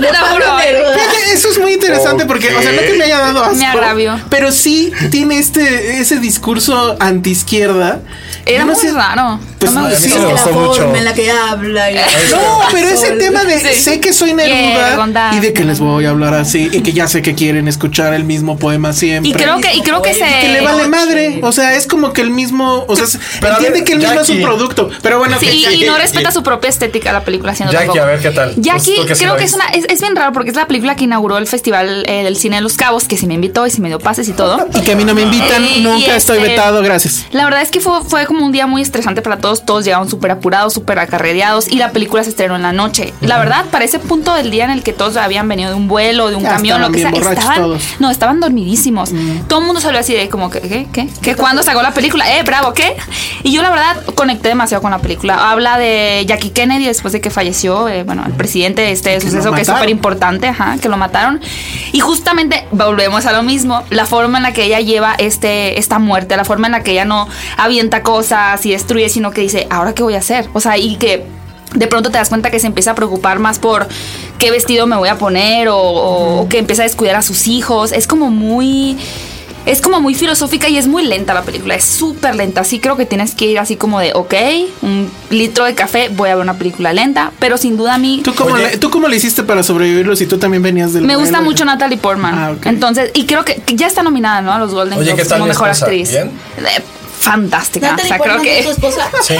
[SPEAKER 4] Te lo juro. eh.
[SPEAKER 5] Fíjate, Eso es muy interesante porque, o sea, no que me haya dado asco.
[SPEAKER 4] Me agravió.
[SPEAKER 5] Pero sí tiene este ese discurso anti izquierda.
[SPEAKER 4] Era muy raro.
[SPEAKER 5] Pues,
[SPEAKER 4] no me
[SPEAKER 1] A mí
[SPEAKER 4] gustó.
[SPEAKER 1] sí me gustó mucho.
[SPEAKER 3] Salma en la que habla. y-
[SPEAKER 5] No, pero ese
[SPEAKER 3] Sol.
[SPEAKER 5] tema de
[SPEAKER 4] Sí.
[SPEAKER 5] sé que soy neruda
[SPEAKER 4] Hiergonda.
[SPEAKER 5] y de que les voy a hablar así y que ya sé que quieren escuchar el mismo poema siempre.
[SPEAKER 4] Y creo que, y creo que se.
[SPEAKER 5] Que le vale madre, o sea, es como que el mismo, o sea, se-
[SPEAKER 1] Pero a
[SPEAKER 5] entiende
[SPEAKER 1] ver,
[SPEAKER 5] que el mismo es un
[SPEAKER 1] Jackie.
[SPEAKER 5] producto, pero bueno,
[SPEAKER 4] Sí,
[SPEAKER 5] ok,
[SPEAKER 4] y- y
[SPEAKER 5] Jackie.
[SPEAKER 4] no respeta su propia estética la película haciendo
[SPEAKER 1] Jackie, a ver qué tal.
[SPEAKER 4] Jackie,
[SPEAKER 1] Pues tú sí
[SPEAKER 4] creo
[SPEAKER 1] la
[SPEAKER 4] que es una
[SPEAKER 1] viste.
[SPEAKER 4] es, es bien raro porque es la película que inauguró el festival eh, del cine de Los Cabos, que sí me invitó y sí me dio pases y todo.
[SPEAKER 5] Y que a mí no me invitan,
[SPEAKER 4] Y- y
[SPEAKER 5] nunca estoy
[SPEAKER 4] este-
[SPEAKER 5] vetado, gracias.
[SPEAKER 4] La verdad es que fue, fue como un día muy estresante para todos. Todos llegaron súper apurados, súper acarreados y la película se estrenó en la noche. La verdad, para ese punto del día en el que todos habían venido de un vuelo, de un
[SPEAKER 5] Ya
[SPEAKER 4] camión,
[SPEAKER 5] estaban
[SPEAKER 4] lo que sea,
[SPEAKER 5] bien borrachos
[SPEAKER 4] estaban,
[SPEAKER 5] todos.
[SPEAKER 4] no, estaban dormidísimos. Todo el mundo salió así de como que, ¿qué? ¿Qué? ¿Qué? ¿Cuándo sacó la película? Eh, bravo, ¿qué? Y yo la verdad conecté demasiado con la película. Habla de Jackie Kennedy después de que falleció, eh, bueno, el presidente de este
[SPEAKER 5] lo
[SPEAKER 4] suceso que es
[SPEAKER 5] mataron.
[SPEAKER 4] súper importante, ajá, que lo mataron. Y justamente volvemos a lo mismo, la forma en la que ella lleva este, esta muerte, la forma en la que ella no avienta cosas y destruye, sino que dice, ¿ahora qué voy a hacer? O sea, y que de pronto te das cuenta que se empieza a preocupar más por qué vestido me voy a poner o, o- o que empieza a descuidar a sus hijos. Es como muy... Es como muy filosófica y es muy lenta la película, es súper lenta. Sí creo que tienes que ir así como de, ok, un litro de café, voy a ver una película lenta, pero sin duda a mí...
[SPEAKER 5] ¿Tú cómo,
[SPEAKER 1] Oye.
[SPEAKER 5] le, ¿Tú cómo le hiciste para sobrevivirlo si tú también venías del
[SPEAKER 4] Me
[SPEAKER 5] vuelo?
[SPEAKER 4] gusta mucho Natalie Portman.
[SPEAKER 5] Ah, ok.
[SPEAKER 4] Entonces, y creo que que ya está nominada, ¿no? A los Golden
[SPEAKER 1] Oye, ¿qué
[SPEAKER 4] Globes
[SPEAKER 1] tal
[SPEAKER 4] como
[SPEAKER 1] mi
[SPEAKER 4] mejor
[SPEAKER 1] esposa?
[SPEAKER 4] actriz.
[SPEAKER 1] ¿Bien?
[SPEAKER 4] Eh, Fantástica.
[SPEAKER 9] Natalie
[SPEAKER 4] Ah, o sea, creo
[SPEAKER 9] Portman
[SPEAKER 4] que.
[SPEAKER 9] es tu esposa.
[SPEAKER 1] Sí.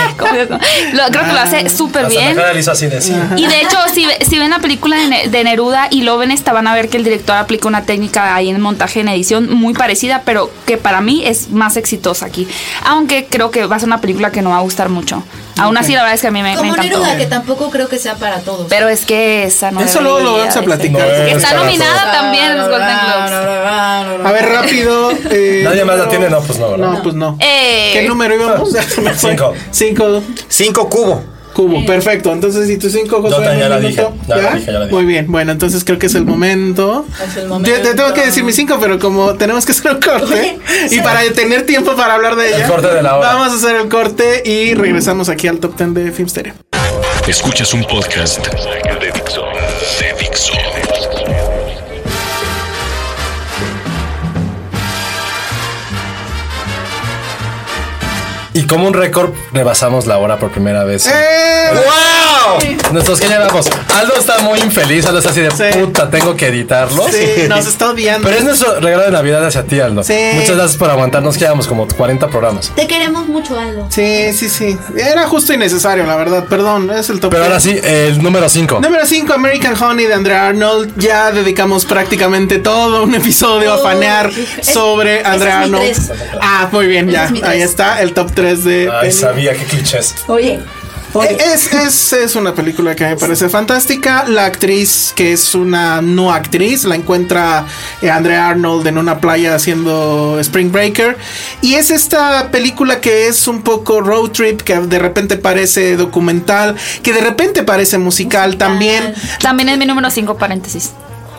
[SPEAKER 4] Lo- creo que lo hace súper
[SPEAKER 1] Hasta
[SPEAKER 4] bien.
[SPEAKER 1] la cara de Lisa así de sí.
[SPEAKER 4] Y de hecho, si, ve- si ven la película de, Ne- de Neruda y lo ven esta, van a ver que el director aplica una técnica ahí en montaje, en edición, muy parecida, pero que para mí es más exitosa aquí. Aunque creo que va a ser una película que no va a gustar mucho. Aún así, la verdad es que a mí me, me
[SPEAKER 3] Como
[SPEAKER 4] encantó.
[SPEAKER 3] Neruda, que tampoco creo que sea para todos.
[SPEAKER 4] Pero es que esa no
[SPEAKER 5] Eso luego lo
[SPEAKER 4] debería
[SPEAKER 5] vamos a
[SPEAKER 4] de ser.
[SPEAKER 5] platicar.
[SPEAKER 1] No
[SPEAKER 4] Que
[SPEAKER 1] es
[SPEAKER 4] está
[SPEAKER 1] para
[SPEAKER 4] nominada también en los Golden Globes.
[SPEAKER 5] A ver, rápido. eh,
[SPEAKER 1] Nadie más la
[SPEAKER 5] número-
[SPEAKER 1] tiene, no, pues no, ¿verdad?
[SPEAKER 5] No, pues no.
[SPEAKER 4] Eh.
[SPEAKER 5] ¿Qué número íbamos? Se me fue.
[SPEAKER 1] Cinco.
[SPEAKER 5] Cinco.
[SPEAKER 2] Cinco cubo.
[SPEAKER 3] Eh,
[SPEAKER 5] Cubo, perfecto. Entonces, si tus cinco Josué,
[SPEAKER 1] también
[SPEAKER 5] en
[SPEAKER 1] ya
[SPEAKER 5] un
[SPEAKER 1] la
[SPEAKER 5] minuto,
[SPEAKER 1] dije, ya la dije, ya la dije.
[SPEAKER 5] Muy bien, bueno, entonces creo que es el momento.
[SPEAKER 3] Es el
[SPEAKER 5] Yo
[SPEAKER 3] momento.
[SPEAKER 5] Te, tengo que decir mis cinco, pero como tenemos que hacer un corte y para tener tiempo para hablar de ella,
[SPEAKER 1] corte de la hora.
[SPEAKER 5] vamos a hacer el corte y regresamos aquí al top 10 de Filmsteria.
[SPEAKER 10] Escuchas un podcast de Dixo. De Dixo.
[SPEAKER 1] Y como un récord, rebasamos la hora por primera vez.
[SPEAKER 2] Eh. ¡Wow!
[SPEAKER 1] Nosotros que llevamos. Aldo está muy infeliz, Aldo está así de
[SPEAKER 5] Sí.
[SPEAKER 1] puta, tengo que editarlo.
[SPEAKER 5] Sí, nos está odiando.
[SPEAKER 1] Pero es nuestro regalo de Navidad hacia ti, Aldo.
[SPEAKER 5] Sí.
[SPEAKER 1] Muchas gracias por aguantarnos, que llevamos como 40 programas.
[SPEAKER 9] Te queremos mucho, Aldo.
[SPEAKER 5] Sí, sí, sí. Era justo y necesario, la verdad. Perdón, es el top
[SPEAKER 1] Pero
[SPEAKER 5] 10.
[SPEAKER 1] ahora sí, el número 5.
[SPEAKER 5] Número 5, American Honey de Andrea Arnold. Ya dedicamos prácticamente todo un episodio a
[SPEAKER 9] Oh,
[SPEAKER 5] fanear
[SPEAKER 9] es-
[SPEAKER 5] sobre
[SPEAKER 9] ese
[SPEAKER 5] Andrea
[SPEAKER 9] es mi
[SPEAKER 5] Arnold.
[SPEAKER 9] tres.
[SPEAKER 5] Ah, muy bien, ya.
[SPEAKER 9] es mi
[SPEAKER 5] Ahí
[SPEAKER 9] tres.
[SPEAKER 5] está el top 3 de.
[SPEAKER 1] Ay,
[SPEAKER 5] peli-
[SPEAKER 1] sabía qué clichés.
[SPEAKER 9] Oye, oye.
[SPEAKER 5] Es, es, es una película que me parece fantástica. La actriz, que es una no actriz, la encuentra eh, Andrea Arnold en una playa haciendo Spring Breaker. Y es esta película que es un poco road trip, que de repente parece documental, que de repente parece musical. también.
[SPEAKER 4] También es mi número 5, paréntesis.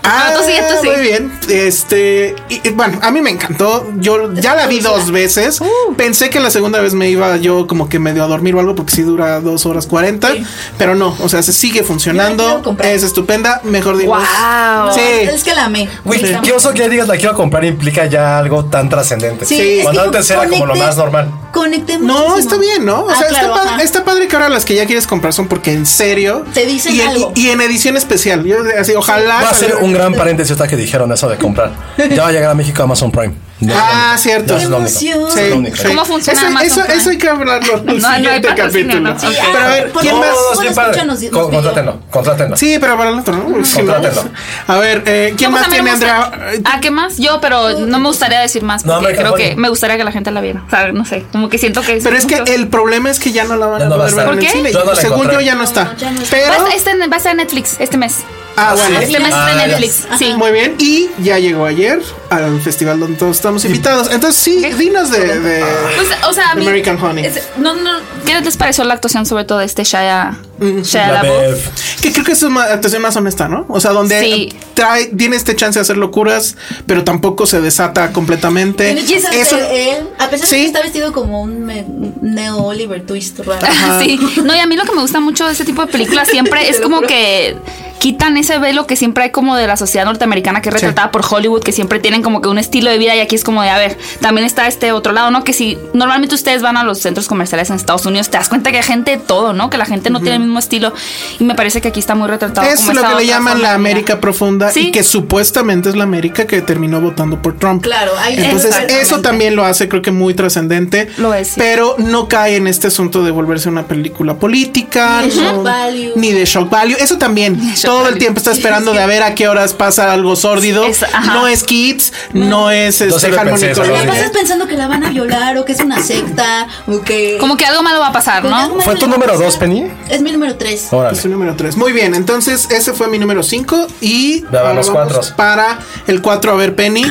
[SPEAKER 5] Ah,
[SPEAKER 4] No, tú sigue, tú sigue.
[SPEAKER 5] Muy bien. Este, y, y, bueno, a mí me encantó. Yo ya la vi dos veces.
[SPEAKER 4] Uh.
[SPEAKER 5] Pensé que la segunda vez me iba yo como que medio a dormir o algo porque sí dura dos horas cuarenta, pero no, o sea, se sigue
[SPEAKER 3] Yo la
[SPEAKER 5] funcionando.
[SPEAKER 3] quiero comprar.
[SPEAKER 5] Es estupenda, mejor digo.
[SPEAKER 4] Guau.
[SPEAKER 5] Sí.
[SPEAKER 3] Es que la amé.
[SPEAKER 1] Güey,
[SPEAKER 3] Sí.
[SPEAKER 1] qué oso que ya digas la quiero comprar implica ya algo tan trascendente.
[SPEAKER 3] Sí, es
[SPEAKER 1] Cuando
[SPEAKER 3] que
[SPEAKER 1] antes era como lo
[SPEAKER 3] conecté-
[SPEAKER 1] más normal.
[SPEAKER 3] Conecté
[SPEAKER 5] No,
[SPEAKER 3] muchísimo.
[SPEAKER 5] está bien, ¿no? O
[SPEAKER 3] Ah,
[SPEAKER 5] sea,
[SPEAKER 3] claro,
[SPEAKER 5] está,
[SPEAKER 3] ajá.
[SPEAKER 5] padre, está padre que ahora las que ya quieres comprar son porque en serio.
[SPEAKER 3] Te dicen
[SPEAKER 5] y en,
[SPEAKER 3] algo.
[SPEAKER 5] Y, en edición especial. Yo así, ojalá.
[SPEAKER 1] Va a ser
[SPEAKER 5] salga-
[SPEAKER 1] un gran paréntesis ahorita que dijeron eso de comprar. Ya va a llegar a México Amazon Prime. Ya es lo
[SPEAKER 5] Ah,
[SPEAKER 1] único.
[SPEAKER 5] cierto.
[SPEAKER 1] Ya es lo único.
[SPEAKER 3] Qué
[SPEAKER 1] Eso es lo único.
[SPEAKER 4] ¿Cómo funciona
[SPEAKER 5] Eso-
[SPEAKER 4] Amazon
[SPEAKER 5] eso,
[SPEAKER 4] Prime?
[SPEAKER 5] eso hay que hablarlo en el
[SPEAKER 4] No, no hay
[SPEAKER 5] siguiente
[SPEAKER 4] patrocinio,
[SPEAKER 5] capítulo.
[SPEAKER 4] no. Sí,
[SPEAKER 5] Pero a ver,
[SPEAKER 3] por
[SPEAKER 5] ¿quién
[SPEAKER 1] No,
[SPEAKER 5] más?
[SPEAKER 1] no,
[SPEAKER 3] Bueno,
[SPEAKER 1] sí,
[SPEAKER 3] escucha,
[SPEAKER 1] padre.
[SPEAKER 3] nos- nos
[SPEAKER 1] Con-
[SPEAKER 3] pidió.
[SPEAKER 1] Contrátenlo, contrátenlo.
[SPEAKER 5] Sí, pero para el otro, ¿no? Sí, ¿no?
[SPEAKER 1] Contrátelo.
[SPEAKER 5] A ver, eh, ¿quién
[SPEAKER 4] No, pues,
[SPEAKER 5] más
[SPEAKER 4] a
[SPEAKER 5] tiene
[SPEAKER 4] mí no me gusta-
[SPEAKER 5] Andrea? Eh,
[SPEAKER 4] Ah, ¿qué más? Yo, pero no me gustaría decir más
[SPEAKER 1] No,
[SPEAKER 4] porque
[SPEAKER 1] hombre,
[SPEAKER 4] creo
[SPEAKER 1] qué
[SPEAKER 4] que
[SPEAKER 1] bonito.
[SPEAKER 4] me gustaría que la gente la viera. O sea, no sé, como que siento que
[SPEAKER 5] Pero es que
[SPEAKER 4] mucho-
[SPEAKER 5] el problema es que ya no la van
[SPEAKER 1] Ya
[SPEAKER 5] a
[SPEAKER 1] no va a
[SPEAKER 5] poder ver
[SPEAKER 1] estar.
[SPEAKER 5] en el
[SPEAKER 4] ¿Por qué?
[SPEAKER 5] cine.
[SPEAKER 1] Yo no la
[SPEAKER 5] Según yo
[SPEAKER 1] encontré.
[SPEAKER 5] ya no está.
[SPEAKER 3] No, ya no está.
[SPEAKER 5] Pero.
[SPEAKER 4] va, a estar, en- va a estar en Netflix este mes.
[SPEAKER 5] Ah, bueno.
[SPEAKER 4] Pues Este mes
[SPEAKER 1] Ah,
[SPEAKER 4] está
[SPEAKER 1] ya.
[SPEAKER 4] en Netflix. Sí.
[SPEAKER 5] Muy bien, y ya llegó ayer al festival donde todos estamos invitados. Entonces, sí, dinos
[SPEAKER 1] Ah.
[SPEAKER 5] de. de-
[SPEAKER 4] Pues, o sea, a mí-
[SPEAKER 5] American Honey.
[SPEAKER 4] es- no, no, ¿Qué les pareció la actuación sobre todo de este Shia,
[SPEAKER 5] Mm.
[SPEAKER 4] Shia
[SPEAKER 1] La
[SPEAKER 4] LaBeouf?
[SPEAKER 1] Bev.
[SPEAKER 5] que creo que es una actuación más honesta, ¿no? O sea, donde
[SPEAKER 4] Sí.
[SPEAKER 5] trae, tiene este chance de hacer locuras, pero tampoco se desata completamente.
[SPEAKER 3] Tiene chance de
[SPEAKER 5] Eso-
[SPEAKER 4] eh,
[SPEAKER 3] ser él, a pesar
[SPEAKER 5] Sí.
[SPEAKER 3] de que está vestido como un me- un neo Oliver Twist raro.
[SPEAKER 4] Sí, no, y a mí lo que me gusta mucho de este tipo de películas siempre es como que quitan ese velo que siempre hay como de la sociedad norteamericana que es retratada por Hollywood, que siempre tienen como que un estilo de vida y aquí es como de, a ver, también está este otro lado, ¿no? Que si normalmente ustedes van a los centros comerciales en Estados Unidos, te das cuenta que hay gente de todo, ¿no? Que la gente no tiene el mismo estilo y me parece que aquí está muy retratado.
[SPEAKER 5] Es lo
[SPEAKER 4] como esta
[SPEAKER 5] que le
[SPEAKER 4] otra
[SPEAKER 5] llaman
[SPEAKER 4] forma
[SPEAKER 5] la
[SPEAKER 4] de vida.
[SPEAKER 5] América profunda
[SPEAKER 4] Sí.
[SPEAKER 5] y que supuestamente es la América que terminó votando por Trump.
[SPEAKER 3] Claro, ahí-
[SPEAKER 5] entonces
[SPEAKER 3] Exactamente.
[SPEAKER 5] eso también lo hace creo que muy trascendente.
[SPEAKER 4] Lo es, sí.
[SPEAKER 5] Pero no cae en este asunto de volverse una película política,
[SPEAKER 3] Ni de
[SPEAKER 5] no-
[SPEAKER 3] shock value.
[SPEAKER 5] ni de shock value. Eso también todo el tiempo está esperando de a ver a qué horas pasa algo sórdido.
[SPEAKER 4] Es- ajá.
[SPEAKER 5] no es kids, no, es este,
[SPEAKER 1] sirve
[SPEAKER 5] Harmony
[SPEAKER 1] pensar eso,
[SPEAKER 5] Corrine.
[SPEAKER 1] no
[SPEAKER 3] La
[SPEAKER 1] sí.
[SPEAKER 3] pasas pensando que la van a violar o que es una secta o que.
[SPEAKER 4] Como que algo malo va a pasar,
[SPEAKER 3] Pues algo
[SPEAKER 4] ¿no?
[SPEAKER 3] malo
[SPEAKER 1] ¿Fue
[SPEAKER 3] le
[SPEAKER 1] tu
[SPEAKER 3] va a
[SPEAKER 1] número
[SPEAKER 3] pasar.
[SPEAKER 1] dos, Penny?
[SPEAKER 3] Es mi número tres.
[SPEAKER 1] Órale.
[SPEAKER 5] Es su número 3. Muy bien, entonces ese fue mi número 5 y
[SPEAKER 1] Ya van
[SPEAKER 5] ahora
[SPEAKER 1] los
[SPEAKER 5] vamos
[SPEAKER 1] cuatros.
[SPEAKER 5] para el 4 a ver Penny.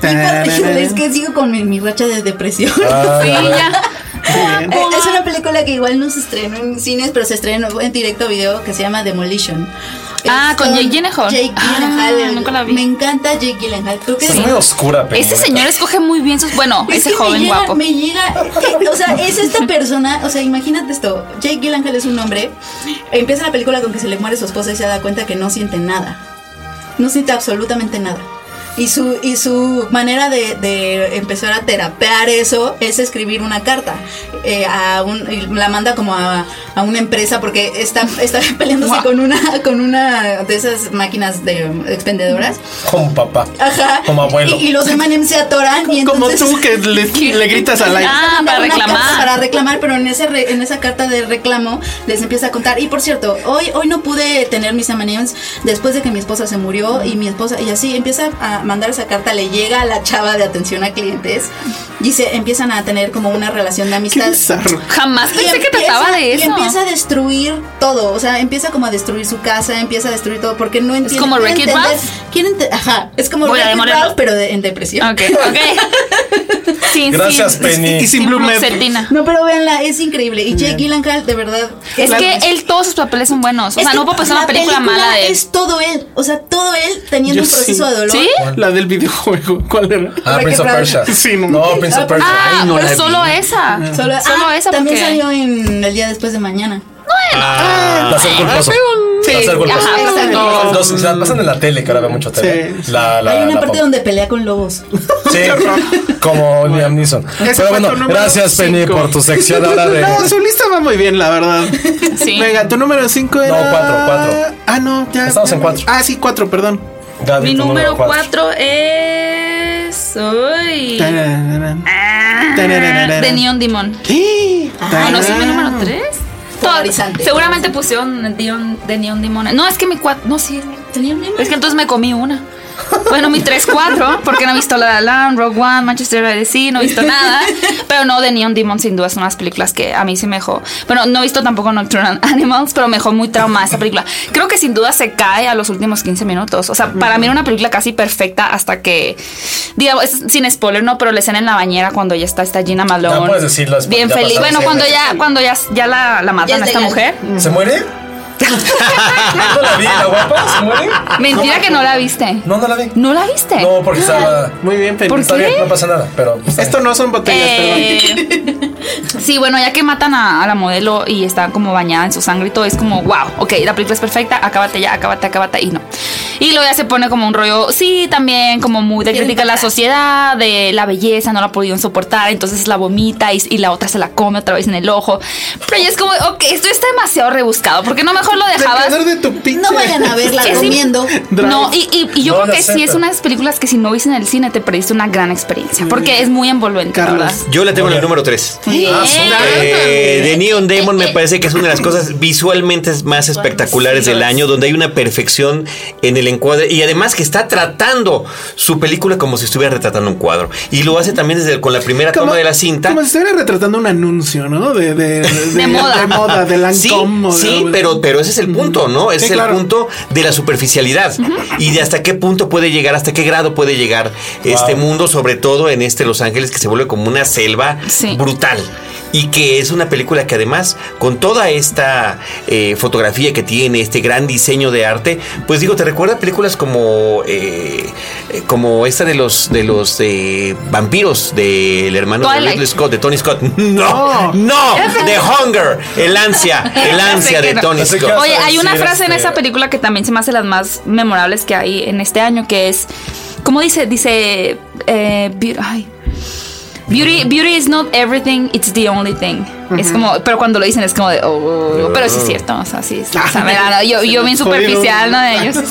[SPEAKER 3] Híjole, Es que sigo con mi, mi racha de depresión.
[SPEAKER 1] Ah,
[SPEAKER 4] Sí, ya.
[SPEAKER 3] Eh, Es una película que igual no se estrenó en cines, pero se estrenó en directo video que se llama Demolition.
[SPEAKER 4] Ah, con Jake Gyllenhaal.
[SPEAKER 3] Jake
[SPEAKER 4] Ah,
[SPEAKER 3] Gyllenhaal. el-
[SPEAKER 4] nunca la vi.
[SPEAKER 3] Me encanta Jake Gyllenhaal. Creo que
[SPEAKER 1] Es
[SPEAKER 3] sí.
[SPEAKER 1] muy oscura, Penny.
[SPEAKER 4] Este
[SPEAKER 1] neta.
[SPEAKER 4] señor escoge muy bien sus. Bueno,
[SPEAKER 3] Es que
[SPEAKER 4] ese
[SPEAKER 3] me
[SPEAKER 4] joven
[SPEAKER 3] llega,
[SPEAKER 4] guapo.
[SPEAKER 3] Me llega, que- o sea, es esta persona, o sea, imagínate esto, Jake Gyllenhaal es un hombre, empieza la película con que se le muere su esposa y se da cuenta que no siente nada, no siente absolutamente nada. Y su, y su manera de, de empezar a terapear eso es escribir una carta. eh, a un- y la manda como a, a una empresa porque está, está peleándose
[SPEAKER 4] Guau.
[SPEAKER 3] con una con una de esas máquinas de expendedoras.
[SPEAKER 1] Como papá.
[SPEAKER 3] Ajá.
[SPEAKER 1] Como abuelo.
[SPEAKER 3] Y, y los M&M se atoran y
[SPEAKER 5] Como
[SPEAKER 3] entonces-
[SPEAKER 5] tú que le, le gritas al aire.
[SPEAKER 4] Ah, para
[SPEAKER 3] una carta
[SPEAKER 4] reclamar.
[SPEAKER 3] Para reclamar, pero en, ese re- en esa carta de reclamo les empieza a contar. Y por cierto, hoy, hoy no pude tener mis M&M's después de que mi esposa se murió y mi esposa, y así empieza a mandar esa carta, le llega a la chava de atención a clientes y se empiezan a tener como una relación de
[SPEAKER 5] Qué
[SPEAKER 3] amistad.
[SPEAKER 5] bizarro.
[SPEAKER 4] Jamás
[SPEAKER 3] Y
[SPEAKER 4] pensé que
[SPEAKER 3] empieza-
[SPEAKER 4] trataba de
[SPEAKER 3] Y
[SPEAKER 4] eso.
[SPEAKER 3] empieza a destruir todo. O sea, empieza como a destruir su casa, empieza a destruir todo porque no entiende.
[SPEAKER 4] como
[SPEAKER 3] quiere
[SPEAKER 4] Wreck-It
[SPEAKER 3] entender-
[SPEAKER 4] Ralph.
[SPEAKER 3] quiere ente- Ajá, es como
[SPEAKER 4] Voy a
[SPEAKER 3] Wreck-It
[SPEAKER 4] demolerlo.
[SPEAKER 3] Ralph, pero de- en depresión.
[SPEAKER 4] Ok, ok. Sin-
[SPEAKER 1] Gracias,
[SPEAKER 4] sin-
[SPEAKER 1] Penny.
[SPEAKER 5] Y sin
[SPEAKER 4] sin
[SPEAKER 5] Blue Meth.
[SPEAKER 4] Bruxetina.
[SPEAKER 3] No, pero véanla, es increíble. Y Jake Gyllenhaal, de verdad.
[SPEAKER 4] Es
[SPEAKER 3] la-
[SPEAKER 4] que él, todos sus papeles son buenos. O
[SPEAKER 3] es
[SPEAKER 4] sea,
[SPEAKER 3] que
[SPEAKER 4] no puedo pasar una
[SPEAKER 3] la
[SPEAKER 4] película, mala de él.
[SPEAKER 3] Es todo él. O sea, todo él teniendo
[SPEAKER 5] Yo
[SPEAKER 3] un proceso
[SPEAKER 5] sí.
[SPEAKER 3] de dolor.
[SPEAKER 4] ¿Sí?
[SPEAKER 5] La del videojuego, ¿cuál era?
[SPEAKER 1] Ah,
[SPEAKER 3] Porque
[SPEAKER 1] Prince of
[SPEAKER 3] Brad-
[SPEAKER 1] Persia.
[SPEAKER 5] Sí, no.
[SPEAKER 1] no, Prince of Persia.
[SPEAKER 4] Ah,
[SPEAKER 1] Ay, no la
[SPEAKER 4] pero
[SPEAKER 1] vi.
[SPEAKER 4] solo esa.
[SPEAKER 3] Solo,
[SPEAKER 4] Solo,
[SPEAKER 3] ah,
[SPEAKER 4] esa.
[SPEAKER 3] También
[SPEAKER 4] porque-
[SPEAKER 3] salió en El Día Después de Mañana.
[SPEAKER 4] Ah,
[SPEAKER 1] Placer culposo. Placer culposo.
[SPEAKER 4] Ajá, placer
[SPEAKER 1] No, los- se la pasan en la tele, que ahora veo mucho tele.
[SPEAKER 5] Sí.
[SPEAKER 1] La, la,
[SPEAKER 3] Hay una
[SPEAKER 1] la
[SPEAKER 3] parte donde pelea con lobos.
[SPEAKER 1] Sí, como Liam Neeson.
[SPEAKER 5] Ese
[SPEAKER 1] Pero
[SPEAKER 5] fue
[SPEAKER 1] bueno,
[SPEAKER 5] tu número
[SPEAKER 1] gracias Penny
[SPEAKER 5] cinco.
[SPEAKER 1] por tu sección ahora de...
[SPEAKER 5] No, su lista va muy bien, la verdad.
[SPEAKER 4] Sí.
[SPEAKER 5] Venga, tu número 5 era.
[SPEAKER 1] cuatro, cuatro.
[SPEAKER 5] Ah, no, ya.
[SPEAKER 1] Estamos
[SPEAKER 5] ya
[SPEAKER 1] en
[SPEAKER 5] me-
[SPEAKER 1] cuatro.
[SPEAKER 5] Ah, sí, 4, perdón.
[SPEAKER 1] Gaby,
[SPEAKER 4] Mi
[SPEAKER 1] tu
[SPEAKER 4] número
[SPEAKER 1] cuatro.
[SPEAKER 4] 4 es. Uy.
[SPEAKER 5] Tarararán.
[SPEAKER 4] Ah,
[SPEAKER 5] Tarararán.
[SPEAKER 4] De Neon Demon.
[SPEAKER 5] Sí.
[SPEAKER 4] Ah, no, sí, mi número
[SPEAKER 5] Tararán.
[SPEAKER 4] 3.
[SPEAKER 3] Polarizante.
[SPEAKER 4] Seguramente pusieron Dion- de Neon Demon. No, es que mi 4. No, sí. es mi-
[SPEAKER 3] Tenía un meme.
[SPEAKER 4] Es que entonces me comí una. Bueno, mi 3-4, porque no he visto La La Land, Rogue One, Manchester by the Sea, no he visto nada. Pero no, The Neon Demon sin duda son unas películas que a mí sí me dejó. Bueno, no he visto tampoco Nocturnal Animals, pero me dejó muy traumada esta película. Creo que sin duda se cae a los últimos 15 minutos. O sea, para mí era una película casi perfecta hasta que, digamos, es sin spoiler, no, pero la escena en la bañera cuando ya está esta Gina Malone.
[SPEAKER 1] Ya puedes decirlo, es-
[SPEAKER 4] Bien
[SPEAKER 1] ya
[SPEAKER 4] feliz.
[SPEAKER 1] pasaron
[SPEAKER 4] Bueno,
[SPEAKER 1] seis
[SPEAKER 4] cuando
[SPEAKER 1] meses.
[SPEAKER 4] ya, cuando ya, ya la, la matan
[SPEAKER 3] es
[SPEAKER 4] a esta
[SPEAKER 3] legal.
[SPEAKER 4] mujer.
[SPEAKER 1] ¿Se muere? ¿No la vi, la guapa? ¿Se muere?
[SPEAKER 4] Mentira que no la viste.
[SPEAKER 1] No, no la vi.
[SPEAKER 4] ¿No la viste?
[SPEAKER 1] No, porque estaba...
[SPEAKER 5] Muy bien, Penny.
[SPEAKER 4] ¿Por
[SPEAKER 1] Está
[SPEAKER 4] qué?
[SPEAKER 1] bien, no pasa nada, pero... está
[SPEAKER 5] Esto no son botellas, perdón.
[SPEAKER 4] Eh, sí, bueno, ya que matan a, a la modelo y está como bañada en su sangre y todo, es como, wow, ok, la película es perfecta, acábate ya, acábate, acábate, y no. Y luego ya se pone como un rollo, sí, también como muy de crítica a la sociedad, de la belleza, no la pudieron soportar, entonces la vomita y, y la otra se la come otra vez en el ojo. Pero ya es como, ok, esto está demasiado rebuscado, ¿por qué no mejor lo dejabas?
[SPEAKER 5] Depender de tu pinche.
[SPEAKER 3] No vayan a verla
[SPEAKER 4] Es-
[SPEAKER 3] comiendo.
[SPEAKER 5] Drive.
[SPEAKER 4] No, y, y- y yo
[SPEAKER 1] No,
[SPEAKER 4] creo
[SPEAKER 1] la
[SPEAKER 4] que
[SPEAKER 1] sé,
[SPEAKER 4] sí es
[SPEAKER 1] pero-
[SPEAKER 4] una de las películas que si no viste en el cine te perdiste una gran experiencia, porque es muy envolvente. la
[SPEAKER 5] Carlos.
[SPEAKER 4] verdad.
[SPEAKER 2] Yo la tengo en el número 3.
[SPEAKER 1] Ah,
[SPEAKER 4] Bien.
[SPEAKER 2] Eh, de Neon Demon me parece que es una de las cosas visualmente más espectaculares del año, donde hay una perfección en el encuadre y además que está tratando su película como si estuviera retratando un cuadro. Y lo hace también desde con la primera toma de la cinta.
[SPEAKER 5] Como si estuviera retratando un anuncio, ¿no? De, de, de,
[SPEAKER 4] De moda.
[SPEAKER 5] De moda, de
[SPEAKER 2] Sí,
[SPEAKER 5] Lancôme. o de-
[SPEAKER 2] sí, pero, pero ese es el punto, ¿no? Ese
[SPEAKER 5] Sí,
[SPEAKER 2] es el
[SPEAKER 5] claro.
[SPEAKER 2] punto de la superficialidad y de hasta qué punto puede llegar, hasta qué grado puede llegar este mundo, sobre todo en este Los Ángeles que se vuelve como una selva
[SPEAKER 4] Sí.
[SPEAKER 2] brutal. y que es una película que además con toda esta eh, fotografía que tiene, este gran diseño de arte, pues digo, te recuerda a películas como, eh, eh, como esta de los, de los eh, vampiros del hermano de
[SPEAKER 4] Twilight.
[SPEAKER 2] Ridley Scott, de Tony Scott. No, no, The Hunger, el ansia, el ansia
[SPEAKER 4] sé
[SPEAKER 2] de
[SPEAKER 4] que no.
[SPEAKER 2] Tony
[SPEAKER 1] Así que-
[SPEAKER 2] Scott.
[SPEAKER 4] Oye,
[SPEAKER 1] a
[SPEAKER 4] hay una
[SPEAKER 1] decir,
[SPEAKER 4] frase en
[SPEAKER 1] este-
[SPEAKER 4] esa película que también se me hace las más memorables que hay en este año, que es, ¿cómo dice? Dice, eh, beauty, ay. Beauty, beauty is not everything, it's the only thing. Es como, pero cuando lo dicen es como de, oh, pero sí es cierto, o sea, sí, es- o sea, me da- yo, yo bien superficial, ¿no? De ellos. sí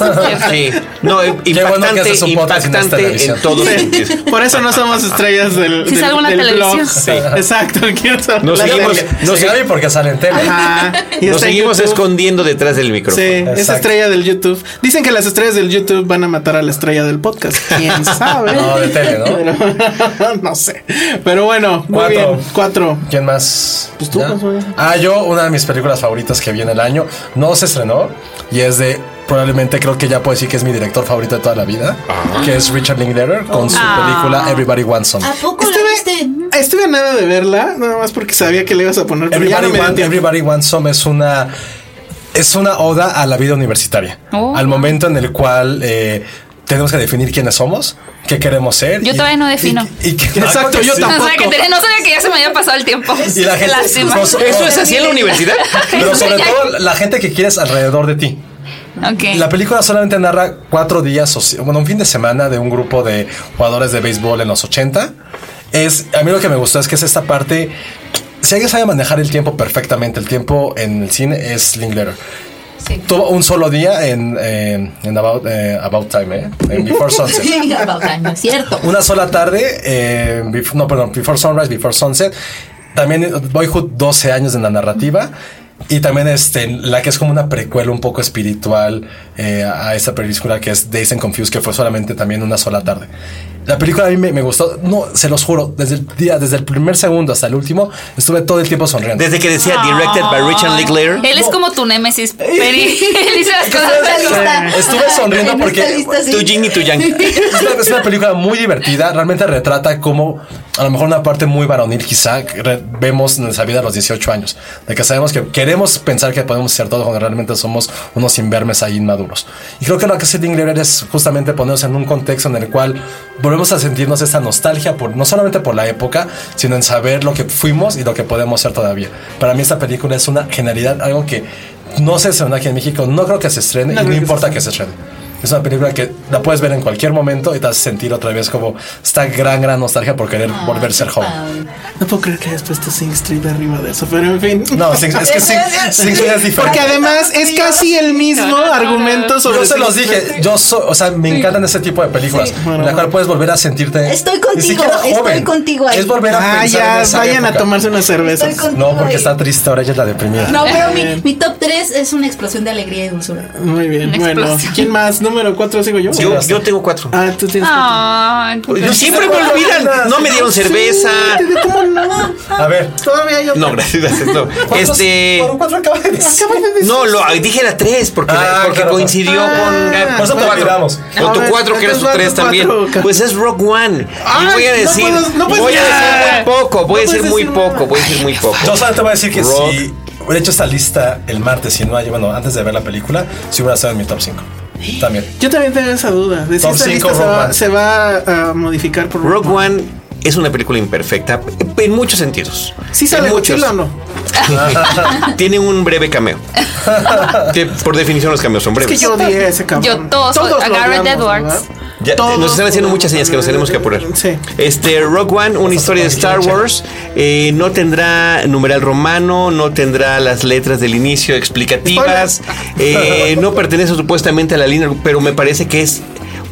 [SPEAKER 2] Sí,
[SPEAKER 4] es cierto.
[SPEAKER 2] no, eh,
[SPEAKER 1] Qué bueno que
[SPEAKER 2] impactante,
[SPEAKER 1] haces un podcast y no es
[SPEAKER 2] impactante en
[SPEAKER 1] televisión.
[SPEAKER 2] todo sentido.
[SPEAKER 5] Por eso no somos estrellas del.
[SPEAKER 4] Sí
[SPEAKER 5] del-
[SPEAKER 4] salgo en la
[SPEAKER 5] del
[SPEAKER 4] televisión.
[SPEAKER 5] blog.
[SPEAKER 4] Sí.
[SPEAKER 5] Exacto. quiero saber
[SPEAKER 2] Nos
[SPEAKER 5] la
[SPEAKER 2] seguimos-
[SPEAKER 5] tele.
[SPEAKER 1] No sé porque sale en tele.
[SPEAKER 5] Ajá. Y
[SPEAKER 2] Nos
[SPEAKER 5] está en
[SPEAKER 2] seguimos
[SPEAKER 5] YouTube.
[SPEAKER 2] escondiendo detrás del
[SPEAKER 5] Sí,
[SPEAKER 2] micrófono.
[SPEAKER 5] es
[SPEAKER 1] Exacto.
[SPEAKER 5] estrella del YouTube. Dicen que las estrellas del YouTube van a matar a la estrella del podcast. ¿Quién sabe?
[SPEAKER 1] No, de tele, ¿no?
[SPEAKER 5] Pero- no sé. Pero bueno, muy
[SPEAKER 1] Cuatro.
[SPEAKER 5] bien. Cuatro.
[SPEAKER 1] ¿Quién más?
[SPEAKER 5] Pues tú,
[SPEAKER 1] ¿Ya?
[SPEAKER 5] pues, güey.
[SPEAKER 1] Ah, yo, una de mis películas favoritas que vi en el año, no se estrenó y es de, probablemente creo que ya puedo decir que es mi director favorito de toda la vida, que es Richard Linklater con su
[SPEAKER 4] Ah.
[SPEAKER 1] película Everybody Wants Some.
[SPEAKER 9] ¿A poco la viste?
[SPEAKER 5] Estuve, estuve a nada de verla, nada más porque sabía que le ibas a poner. Pero ya no
[SPEAKER 1] Everybody,
[SPEAKER 5] me dio
[SPEAKER 1] Want-
[SPEAKER 5] tiempo.
[SPEAKER 1] Everybody Wants Some es una es una oda a la vida universitaria.
[SPEAKER 4] Oh.
[SPEAKER 1] Al momento en el cual eh, tenemos que definir quiénes somos, qué queremos ser.
[SPEAKER 4] Yo todavía no defino.
[SPEAKER 1] y- y qué- Ah,
[SPEAKER 5] Exacto, yo
[SPEAKER 1] Sí.
[SPEAKER 4] O sea, que
[SPEAKER 5] tampoco.
[SPEAKER 4] tenía- no sabía que ya se me había pasado el tiempo.
[SPEAKER 1] Y la gente-
[SPEAKER 4] Lástima.
[SPEAKER 1] Pues,
[SPEAKER 2] ¿Eso es así en la universidad?
[SPEAKER 1] Pero sobre todo la gente que quieres alrededor de ti.
[SPEAKER 4] Ok.
[SPEAKER 1] La película solamente narra cuatro días, o si- bueno, un fin de semana de un grupo de jugadores de béisbol en los 80. Es, a mí lo que me gustó es que es esta parte. Si alguien sabe manejar el tiempo perfectamente, el tiempo en el cine es Linklater. Tuvo un solo día en, eh, en About, eh, About Time, ¿eh? en Before Sunset.
[SPEAKER 9] About time, ¿no es cierto?
[SPEAKER 1] Una sola tarde, eh, bef- no, perdón, Before Sunrise, Before Sunset. También eh, Boyhood, 12 años en la narrativa. Y también este, la que es como una precuela un poco espiritual eh, a esta película que es Days and Confused, que fue solamente también una sola tarde. La película a mí me, me gustó, no, se los juro, desde el día, desde el primer segundo hasta el último, estuve todo el tiempo sonriendo.
[SPEAKER 2] Desde que decía directed by Richard Linklater.
[SPEAKER 4] Él es como tu némesis, Peri. Él dice las
[SPEAKER 3] Esta
[SPEAKER 4] cosas.
[SPEAKER 3] lista.
[SPEAKER 1] Estuve sonriendo
[SPEAKER 3] En
[SPEAKER 1] porque-
[SPEAKER 3] esta lista, sí.
[SPEAKER 2] Tu yin y tu yang.
[SPEAKER 1] es, una, es una película muy divertida, realmente retrata como a lo mejor una parte muy varonil quizá que re- vemos en nuestra vida a los 18 años, de que sabemos que queremos pensar que podemos ser todo cuando realmente somos unos invermes ahí inmaduros. Y creo que lo que hace Dingler es justamente ponernos en un contexto en el cual volvemos a sentirnos esta nostalgia por no solamente por la época, sino en saber lo que fuimos y lo que podemos ser todavía. Para mí esta película es una genialidad, algo que no se estrenó aquí en México, no creo que se estrene y no importa que se estrene. Es una película que la puedes ver en cualquier momento y te hace sentir otra vez como esta gran, gran nostalgia por querer volver a ser joven.
[SPEAKER 5] No puedo creer que hayas puesto Sing Street arriba de eso, pero en fin.
[SPEAKER 1] No, Sing- es que Sing, Sing Street es diferente.
[SPEAKER 5] Porque además es casi el mismo argumento sobre.
[SPEAKER 1] yo se
[SPEAKER 5] Sing
[SPEAKER 1] los
[SPEAKER 5] Street.
[SPEAKER 1] dije, eh, yo soy, o sea, me encantan ese tipo de películas en la cual puedes volver a sentirte.
[SPEAKER 3] Estoy
[SPEAKER 1] ni
[SPEAKER 3] contigo,
[SPEAKER 1] siquiera
[SPEAKER 3] estoy
[SPEAKER 1] joven.
[SPEAKER 3] contigo ahí.
[SPEAKER 1] Es volver a
[SPEAKER 5] Ah,
[SPEAKER 1] pensar en
[SPEAKER 5] ya,
[SPEAKER 1] esa
[SPEAKER 5] vayan a
[SPEAKER 1] época.
[SPEAKER 5] tomarse unas cervezas.
[SPEAKER 3] Estoy contigo
[SPEAKER 1] No, porque
[SPEAKER 3] ahí.
[SPEAKER 1] está triste, ahora ella es la deprimida.
[SPEAKER 3] No, pero mi, mi top 3 es una explosión de alegría y dulzura.
[SPEAKER 5] Muy bien,
[SPEAKER 4] Una
[SPEAKER 5] bueno.
[SPEAKER 4] explosión.
[SPEAKER 5] ¿Quién más? Número cuatro sigo yo.
[SPEAKER 2] Yo, yo tengo cuatro.
[SPEAKER 5] Ah, tú tienes. Ah,
[SPEAKER 4] Ay,
[SPEAKER 2] Yo siempre me olvidan. No me dieron cerveza.
[SPEAKER 5] cuatro. ¿Cómo no?
[SPEAKER 1] A ver,
[SPEAKER 5] Todavía yo.
[SPEAKER 2] No, gracias. no. Este.
[SPEAKER 1] por cuatro acabas de decir.
[SPEAKER 5] Acabas de decir-
[SPEAKER 2] No, lo, dije la tres porque,
[SPEAKER 1] Ah,
[SPEAKER 2] porque
[SPEAKER 1] claro.
[SPEAKER 2] coincidió con.
[SPEAKER 5] Ah,
[SPEAKER 1] por eso te
[SPEAKER 2] cuatro.
[SPEAKER 1] olvidamos.
[SPEAKER 2] Con tu
[SPEAKER 5] A ver,
[SPEAKER 2] cuatro, que era su
[SPEAKER 5] entonces
[SPEAKER 2] tres
[SPEAKER 5] vas tu
[SPEAKER 2] también.
[SPEAKER 5] cuatro.
[SPEAKER 2] Pues es Rock One.
[SPEAKER 5] Ay,
[SPEAKER 2] y voy a
[SPEAKER 5] no
[SPEAKER 2] decir.
[SPEAKER 5] puedes- no puedes
[SPEAKER 2] voy a
[SPEAKER 5] decir
[SPEAKER 2] decir
[SPEAKER 5] nada.
[SPEAKER 2] muy poco. Voy a
[SPEAKER 5] No
[SPEAKER 2] decir
[SPEAKER 5] puedes
[SPEAKER 2] muy
[SPEAKER 5] decir nada.
[SPEAKER 2] poco. Voy a decir muy poco.
[SPEAKER 1] Yo solamente voy a decir que
[SPEAKER 2] Rock.
[SPEAKER 1] si hubiera hecho esta lista el martes y no, bueno, antes de ver la película, si hubiera estado en mi top 5. También.
[SPEAKER 5] Yo también tengo esa duda. De si
[SPEAKER 1] Top
[SPEAKER 5] esta
[SPEAKER 1] cinco,
[SPEAKER 5] lista se
[SPEAKER 1] Rock
[SPEAKER 5] va,
[SPEAKER 1] One.
[SPEAKER 5] se va a modificar por
[SPEAKER 2] Rock One es una película imperfecta en muchos sentidos.
[SPEAKER 5] ¿Sí
[SPEAKER 2] En
[SPEAKER 5] sale
[SPEAKER 2] muchos.
[SPEAKER 5] Godzilla o no?
[SPEAKER 2] Tiene un breve cameo. que por definición los cameos son
[SPEAKER 5] Es
[SPEAKER 2] breves.
[SPEAKER 5] que yo odié ese cabrón.
[SPEAKER 4] Yo todos- a
[SPEAKER 5] lo
[SPEAKER 4] Garrett
[SPEAKER 5] odiamos,
[SPEAKER 4] Edwards.
[SPEAKER 5] ¿verdad?
[SPEAKER 2] Ya,
[SPEAKER 5] Todos
[SPEAKER 2] nos están haciendo
[SPEAKER 5] odiamos
[SPEAKER 2] muchas señas que nos tenemos que apurar.
[SPEAKER 5] Sí.
[SPEAKER 2] Este, Rock One, una historia de Star Wars, eh, no tendrá numeral romano, no tendrá las letras del inicio explicativas, eh, no pertenece supuestamente a la línea, pero me parece que es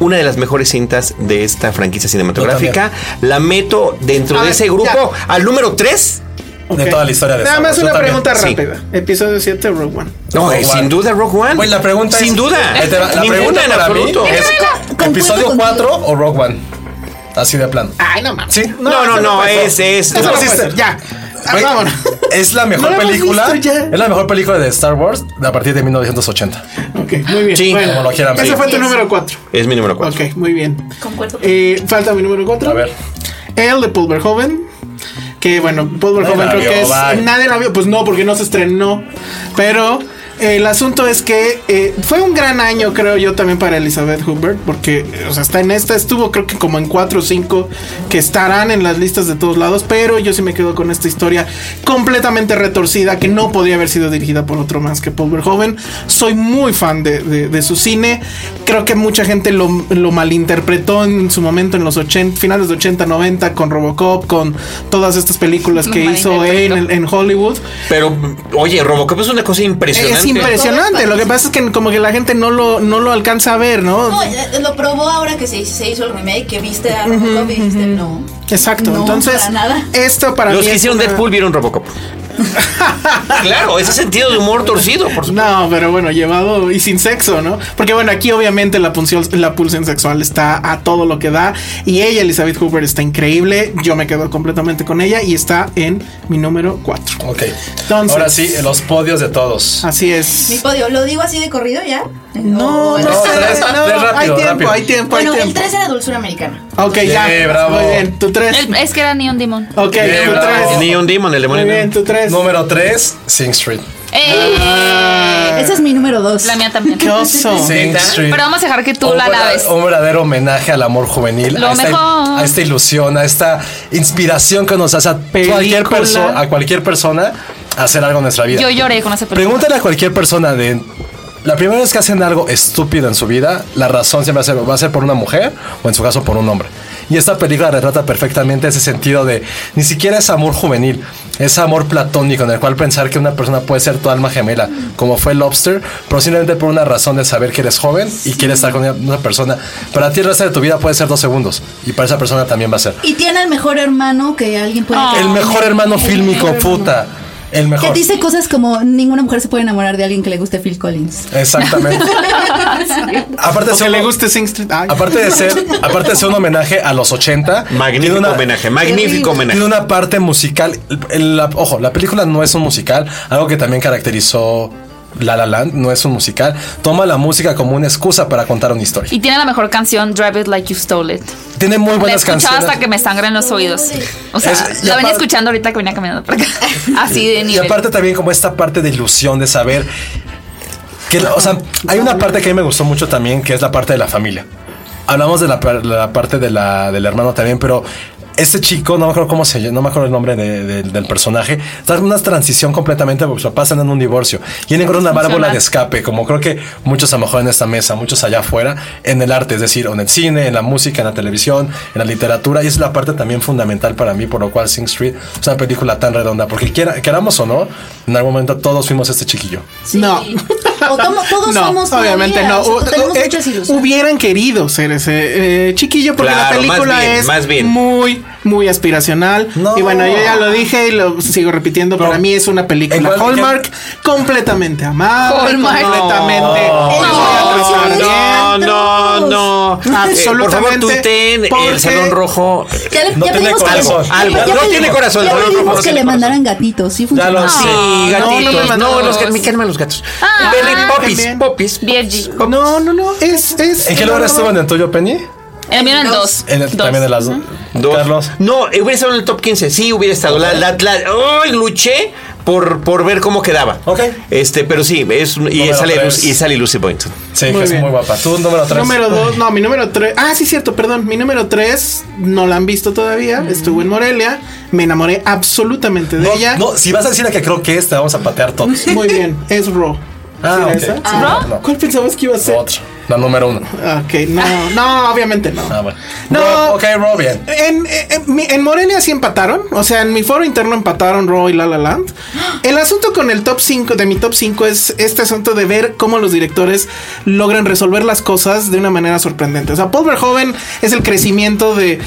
[SPEAKER 2] una de las mejores cintas de esta franquicia cinematográfica. La meto dentro
[SPEAKER 5] A
[SPEAKER 2] de
[SPEAKER 5] ver,
[SPEAKER 2] ese grupo al número 3.
[SPEAKER 5] Ok.
[SPEAKER 1] De toda la historia de
[SPEAKER 5] Nada
[SPEAKER 1] Star
[SPEAKER 5] más
[SPEAKER 1] Wars.
[SPEAKER 5] una
[SPEAKER 1] Yo también.
[SPEAKER 5] pregunta
[SPEAKER 2] Sí.
[SPEAKER 5] rápida. Episodio 7, Rogue One.
[SPEAKER 2] No,
[SPEAKER 1] Rock
[SPEAKER 2] eh,
[SPEAKER 1] One.
[SPEAKER 2] sin duda Rock One.
[SPEAKER 1] Güey, la pregunta
[SPEAKER 2] sin
[SPEAKER 1] es-
[SPEAKER 2] duda.
[SPEAKER 1] Ahí te va, La
[SPEAKER 2] Ninguna
[SPEAKER 1] pregunta
[SPEAKER 2] en
[SPEAKER 1] para mí
[SPEAKER 2] absoluto.
[SPEAKER 1] es
[SPEAKER 5] Ah,
[SPEAKER 3] Concuerdo
[SPEAKER 1] ¿Episodio
[SPEAKER 3] contigo.
[SPEAKER 1] 4 o Rogue One? Así de plano.
[SPEAKER 5] Ay, no mames.
[SPEAKER 1] Sí.
[SPEAKER 2] No, no,
[SPEAKER 5] eso
[SPEAKER 2] no,
[SPEAKER 5] puede
[SPEAKER 2] es-
[SPEAKER 5] ser.
[SPEAKER 2] es-
[SPEAKER 5] Eso
[SPEAKER 2] no
[SPEAKER 5] no
[SPEAKER 2] existe.
[SPEAKER 5] puede ser. Ya. Ah,
[SPEAKER 1] Güey,
[SPEAKER 5] vámonos.
[SPEAKER 1] Es la mejor
[SPEAKER 5] No lo hemos
[SPEAKER 1] película.
[SPEAKER 5] visto ya.
[SPEAKER 1] Es la mejor película de Star Wars a partir de 1980.
[SPEAKER 5] Ok, muy bien.
[SPEAKER 2] Sí,
[SPEAKER 5] bueno,
[SPEAKER 1] como lo quieran ver.
[SPEAKER 5] Ese fue tu
[SPEAKER 1] Sí.
[SPEAKER 5] número 4.
[SPEAKER 2] Es mi número 4.
[SPEAKER 5] Ok, muy bien.
[SPEAKER 3] Concuerdo.
[SPEAKER 5] Eh, falta mi número 4.
[SPEAKER 1] A ver.
[SPEAKER 5] El de Pulverhoven. Que bueno, Paul Verhoeven
[SPEAKER 1] la
[SPEAKER 5] creo
[SPEAKER 1] vio,
[SPEAKER 5] que es.
[SPEAKER 1] bye.
[SPEAKER 5] Nadie la vio. Pues no, porque no se estrenó. Pero eh, el asunto es que eh, fue un gran año, creo yo, también para Elizabeth Hubert. Porque, eh, o sea, está en esta. Estuvo, creo que como en cuatro o cinco que estarán en las listas de todos lados. Pero yo sí me quedo con esta historia completamente retorcida que no podría haber sido dirigida por otro más que Paul Verhoeven. Soy muy fan de, de- de su cine. Creo que mucha gente lo, lo malinterpretó en su momento en los 80, finales de 80, 90 con Robocop, con todas estas películas
[SPEAKER 4] Lo
[SPEAKER 5] que hizo en,
[SPEAKER 4] malinterpretó.
[SPEAKER 5] en Hollywood.
[SPEAKER 2] Pero, oye, Robocop es una cosa impresionante.
[SPEAKER 5] Es impresionante. Lo que pasa es que como que la gente no lo, no lo alcanza a ver, ¿no?
[SPEAKER 3] No, eh, lo probó ahora que se, se hizo el remake, que viste a Robocop y dijiste no.
[SPEAKER 5] Exacto.
[SPEAKER 3] No,
[SPEAKER 5] Entonces,
[SPEAKER 3] para nada.
[SPEAKER 5] esto para
[SPEAKER 2] Los
[SPEAKER 5] mí
[SPEAKER 2] que
[SPEAKER 5] es
[SPEAKER 2] hicieron
[SPEAKER 5] una-
[SPEAKER 2] Deadpool vieron Robocop. claro, ese sentido de humor torcido, por supuesto.
[SPEAKER 5] No, pero bueno, llevado y sin sexo, ¿no? Porque bueno, aquí obviamente la pulsión, la pulsión sexual está a todo lo que da. Y ella, Elizabeth Hooper, está increíble. Yo me quedo completamente con ella y está en mi número 4.
[SPEAKER 1] Ok.
[SPEAKER 5] Entonces-
[SPEAKER 1] Ahora sí, los podios de todos.
[SPEAKER 5] Así
[SPEAKER 3] Mi
[SPEAKER 5] es.
[SPEAKER 3] podio, ¿lo digo así de corrido ya?
[SPEAKER 5] No, no,
[SPEAKER 3] el-
[SPEAKER 5] sé,
[SPEAKER 1] tres,
[SPEAKER 5] no,
[SPEAKER 1] tres, rápido,
[SPEAKER 5] hay tiempo,
[SPEAKER 1] rápido.
[SPEAKER 5] hay tiempo, hay
[SPEAKER 3] Bueno, el
[SPEAKER 5] tiempo.
[SPEAKER 3] 3 era dulzura americana.
[SPEAKER 5] Ok, ya.
[SPEAKER 1] Sí, bravo.
[SPEAKER 5] Muy bien, tu 3.
[SPEAKER 4] El- es que era Neon Demon.
[SPEAKER 5] Ok,
[SPEAKER 1] Bien,
[SPEAKER 5] tu
[SPEAKER 1] bravo.
[SPEAKER 5] 3.
[SPEAKER 2] Ni un Ah, demon, el demonio.
[SPEAKER 5] Muy bien, tu 3.
[SPEAKER 1] Número 3, Sing Street.
[SPEAKER 4] ¡Ey!
[SPEAKER 5] Ah.
[SPEAKER 3] Eh,
[SPEAKER 9] Ese es mi número dos.
[SPEAKER 4] Eh, La mía también.
[SPEAKER 5] Qué oso.
[SPEAKER 1] Sing Street.
[SPEAKER 4] Pero vamos a dejar que tú la
[SPEAKER 1] vera-
[SPEAKER 4] laves.
[SPEAKER 1] Ah, un verdadero homenaje al amor juvenil,
[SPEAKER 4] Lo
[SPEAKER 1] a, esta,
[SPEAKER 4] mejor.
[SPEAKER 1] a esta ilusión, a esta inspiración que nos hace a cualquier,
[SPEAKER 5] Película.
[SPEAKER 1] perso- a cualquier persona hacer algo en nuestra vida.
[SPEAKER 4] Yo lloré con esa película.
[SPEAKER 1] Pregúntale a cualquier persona de la primera vez que hacen algo estúpido en su vida, la razón siempre va a ser, va a ser por una mujer o en su caso por un hombre. Y esta película retrata perfectamente ese sentido de ni siquiera es amor juvenil, es amor platónico en el cual pensar que una persona puede ser tu alma gemela, como fue Lobster, pero simplemente por una razón de saber que eres joven y quieres estar con una persona. Para ti el resto de tu vida puede ser dos segundos y para esa persona también va a ser.
[SPEAKER 3] Y tiene el mejor hermano que alguien puede
[SPEAKER 4] Oh.
[SPEAKER 1] El mejor hermano fílmico,
[SPEAKER 3] mejor hermano.
[SPEAKER 1] puta. El
[SPEAKER 9] Que
[SPEAKER 1] mejor.
[SPEAKER 9] dice cosas como ninguna mujer se puede enamorar de alguien que le guste Phil Collins.
[SPEAKER 1] Exactamente. Aparte,
[SPEAKER 5] O que
[SPEAKER 1] son-
[SPEAKER 5] le guste Sing Street. Ay.
[SPEAKER 1] Aparte de ser, aparte de ser un homenaje a los 80,
[SPEAKER 2] Magnífico
[SPEAKER 1] tiene una-
[SPEAKER 2] homenaje, magnífico homenaje.
[SPEAKER 1] Tiene una parte musical. El- la- ojo, la película no es un musical, algo que también caracterizó La La Land, no es un musical. Toma la música como una excusa para contar una historia.
[SPEAKER 4] Y tiene la mejor canción, Drive It Like You Stole It.
[SPEAKER 1] Tiene muy
[SPEAKER 4] La he
[SPEAKER 1] buenas
[SPEAKER 4] escuchado
[SPEAKER 1] canciones.
[SPEAKER 4] hasta que me sangran los oídos. O sea,
[SPEAKER 1] Es- y
[SPEAKER 4] la venía
[SPEAKER 1] aparte-
[SPEAKER 4] escuchando ahorita que venía caminando por acá. Así de
[SPEAKER 1] Y
[SPEAKER 4] nivel.
[SPEAKER 1] aparte también como esta parte de ilusión de saber que, o sea, hay una parte que a mí me gustó mucho también, que es la parte de la familia. Hablamos de la, par- la parte de la, del hermano también, pero este chico, no me acuerdo cómo se llama, no me acuerdo el nombre de- de- del personaje, está en una transición completamente, porque se pasan en un divorcio y él encuentra una válvula de escape, como creo que muchos a lo mejor en esta mesa, muchos allá afuera, en el arte, es decir, o en el cine, en la música, en la televisión, en la literatura, y esa es la parte también fundamental para mí, por lo cual Sing Street es una película tan redonda, porque quiera- queramos o no, en algún momento todos fuimos este chiquillo.
[SPEAKER 5] No.
[SPEAKER 3] O tomo- todos
[SPEAKER 5] no,
[SPEAKER 3] somos
[SPEAKER 5] obviamente
[SPEAKER 3] todavía,
[SPEAKER 5] no.
[SPEAKER 3] o sea,
[SPEAKER 5] Hu-
[SPEAKER 3] tenemos
[SPEAKER 5] eh,
[SPEAKER 3] muchas ilusiones.
[SPEAKER 5] hubieran querido ser ese eh, chiquillo porque
[SPEAKER 2] Claro,
[SPEAKER 5] la
[SPEAKER 2] más
[SPEAKER 5] película
[SPEAKER 2] bien,
[SPEAKER 5] es
[SPEAKER 2] más bien.
[SPEAKER 5] muy, muy aspiracional.
[SPEAKER 1] No.
[SPEAKER 5] Y bueno, yo ya lo dije y lo sigo repitiendo.
[SPEAKER 1] Pero-
[SPEAKER 5] para mí es una película
[SPEAKER 1] Igual que-
[SPEAKER 5] Hallmark completamente amada,
[SPEAKER 4] Hallmark.
[SPEAKER 5] completamente.
[SPEAKER 1] No.
[SPEAKER 5] la voy a tratar
[SPEAKER 3] No.
[SPEAKER 5] bien.
[SPEAKER 2] No, no, no.
[SPEAKER 5] Absolutamente,
[SPEAKER 2] Eh, por favor, tuiten
[SPEAKER 5] porque-
[SPEAKER 2] el Salón Rojo.
[SPEAKER 3] Ya le-
[SPEAKER 1] No
[SPEAKER 3] ya
[SPEAKER 1] tiene
[SPEAKER 3] pedimos que le-
[SPEAKER 1] corazón.
[SPEAKER 3] ya
[SPEAKER 2] Algo.
[SPEAKER 3] pedimos-
[SPEAKER 2] No tiene corazón,
[SPEAKER 3] Ya
[SPEAKER 2] no, no, no,
[SPEAKER 3] pedimos
[SPEAKER 2] no
[SPEAKER 3] que
[SPEAKER 2] tiene
[SPEAKER 3] le
[SPEAKER 2] corazón.
[SPEAKER 3] mandaran gatitos, sí funcionó.
[SPEAKER 1] lo-
[SPEAKER 2] Sí,
[SPEAKER 5] No, no me
[SPEAKER 2] gatitos. No,
[SPEAKER 5] mandaron
[SPEAKER 2] los
[SPEAKER 5] los-
[SPEAKER 2] gat- me calman los gatos.
[SPEAKER 4] Ah,
[SPEAKER 2] Belén, popis,
[SPEAKER 5] también.
[SPEAKER 2] popis.
[SPEAKER 4] Virgie.
[SPEAKER 5] No, no, no. Es, es.
[SPEAKER 1] ¿En qué lugar estuvo en el tuyo, Penny?
[SPEAKER 4] El mío era el 2.
[SPEAKER 1] En el- también en las dos.
[SPEAKER 2] Dos.
[SPEAKER 1] Carlos.
[SPEAKER 2] No, eh, hubiera estado en el top 15. Sí, hubiera estado. La, la, la- ¡Ay! luché por, por ver cómo quedaba.
[SPEAKER 1] Ok.
[SPEAKER 2] Este, pero sí, es, un- y,
[SPEAKER 1] Número
[SPEAKER 2] sale,
[SPEAKER 1] tres.
[SPEAKER 2] y sale Lucy Boynton.
[SPEAKER 1] Sí,
[SPEAKER 5] Muy
[SPEAKER 1] que es
[SPEAKER 5] bien.
[SPEAKER 1] muy guapa. Tú, número 3.
[SPEAKER 5] Número 2, no, mi número 3. Ah, sí, cierto, perdón. Mi número 3 no la han visto todavía. Estuvo en Morelia. Me enamoré absolutamente de
[SPEAKER 1] No,
[SPEAKER 5] ella.
[SPEAKER 1] no, si vas a decir la que creo que es, te vamos a patear todos.
[SPEAKER 5] Muy bien, es Ro.
[SPEAKER 1] Ah,
[SPEAKER 5] ¿Sí,
[SPEAKER 1] ok.
[SPEAKER 5] esa?
[SPEAKER 1] Ah, no.
[SPEAKER 5] ¿Cuál pensabas que iba a ser? Ah,
[SPEAKER 1] Otra. La número uno.
[SPEAKER 5] Ok, no, no, obviamente no.
[SPEAKER 1] Ah, bueno.
[SPEAKER 5] No.
[SPEAKER 1] Rob, ok, Robin.
[SPEAKER 5] En, en- mi- en Morelia sí empataron. O sea, en mi foro interno empataron Ro y La La Land. El asunto con el top 5 de mi top 5 es este asunto de ver cómo los directores logran resolver las cosas de una manera sorprendente. O sea, Paul Verhoeven es el crecimiento de.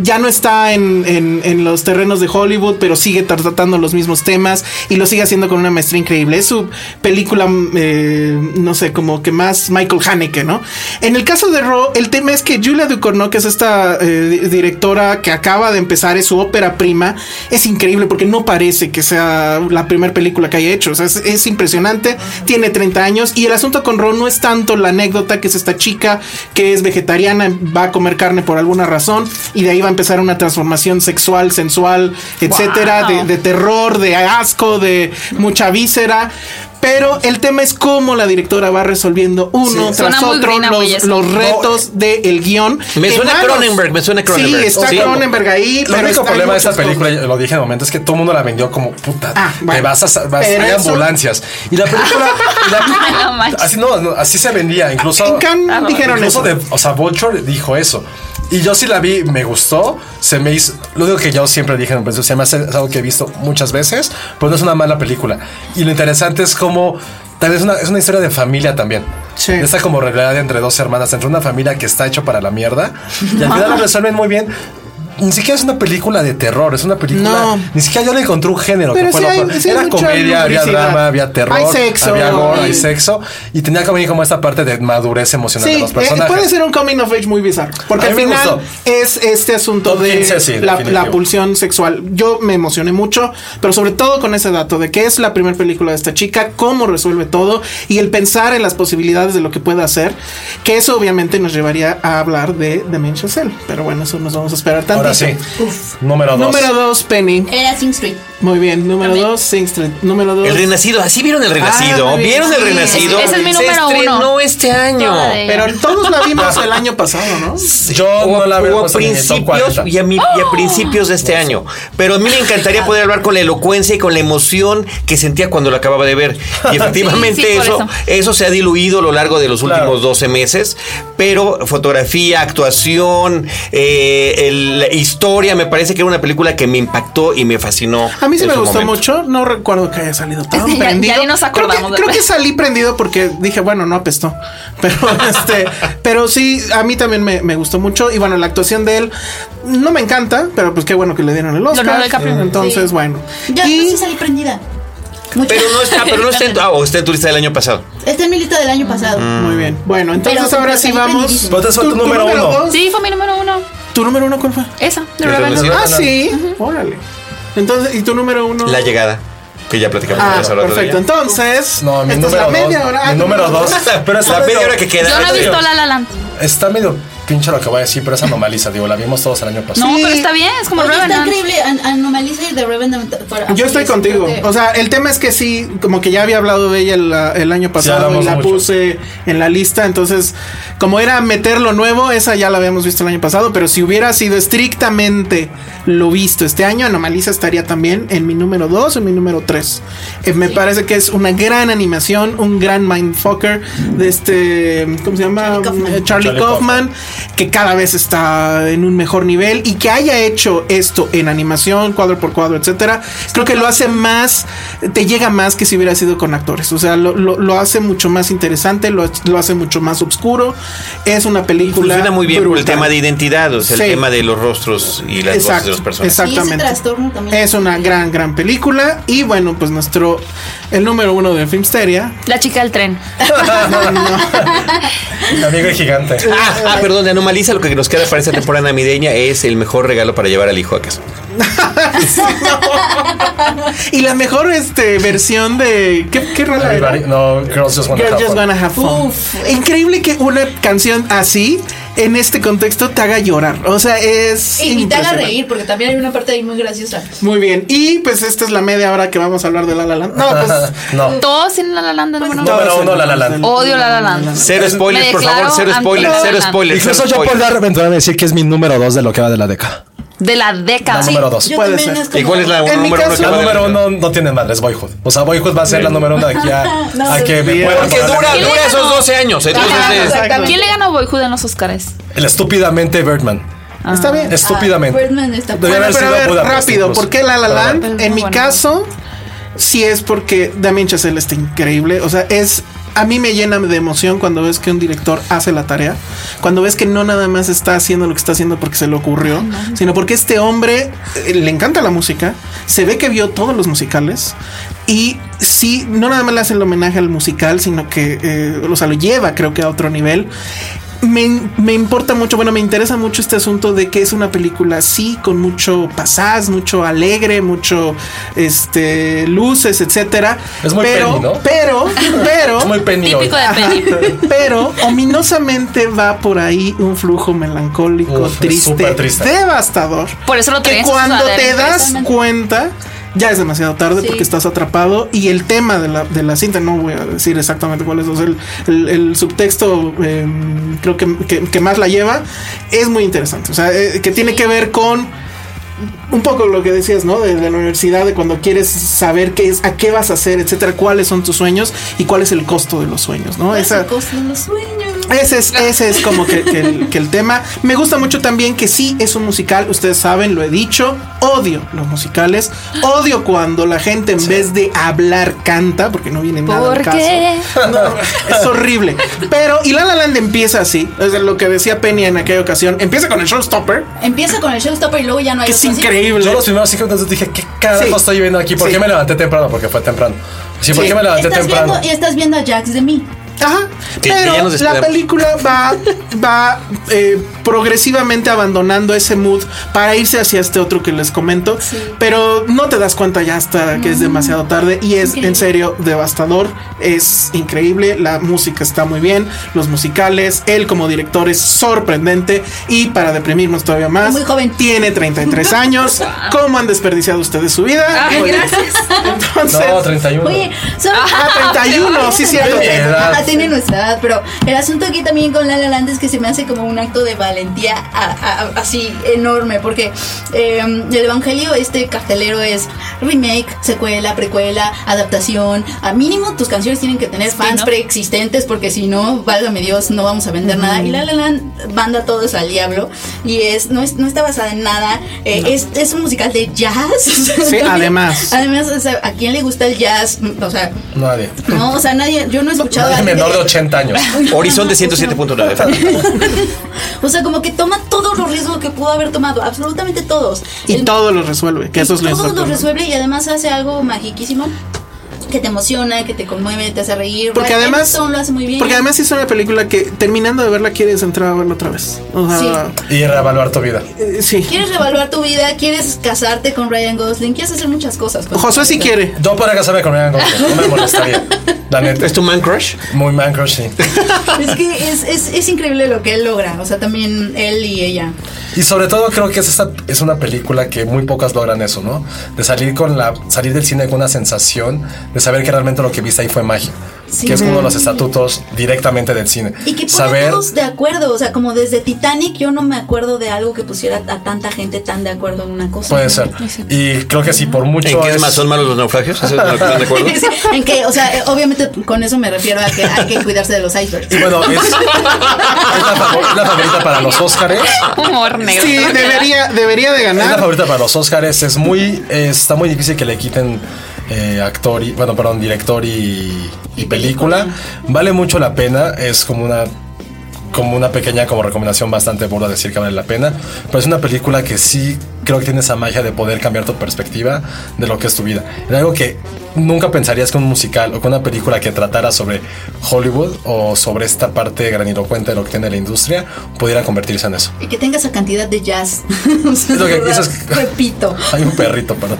[SPEAKER 5] Ya no está en, en- en los terrenos de Hollywood, pero sigue tra- tratando los mismos temas y lo sigue haciendo con una maestría increíble. Es su película, mm, eh, no sé, como que más Michael Haneke, ¿no? En el caso de Ro, el tema es que Julia Ducournau, que es esta eh, di- directora que acaba de empezar, es su ópera prima, es increíble porque no parece que sea la primera película que haya hecho, o sea, es, es impresionante, tiene 30 años y el asunto con Ro no es tanto la anécdota que es esta chica que es vegetariana, va a comer carne por alguna razón y de ahí va a empezar una transformación sexual, sensual, etcétera,
[SPEAKER 4] Wow.
[SPEAKER 5] de- de de terror, de asco, de mucha víscera. Pero el tema es cómo la directora va resolviendo uno
[SPEAKER 4] Sí.
[SPEAKER 5] tras
[SPEAKER 4] Suena muy
[SPEAKER 5] otro
[SPEAKER 4] Green Apple
[SPEAKER 5] los,
[SPEAKER 4] eso.
[SPEAKER 5] los retos del guión.
[SPEAKER 1] Me
[SPEAKER 5] Que
[SPEAKER 1] suena
[SPEAKER 5] manos-
[SPEAKER 1] Cronenberg, me suena Cronenberg.
[SPEAKER 5] Sí, está
[SPEAKER 1] Sí.
[SPEAKER 5] Cronenberg ahí.
[SPEAKER 2] El único problema de esta
[SPEAKER 5] esa
[SPEAKER 2] película, yo lo dije en el momento, es que todo el mundo la vendió como puta.
[SPEAKER 5] Ah, bueno.
[SPEAKER 2] te vas a vas,
[SPEAKER 5] Pero
[SPEAKER 2] hay
[SPEAKER 5] eso-
[SPEAKER 2] ambulancias. Y la película. y la-
[SPEAKER 4] No manches.
[SPEAKER 2] así no, no, así se vendía. Incluso.
[SPEAKER 5] En Cannes
[SPEAKER 4] Ah, no,
[SPEAKER 5] dijeron
[SPEAKER 2] incluso
[SPEAKER 5] eso.
[SPEAKER 2] de- o sea, Vulture dijo eso. Y yo sí la vi, me gustó, se me hizo... Lo único que yo siempre dije en el principio, se me hace es algo que he visto muchas veces, pero no es una mala película. Y lo interesante es como... Tal vez es una, es una historia de familia también.
[SPEAKER 5] Sí.
[SPEAKER 2] De Esta como realidad entre dos hermanas, entre una familia que está hecho para la mierda. Y al final lo resuelven muy bien. Ni siquiera es una película de terror, es una película...
[SPEAKER 5] No.
[SPEAKER 2] Ni siquiera yo le encontré un género.
[SPEAKER 5] Pero
[SPEAKER 2] que fue
[SPEAKER 5] sí
[SPEAKER 2] lo
[SPEAKER 5] hay-
[SPEAKER 2] peor.
[SPEAKER 5] sí hay
[SPEAKER 2] Era
[SPEAKER 5] mucha
[SPEAKER 2] comedia, había
[SPEAKER 5] lubricidad.
[SPEAKER 2] drama, había terror,
[SPEAKER 5] Hay sexo.
[SPEAKER 2] había gore, hay
[SPEAKER 5] Sí.
[SPEAKER 2] sexo. Y tenía también como esta parte de madurez emocional de
[SPEAKER 5] Sí,
[SPEAKER 2] los
[SPEAKER 5] eh,
[SPEAKER 2] personajes.
[SPEAKER 5] puede ser un coming of age muy bizarro. Porque
[SPEAKER 2] A
[SPEAKER 5] al
[SPEAKER 2] mí me
[SPEAKER 5] final
[SPEAKER 2] gustó.
[SPEAKER 5] es este asunto
[SPEAKER 2] Top
[SPEAKER 5] de
[SPEAKER 2] 15, sí,
[SPEAKER 5] la,
[SPEAKER 2] definitivo.
[SPEAKER 5] la pulsión sexual. Yo me emocioné mucho, pero sobre todo con ese dato de que es la primera película de esta chica, cómo resuelve todo y el pensar en las posibilidades de lo que puede hacer, que eso obviamente nos llevaría a hablar de Dementia Cell. Pero bueno, eso nos vamos a esperar tanto.
[SPEAKER 2] Ahora sí. Número dos.
[SPEAKER 5] Número dos, Penny.
[SPEAKER 3] Era Sing Street.
[SPEAKER 5] Muy bien. Número dos, Sing Street. Número dos. Ah,
[SPEAKER 1] El Renacido, así vieron el Renacido.
[SPEAKER 5] muy bien.
[SPEAKER 1] ¿Vieron el
[SPEAKER 5] Sí,
[SPEAKER 1] Renacido?
[SPEAKER 4] ese es mi
[SPEAKER 1] Se
[SPEAKER 4] número uno.
[SPEAKER 1] estrenó este año.
[SPEAKER 4] Toda de-
[SPEAKER 5] Pero todos la vimos el año pasado, ¿no?
[SPEAKER 2] Yo
[SPEAKER 1] O,
[SPEAKER 2] Oh, no la veo
[SPEAKER 1] o a
[SPEAKER 2] puesto ni en el top
[SPEAKER 1] principios
[SPEAKER 2] 40.
[SPEAKER 1] y a, mi- y a principios de este año. Pero a mí me encantaría poder hablar con la elocuencia y con la emoción que sentía cuando lo acababa de ver. Y efectivamente
[SPEAKER 4] Sí, sí, por
[SPEAKER 1] eso, eso.
[SPEAKER 4] eso.
[SPEAKER 2] Eh,
[SPEAKER 1] se ha diluido a lo largo de los
[SPEAKER 2] Claro.
[SPEAKER 1] últimos 12 meses. Pero fotografía, actuación, eh, el- la historia, me parece que era una película que me impactó y me fascinó.
[SPEAKER 5] A mí sí
[SPEAKER 1] en
[SPEAKER 5] me
[SPEAKER 1] su
[SPEAKER 5] gustó
[SPEAKER 1] momento.
[SPEAKER 5] mucho. No recuerdo que haya salido tan
[SPEAKER 4] Es que ya- ya
[SPEAKER 5] prendido.
[SPEAKER 4] ni nos acordamos
[SPEAKER 5] Creo que,
[SPEAKER 4] de-
[SPEAKER 5] creo que salí prendido porque dije, bueno, no apestó. Pero este, pero sí, a mí también me, me gustó mucho. Y bueno, la actuación de él no me encanta, pero pues qué bueno que le dieron el Oscar.
[SPEAKER 4] Leonardo DiCaprio.
[SPEAKER 5] Entonces,
[SPEAKER 3] Sí.
[SPEAKER 5] bueno.
[SPEAKER 3] Yo
[SPEAKER 5] y
[SPEAKER 3] sí salí prendida. Mucho.
[SPEAKER 1] Pero no está, pero no está en tu, ah, o está en tu lista del año pasado.
[SPEAKER 3] Está en mi lista del
[SPEAKER 5] Mm.
[SPEAKER 3] año pasado.
[SPEAKER 5] muy bien. Bueno, entonces
[SPEAKER 3] Pero-
[SPEAKER 5] ahora
[SPEAKER 3] pero
[SPEAKER 5] sí
[SPEAKER 3] salí
[SPEAKER 5] vamos.
[SPEAKER 1] Pues,
[SPEAKER 3] prendidísima.
[SPEAKER 2] Pero te suelto número uno.
[SPEAKER 5] dos?
[SPEAKER 4] Sí, fue mi número uno.
[SPEAKER 5] ¿Tu número uno cuál fue?
[SPEAKER 4] Esa, de
[SPEAKER 1] Pero
[SPEAKER 4] Rebel.
[SPEAKER 1] no sé.
[SPEAKER 5] Ah, sí. Órale. Entonces, ¿y tu número uno?
[SPEAKER 1] La llegada, que ya platicamos
[SPEAKER 5] Ah,
[SPEAKER 1] de eso el otro
[SPEAKER 5] perfecto.
[SPEAKER 1] día.
[SPEAKER 5] Entonces,
[SPEAKER 2] No, mi
[SPEAKER 5] esta es
[SPEAKER 2] número
[SPEAKER 5] la
[SPEAKER 2] dos.
[SPEAKER 5] media hora. Ah,
[SPEAKER 2] Mi
[SPEAKER 5] tu
[SPEAKER 2] número dos.
[SPEAKER 1] La,
[SPEAKER 2] Pero esa
[SPEAKER 1] la
[SPEAKER 2] medio-
[SPEAKER 1] media hora que queda.
[SPEAKER 4] Yo no he
[SPEAKER 2] Dios.
[SPEAKER 4] visto La La Land.
[SPEAKER 2] Está medio pinche lo que voy a decir, pero es anomaliza. Digo, la vimos todos el año pasado.
[SPEAKER 4] No, pero está bien, es como
[SPEAKER 3] Oye, está
[SPEAKER 4] Revenant.
[SPEAKER 3] increíble. An Anomaliza y The Revenant. para-
[SPEAKER 5] Yo estoy
[SPEAKER 3] Creo
[SPEAKER 5] contigo.
[SPEAKER 3] que-
[SPEAKER 5] O sea, el tema es que sí, como que ya había hablado de ella el, el año pasado
[SPEAKER 2] hablamos
[SPEAKER 5] y la
[SPEAKER 2] mucho.
[SPEAKER 5] puse en la lista. Entonces, como era meter lo nuevo, esa ya la habíamos visto el año pasado. Pero si hubiera sido estrictamente lo visto este año, Anomalisa estaría también en mi número 2 o en mi número 3. me parece que es una gran animación, un gran mindfucker de este. ¿Cómo se llama?
[SPEAKER 3] Charlie Kaufman.
[SPEAKER 5] Eh, Charlie
[SPEAKER 2] Charlie
[SPEAKER 5] Kaufman, que cada vez está en un mejor nivel y que haya hecho esto en animación, cuadro por cuadro, etcétera, creo que lo hace más, te llega más que si hubiera sido con actores. O sea, lo, lo- lo hace mucho más interesante, lo, lo hace mucho más oscuro. Es una película.
[SPEAKER 1] Funciona muy bien por el
[SPEAKER 5] brutal.
[SPEAKER 1] tema de identidad, o sea,
[SPEAKER 5] Sí.
[SPEAKER 1] el tema de los rostros y las voces de
[SPEAKER 5] Exacto,
[SPEAKER 1] los personajes.
[SPEAKER 5] exactamente.
[SPEAKER 3] Y ese trastorno también.
[SPEAKER 5] Es una gran, gran película. Y bueno, pues nuestro, el número uno de Filmsteria.
[SPEAKER 4] La chica del tren.
[SPEAKER 2] Mi amigo es gigante.
[SPEAKER 1] Ah, ah, perdón, de anomaliza lo que nos queda para esta temporada navideña es el mejor regalo para llevar al hijo a casa.
[SPEAKER 5] Y la mejor este, versión de. ¿Qué, qué rola era?
[SPEAKER 2] Everybody- no, Girls Just Wanna
[SPEAKER 5] Girl
[SPEAKER 2] Have
[SPEAKER 5] Just
[SPEAKER 2] Fun.
[SPEAKER 5] Wanna Have Fun. Increíble que una canción así, en este contexto, te haga llorar. O sea, es.
[SPEAKER 3] Y y te haga
[SPEAKER 5] impresionante.
[SPEAKER 3] reír, porque también hay una parte ahí muy graciosa.
[SPEAKER 5] Muy bien. Y pues esta es la media hora que vamos a hablar de La La Land. No, pues.
[SPEAKER 1] Oh.
[SPEAKER 2] No.
[SPEAKER 4] Todos tienen La La Land de número uno.
[SPEAKER 2] Número uno, La La Land.
[SPEAKER 4] Odio La La Land.
[SPEAKER 1] Cero spoilers,
[SPEAKER 4] Me
[SPEAKER 1] por favor,
[SPEAKER 4] declaro
[SPEAKER 1] cero spoilers,
[SPEAKER 4] anti-
[SPEAKER 1] cero spoilers.
[SPEAKER 2] Incluso
[SPEAKER 1] cero
[SPEAKER 2] yo puedo
[SPEAKER 1] spoilers.
[SPEAKER 2] dar- aventurarme a decir que es mi número dos de lo que va de la década.
[SPEAKER 4] De la década.
[SPEAKER 2] La número dos.
[SPEAKER 3] Yo
[SPEAKER 5] Puede
[SPEAKER 3] también
[SPEAKER 5] ser.
[SPEAKER 3] es como-
[SPEAKER 1] ¿Y cuál es la
[SPEAKER 5] En mi
[SPEAKER 1] número uno
[SPEAKER 5] caso-
[SPEAKER 1] que
[SPEAKER 2] La
[SPEAKER 1] va a
[SPEAKER 2] número
[SPEAKER 1] dar?
[SPEAKER 2] uno no tiene madre, es Boyhood. O sea, Boyhood va a ser la número uno de aquí a,
[SPEAKER 3] No,
[SPEAKER 2] a que me
[SPEAKER 5] bien.
[SPEAKER 2] puedan
[SPEAKER 1] Porque
[SPEAKER 2] poner la-
[SPEAKER 1] dura,
[SPEAKER 4] ¿Quién le
[SPEAKER 1] dura esos
[SPEAKER 4] ganó?
[SPEAKER 1] 12 años. Entonces
[SPEAKER 5] Ajá,
[SPEAKER 1] es-
[SPEAKER 5] exacto.
[SPEAKER 4] ¿Quién le ganó a Boyhood en los Oscars?
[SPEAKER 2] El estúpidamente Birdman.
[SPEAKER 5] Está bien.
[SPEAKER 2] Estúpidamente.
[SPEAKER 3] Ah, Birdman está-
[SPEAKER 2] Debería haber
[SPEAKER 5] Bueno, pero a
[SPEAKER 2] sido
[SPEAKER 5] ver,
[SPEAKER 2] Budapest
[SPEAKER 5] rápido,
[SPEAKER 2] incluso.
[SPEAKER 5] ¿por qué La La
[SPEAKER 2] Pero
[SPEAKER 5] Land?
[SPEAKER 2] bueno.
[SPEAKER 5] En mi
[SPEAKER 4] Bueno.
[SPEAKER 5] caso, sí es porque Damien Chazelle está increíble. O sea, es. A mí me llena de emoción cuando ves que un director hace la tarea. Cuando ves que no nada más está haciendo lo que está haciendo porque se le ocurrió, sino porque este hombre eh, le encanta la música. Se ve que vio todos los musicales. Y sí, no nada más le hacen el homenaje al musical, sino que eh, o sea, lo lleva creo que a otro nivel. Me, me importa mucho, bueno, me interesa mucho este asunto de que es una película, sí, con mucho pasás, mucho alegre, mucho este luces, etcétera.
[SPEAKER 2] Es muy
[SPEAKER 5] pero,
[SPEAKER 2] Penny, ¿no?
[SPEAKER 5] pero, pero,
[SPEAKER 2] Es muy penny hoy.
[SPEAKER 4] Típico de peli.
[SPEAKER 5] pero ominosamente va por ahí un flujo melancólico,
[SPEAKER 2] Uf, es
[SPEAKER 5] triste,
[SPEAKER 2] súper triste.
[SPEAKER 5] devastador.
[SPEAKER 4] Por eso lo
[SPEAKER 5] que
[SPEAKER 4] traías
[SPEAKER 5] cuando
[SPEAKER 4] sudadera
[SPEAKER 5] te das
[SPEAKER 3] impresionante.
[SPEAKER 5] cuenta ya es demasiado tarde
[SPEAKER 3] Sí.
[SPEAKER 5] porque estás atrapado y el tema de la, de la cinta, no voy a decir exactamente cuál es, o sea, el, el- el subtexto eh, creo que, que- que más la lleva, es muy interesante, o sea, eh, que tiene que ver con un poco lo que decías, ¿no? De, de la universidad, de cuando quieres saber qué es, a qué vas a hacer, etcétera, cuáles son tus sueños y cuál es el costo de los sueños, ¿no? Esa-
[SPEAKER 3] Cosa de los sueños.
[SPEAKER 5] ese es, ese es como que, que el, que el tema. Me gusta mucho también que sí es un musical, ustedes saben, lo he dicho. Odio los musicales. Odio cuando la gente en vez de hablar canta, porque no viene nada al
[SPEAKER 4] ¿Por
[SPEAKER 5] caso.
[SPEAKER 4] qué?
[SPEAKER 5] No, es horrible. Pero, y La La Land empieza así. Es de lo que decía Penny en aquella ocasión. Empieza con el showstopper,
[SPEAKER 3] Empieza con el showstopper y luego ya no hay
[SPEAKER 5] que es
[SPEAKER 3] otro, ¿sí?
[SPEAKER 5] increíble.
[SPEAKER 2] Yo los primeros cinco minutos dije, ¿qué carajo
[SPEAKER 5] Sí.
[SPEAKER 2] estoy viendo aquí? ¿Por
[SPEAKER 5] Sí.
[SPEAKER 2] qué me levanté temprano? Porque fue temprano. Sí, ¿por
[SPEAKER 5] Sí.
[SPEAKER 2] qué me levanté
[SPEAKER 3] Estás
[SPEAKER 2] temprano?
[SPEAKER 3] viendo, y estás viendo a Jax de mí.
[SPEAKER 5] Ajá.
[SPEAKER 1] Que- que ya
[SPEAKER 5] Pero
[SPEAKER 1] nos
[SPEAKER 5] la
[SPEAKER 1] despedimos.
[SPEAKER 5] película va, va eh, progresivamente abandonando ese mood para irse hacia este otro que les comento. Pero no te das cuenta ya hasta que es demasiado tarde. Y es en serio devastador. Es increíble. La música está muy bien. Los musicales. Él como director es sorprendente. Y para deprimirnos todavía más.
[SPEAKER 3] Muy joven.
[SPEAKER 5] Tiene 33 años. ¿Cómo han desperdiciado ustedes su vida?
[SPEAKER 3] Ah,
[SPEAKER 4] Ay,
[SPEAKER 5] Bueno,
[SPEAKER 4] gracias.
[SPEAKER 5] Entonces.
[SPEAKER 2] No, 31.
[SPEAKER 3] Oye, son-
[SPEAKER 5] Ah, 31, sí, cierto.
[SPEAKER 2] Mi edad.
[SPEAKER 3] Ajá, tiene nuestra edad, pero el asunto aquí también con La La Land es que se me hace como un acto de valentía a- a- a- así enorme, porque eh, el evangelio, este cartelero es remake, secuela, precuela, adaptación. A mínimo tus canciones tienen que tener fans
[SPEAKER 4] ¿no?
[SPEAKER 3] preexistentes, porque si no, válgame Dios, no vamos a vender nada. Y La La Land manda a todos al diablo y es no, es, no está basada en nada, eh, es, es un musical de jazz.
[SPEAKER 5] Sí, además.
[SPEAKER 3] Además, o sea, ¿a quién le gusta el jazz? O sea,
[SPEAKER 2] Nadie.
[SPEAKER 3] no, o sea, nadie, yo no he escuchado a
[SPEAKER 2] Nadie
[SPEAKER 3] alguien
[SPEAKER 2] menor de
[SPEAKER 3] que-
[SPEAKER 2] 80 años.
[SPEAKER 1] Horizonte 107.9.
[SPEAKER 3] O sea, como que toma todos los riesgos que pudo haber tomado, absolutamente todos.
[SPEAKER 5] Y
[SPEAKER 3] El-
[SPEAKER 5] todo lo resuelve. Que eso es lo
[SPEAKER 3] todo lo
[SPEAKER 5] importante.
[SPEAKER 3] resuelve y además hace algo magiquísimo que te emociona, que te conmueve, te hace reír.
[SPEAKER 5] Porque
[SPEAKER 3] Brian
[SPEAKER 5] además,
[SPEAKER 3] Cranston lo hace muy bien.
[SPEAKER 5] porque además es una película que terminando de verla quieres entrar a verla otra vez. O sea,
[SPEAKER 2] Y reevaluar tu vida.
[SPEAKER 5] eh, sí.
[SPEAKER 3] quieres revaluar tu vida, quieres casarte con Ryan Gosling, quieres hacer muchas cosas. con-
[SPEAKER 5] Josué sí quiere.
[SPEAKER 2] Yo podría casarme con Ryan Gosling, no me molestaría. La neta,
[SPEAKER 1] ¿Es tu man crush?
[SPEAKER 2] muy man crush, sí.
[SPEAKER 3] Es que es, es, es increíble lo que él logra. O sea, también él y ella.
[SPEAKER 2] Y sobre todo creo que es, esta, es una película que muy pocas logran eso, ¿no? De salir con la salir del cine con una sensación de saber que realmente lo que viste ahí fue magia,
[SPEAKER 3] Sí.
[SPEAKER 2] que es uno de los estatutos directamente del cine.
[SPEAKER 3] Y que pone a
[SPEAKER 2] saber
[SPEAKER 3] todos de acuerdo. O sea, como desde Titanic, yo no me acuerdo de algo que pusiera a tanta gente tan de acuerdo en una cosa.
[SPEAKER 2] puede ser. Y creo que sí por mucho
[SPEAKER 1] ¿En qué
[SPEAKER 2] es-
[SPEAKER 1] es más son malos los naufragios? ¿Eso es lo que están de acuerdo?
[SPEAKER 3] Sí, en que, o sea, eh, obviamente con eso me refiero a que hay que cuidarse de los icebergs.
[SPEAKER 2] y bueno, es, es la, favor- la favorita para los Óscares.
[SPEAKER 4] Humor negro.
[SPEAKER 5] Sí, debería, debería de
[SPEAKER 2] Es la
[SPEAKER 5] ganar.
[SPEAKER 2] favorita para los Óscares. Es muy, eh, está muy difícil que le quiten eh, actor y, bueno, perdón, director y, y película. Vale mucho la pena. Es como una, como una pequeña, como recomendación bastante burda decir que vale la pena. Pero es una película que sí creo que tiene esa magia de poder cambiar tu perspectiva de lo que es tu vida. Era algo que nunca pensarías que un musical o que una película que tratara sobre Hollywood o sobre esta parte granilocuente de lo que tiene la industria pudiera convertirse en eso.
[SPEAKER 3] Y que tenga esa cantidad de jazz. O sea,
[SPEAKER 2] Es lo que-
[SPEAKER 3] de verdad,
[SPEAKER 2] eso es-
[SPEAKER 3] Repito.
[SPEAKER 2] Hay un perrito, perdón.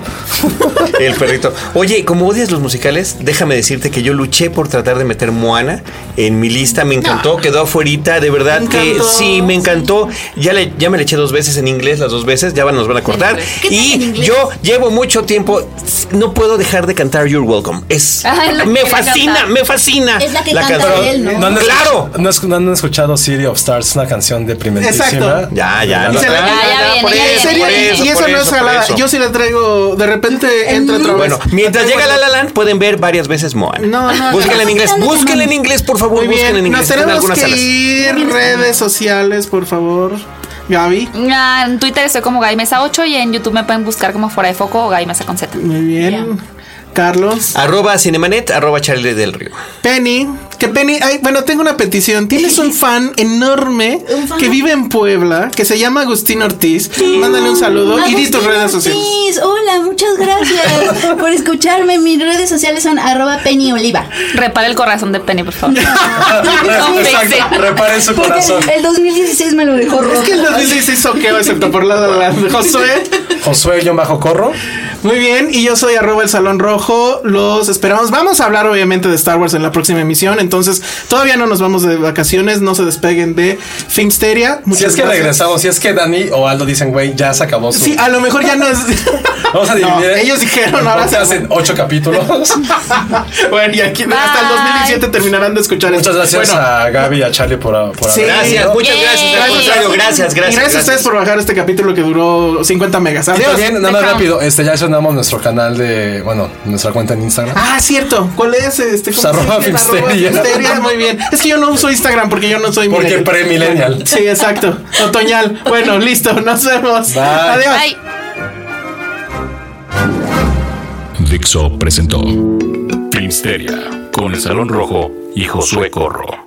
[SPEAKER 1] El perrito. Oye, como odias los musicales, déjame decirte que yo luché por tratar de meter Moana en mi lista. Me encantó, quedó afuerita. De verdad
[SPEAKER 5] Me
[SPEAKER 1] que
[SPEAKER 5] encantó.
[SPEAKER 1] sí, me encantó. Ya, le, ya me le eché dos veces en inglés, las dos veces. Ya van- nos van a cortar.
[SPEAKER 4] pues.
[SPEAKER 3] ¿Qué tal en
[SPEAKER 1] Y
[SPEAKER 3] inglés?
[SPEAKER 1] yo llevo mucho tiempo. No puedo dejar de cantar You're Welcome. Es,
[SPEAKER 4] Ah, es la que
[SPEAKER 1] me
[SPEAKER 4] quiere
[SPEAKER 1] fascina,
[SPEAKER 4] cantar.
[SPEAKER 1] me fascina.
[SPEAKER 3] Es la que canta
[SPEAKER 1] canción.
[SPEAKER 3] él, ¿no?
[SPEAKER 2] han
[SPEAKER 1] ¡Claro!
[SPEAKER 2] escuchado- No, es- no han escuchado City of Stars, una canción deprimentísima.
[SPEAKER 5] Exacto.
[SPEAKER 1] Ya, ya.
[SPEAKER 2] Y
[SPEAKER 1] no-
[SPEAKER 5] se la-
[SPEAKER 1] ah,
[SPEAKER 4] ya viene,
[SPEAKER 1] por
[SPEAKER 4] ya
[SPEAKER 1] eso,
[SPEAKER 4] viene.
[SPEAKER 5] En serio,
[SPEAKER 1] por
[SPEAKER 5] y-
[SPEAKER 1] eso,
[SPEAKER 5] y eso
[SPEAKER 1] por
[SPEAKER 5] no
[SPEAKER 1] eso,
[SPEAKER 5] es
[SPEAKER 1] por
[SPEAKER 5] jalada.
[SPEAKER 1] eso.
[SPEAKER 5] Yo sí la traigo. De repente entra otra vez.
[SPEAKER 1] Bueno, mientras
[SPEAKER 5] No
[SPEAKER 1] llega
[SPEAKER 5] tengo-
[SPEAKER 1] La La Land, pueden ver varias veces Moana.
[SPEAKER 5] Pues, No, no,
[SPEAKER 1] Búsquenla
[SPEAKER 5] no.
[SPEAKER 1] en inglés, búsquenla en inglés, por favor,
[SPEAKER 5] Muy
[SPEAKER 1] búsquenla en
[SPEAKER 5] bien. Nos
[SPEAKER 1] inglés. Está en
[SPEAKER 5] tenemos
[SPEAKER 1] algunas
[SPEAKER 5] que
[SPEAKER 1] salas.
[SPEAKER 5] ir. Redes sociales, por favor. Gaby.
[SPEAKER 4] Ah, en Twitter estoy como Gaimesa8 y en YouTube me pueden buscar como Fuera de Foco o Gaimesa con Z.
[SPEAKER 5] Muy bien. Carlos.
[SPEAKER 11] Arroba Cinemanet, arroba Charlie del Río.
[SPEAKER 5] Penny, que Penny, ay, bueno, tengo una petición. Tienes un fan enorme
[SPEAKER 3] Un fan.
[SPEAKER 5] que vive en Puebla, que se llama Agustín Ortiz. Mándale un saludo y di tus
[SPEAKER 3] Agustín
[SPEAKER 5] redes sociales.
[SPEAKER 3] Ah, Ortiz, Hola, muchas gracias por escucharme. Mis redes sociales son arroba Penny Oliva.
[SPEAKER 12] Repara el corazón de Penny, por favor. No, sí, sí.
[SPEAKER 13] Reparen su
[SPEAKER 3] Porque
[SPEAKER 13] corazón.
[SPEAKER 3] el 2016 me lo dejó
[SPEAKER 5] Es
[SPEAKER 3] roto.
[SPEAKER 5] que el 2016 soqueo, excepto por la de la- de Josué.
[SPEAKER 2] Josué yo bajo corro.
[SPEAKER 5] Muy bien, y yo soy arroba el Salón Rojo. Los esperamos. Vamos a hablar obviamente de Star Wars en la próxima emisión. Entonces, todavía no nos vamos de vacaciones. No se despeguen de Filmsteria. Muchas
[SPEAKER 2] Si es que
[SPEAKER 5] gracias.
[SPEAKER 2] regresamos, si es que Dani o Aldo dicen, güey, ya se acabó su.
[SPEAKER 5] Sí, a lo mejor ya no es.
[SPEAKER 2] Vamos a
[SPEAKER 5] No,
[SPEAKER 2] dividir.
[SPEAKER 5] ellos dijeron,
[SPEAKER 2] el
[SPEAKER 5] ahora se
[SPEAKER 2] podcast en ocho capítulos.
[SPEAKER 5] bueno, y aquí hasta el
[SPEAKER 12] Bye.
[SPEAKER 5] 2017 terminarán de escuchar esto.
[SPEAKER 2] Muchas gracias
[SPEAKER 5] Bueno,
[SPEAKER 2] a Gaby y a Charlie por, por
[SPEAKER 5] Sí.
[SPEAKER 2] haber-
[SPEAKER 11] Gracias,
[SPEAKER 5] ¿no?
[SPEAKER 11] muchas
[SPEAKER 12] Yay.
[SPEAKER 11] gracias. Al
[SPEAKER 12] Gracias.
[SPEAKER 11] contrario, gracias,
[SPEAKER 5] Gracias,
[SPEAKER 11] gracias.
[SPEAKER 5] a ustedes por bajar este capítulo que duró 50 megas.
[SPEAKER 2] Y
[SPEAKER 5] Adiós.
[SPEAKER 2] también, nada más
[SPEAKER 12] Deja.
[SPEAKER 2] rápido, este, ya sonamos nuestro canal de, bueno, nuestra cuenta en Instagram.
[SPEAKER 5] Ah, cierto. ¿Cuál es? Este, ¿cómo
[SPEAKER 2] Pues, arroba
[SPEAKER 5] se llama?
[SPEAKER 2] Filmsteria.
[SPEAKER 5] Arroba Filmsteria, Muy bien. Es que yo no uso Instagram porque yo no soy
[SPEAKER 2] Porque
[SPEAKER 5] millennial.
[SPEAKER 2] pre-millennial.
[SPEAKER 5] Sí, exacto. Otoñal. Bueno, listo. Nos vemos.
[SPEAKER 2] Bye.
[SPEAKER 5] Adiós.
[SPEAKER 12] Bye.
[SPEAKER 1] Dixo presentó Filmsteria con el Salón Rojo y Josué Corro.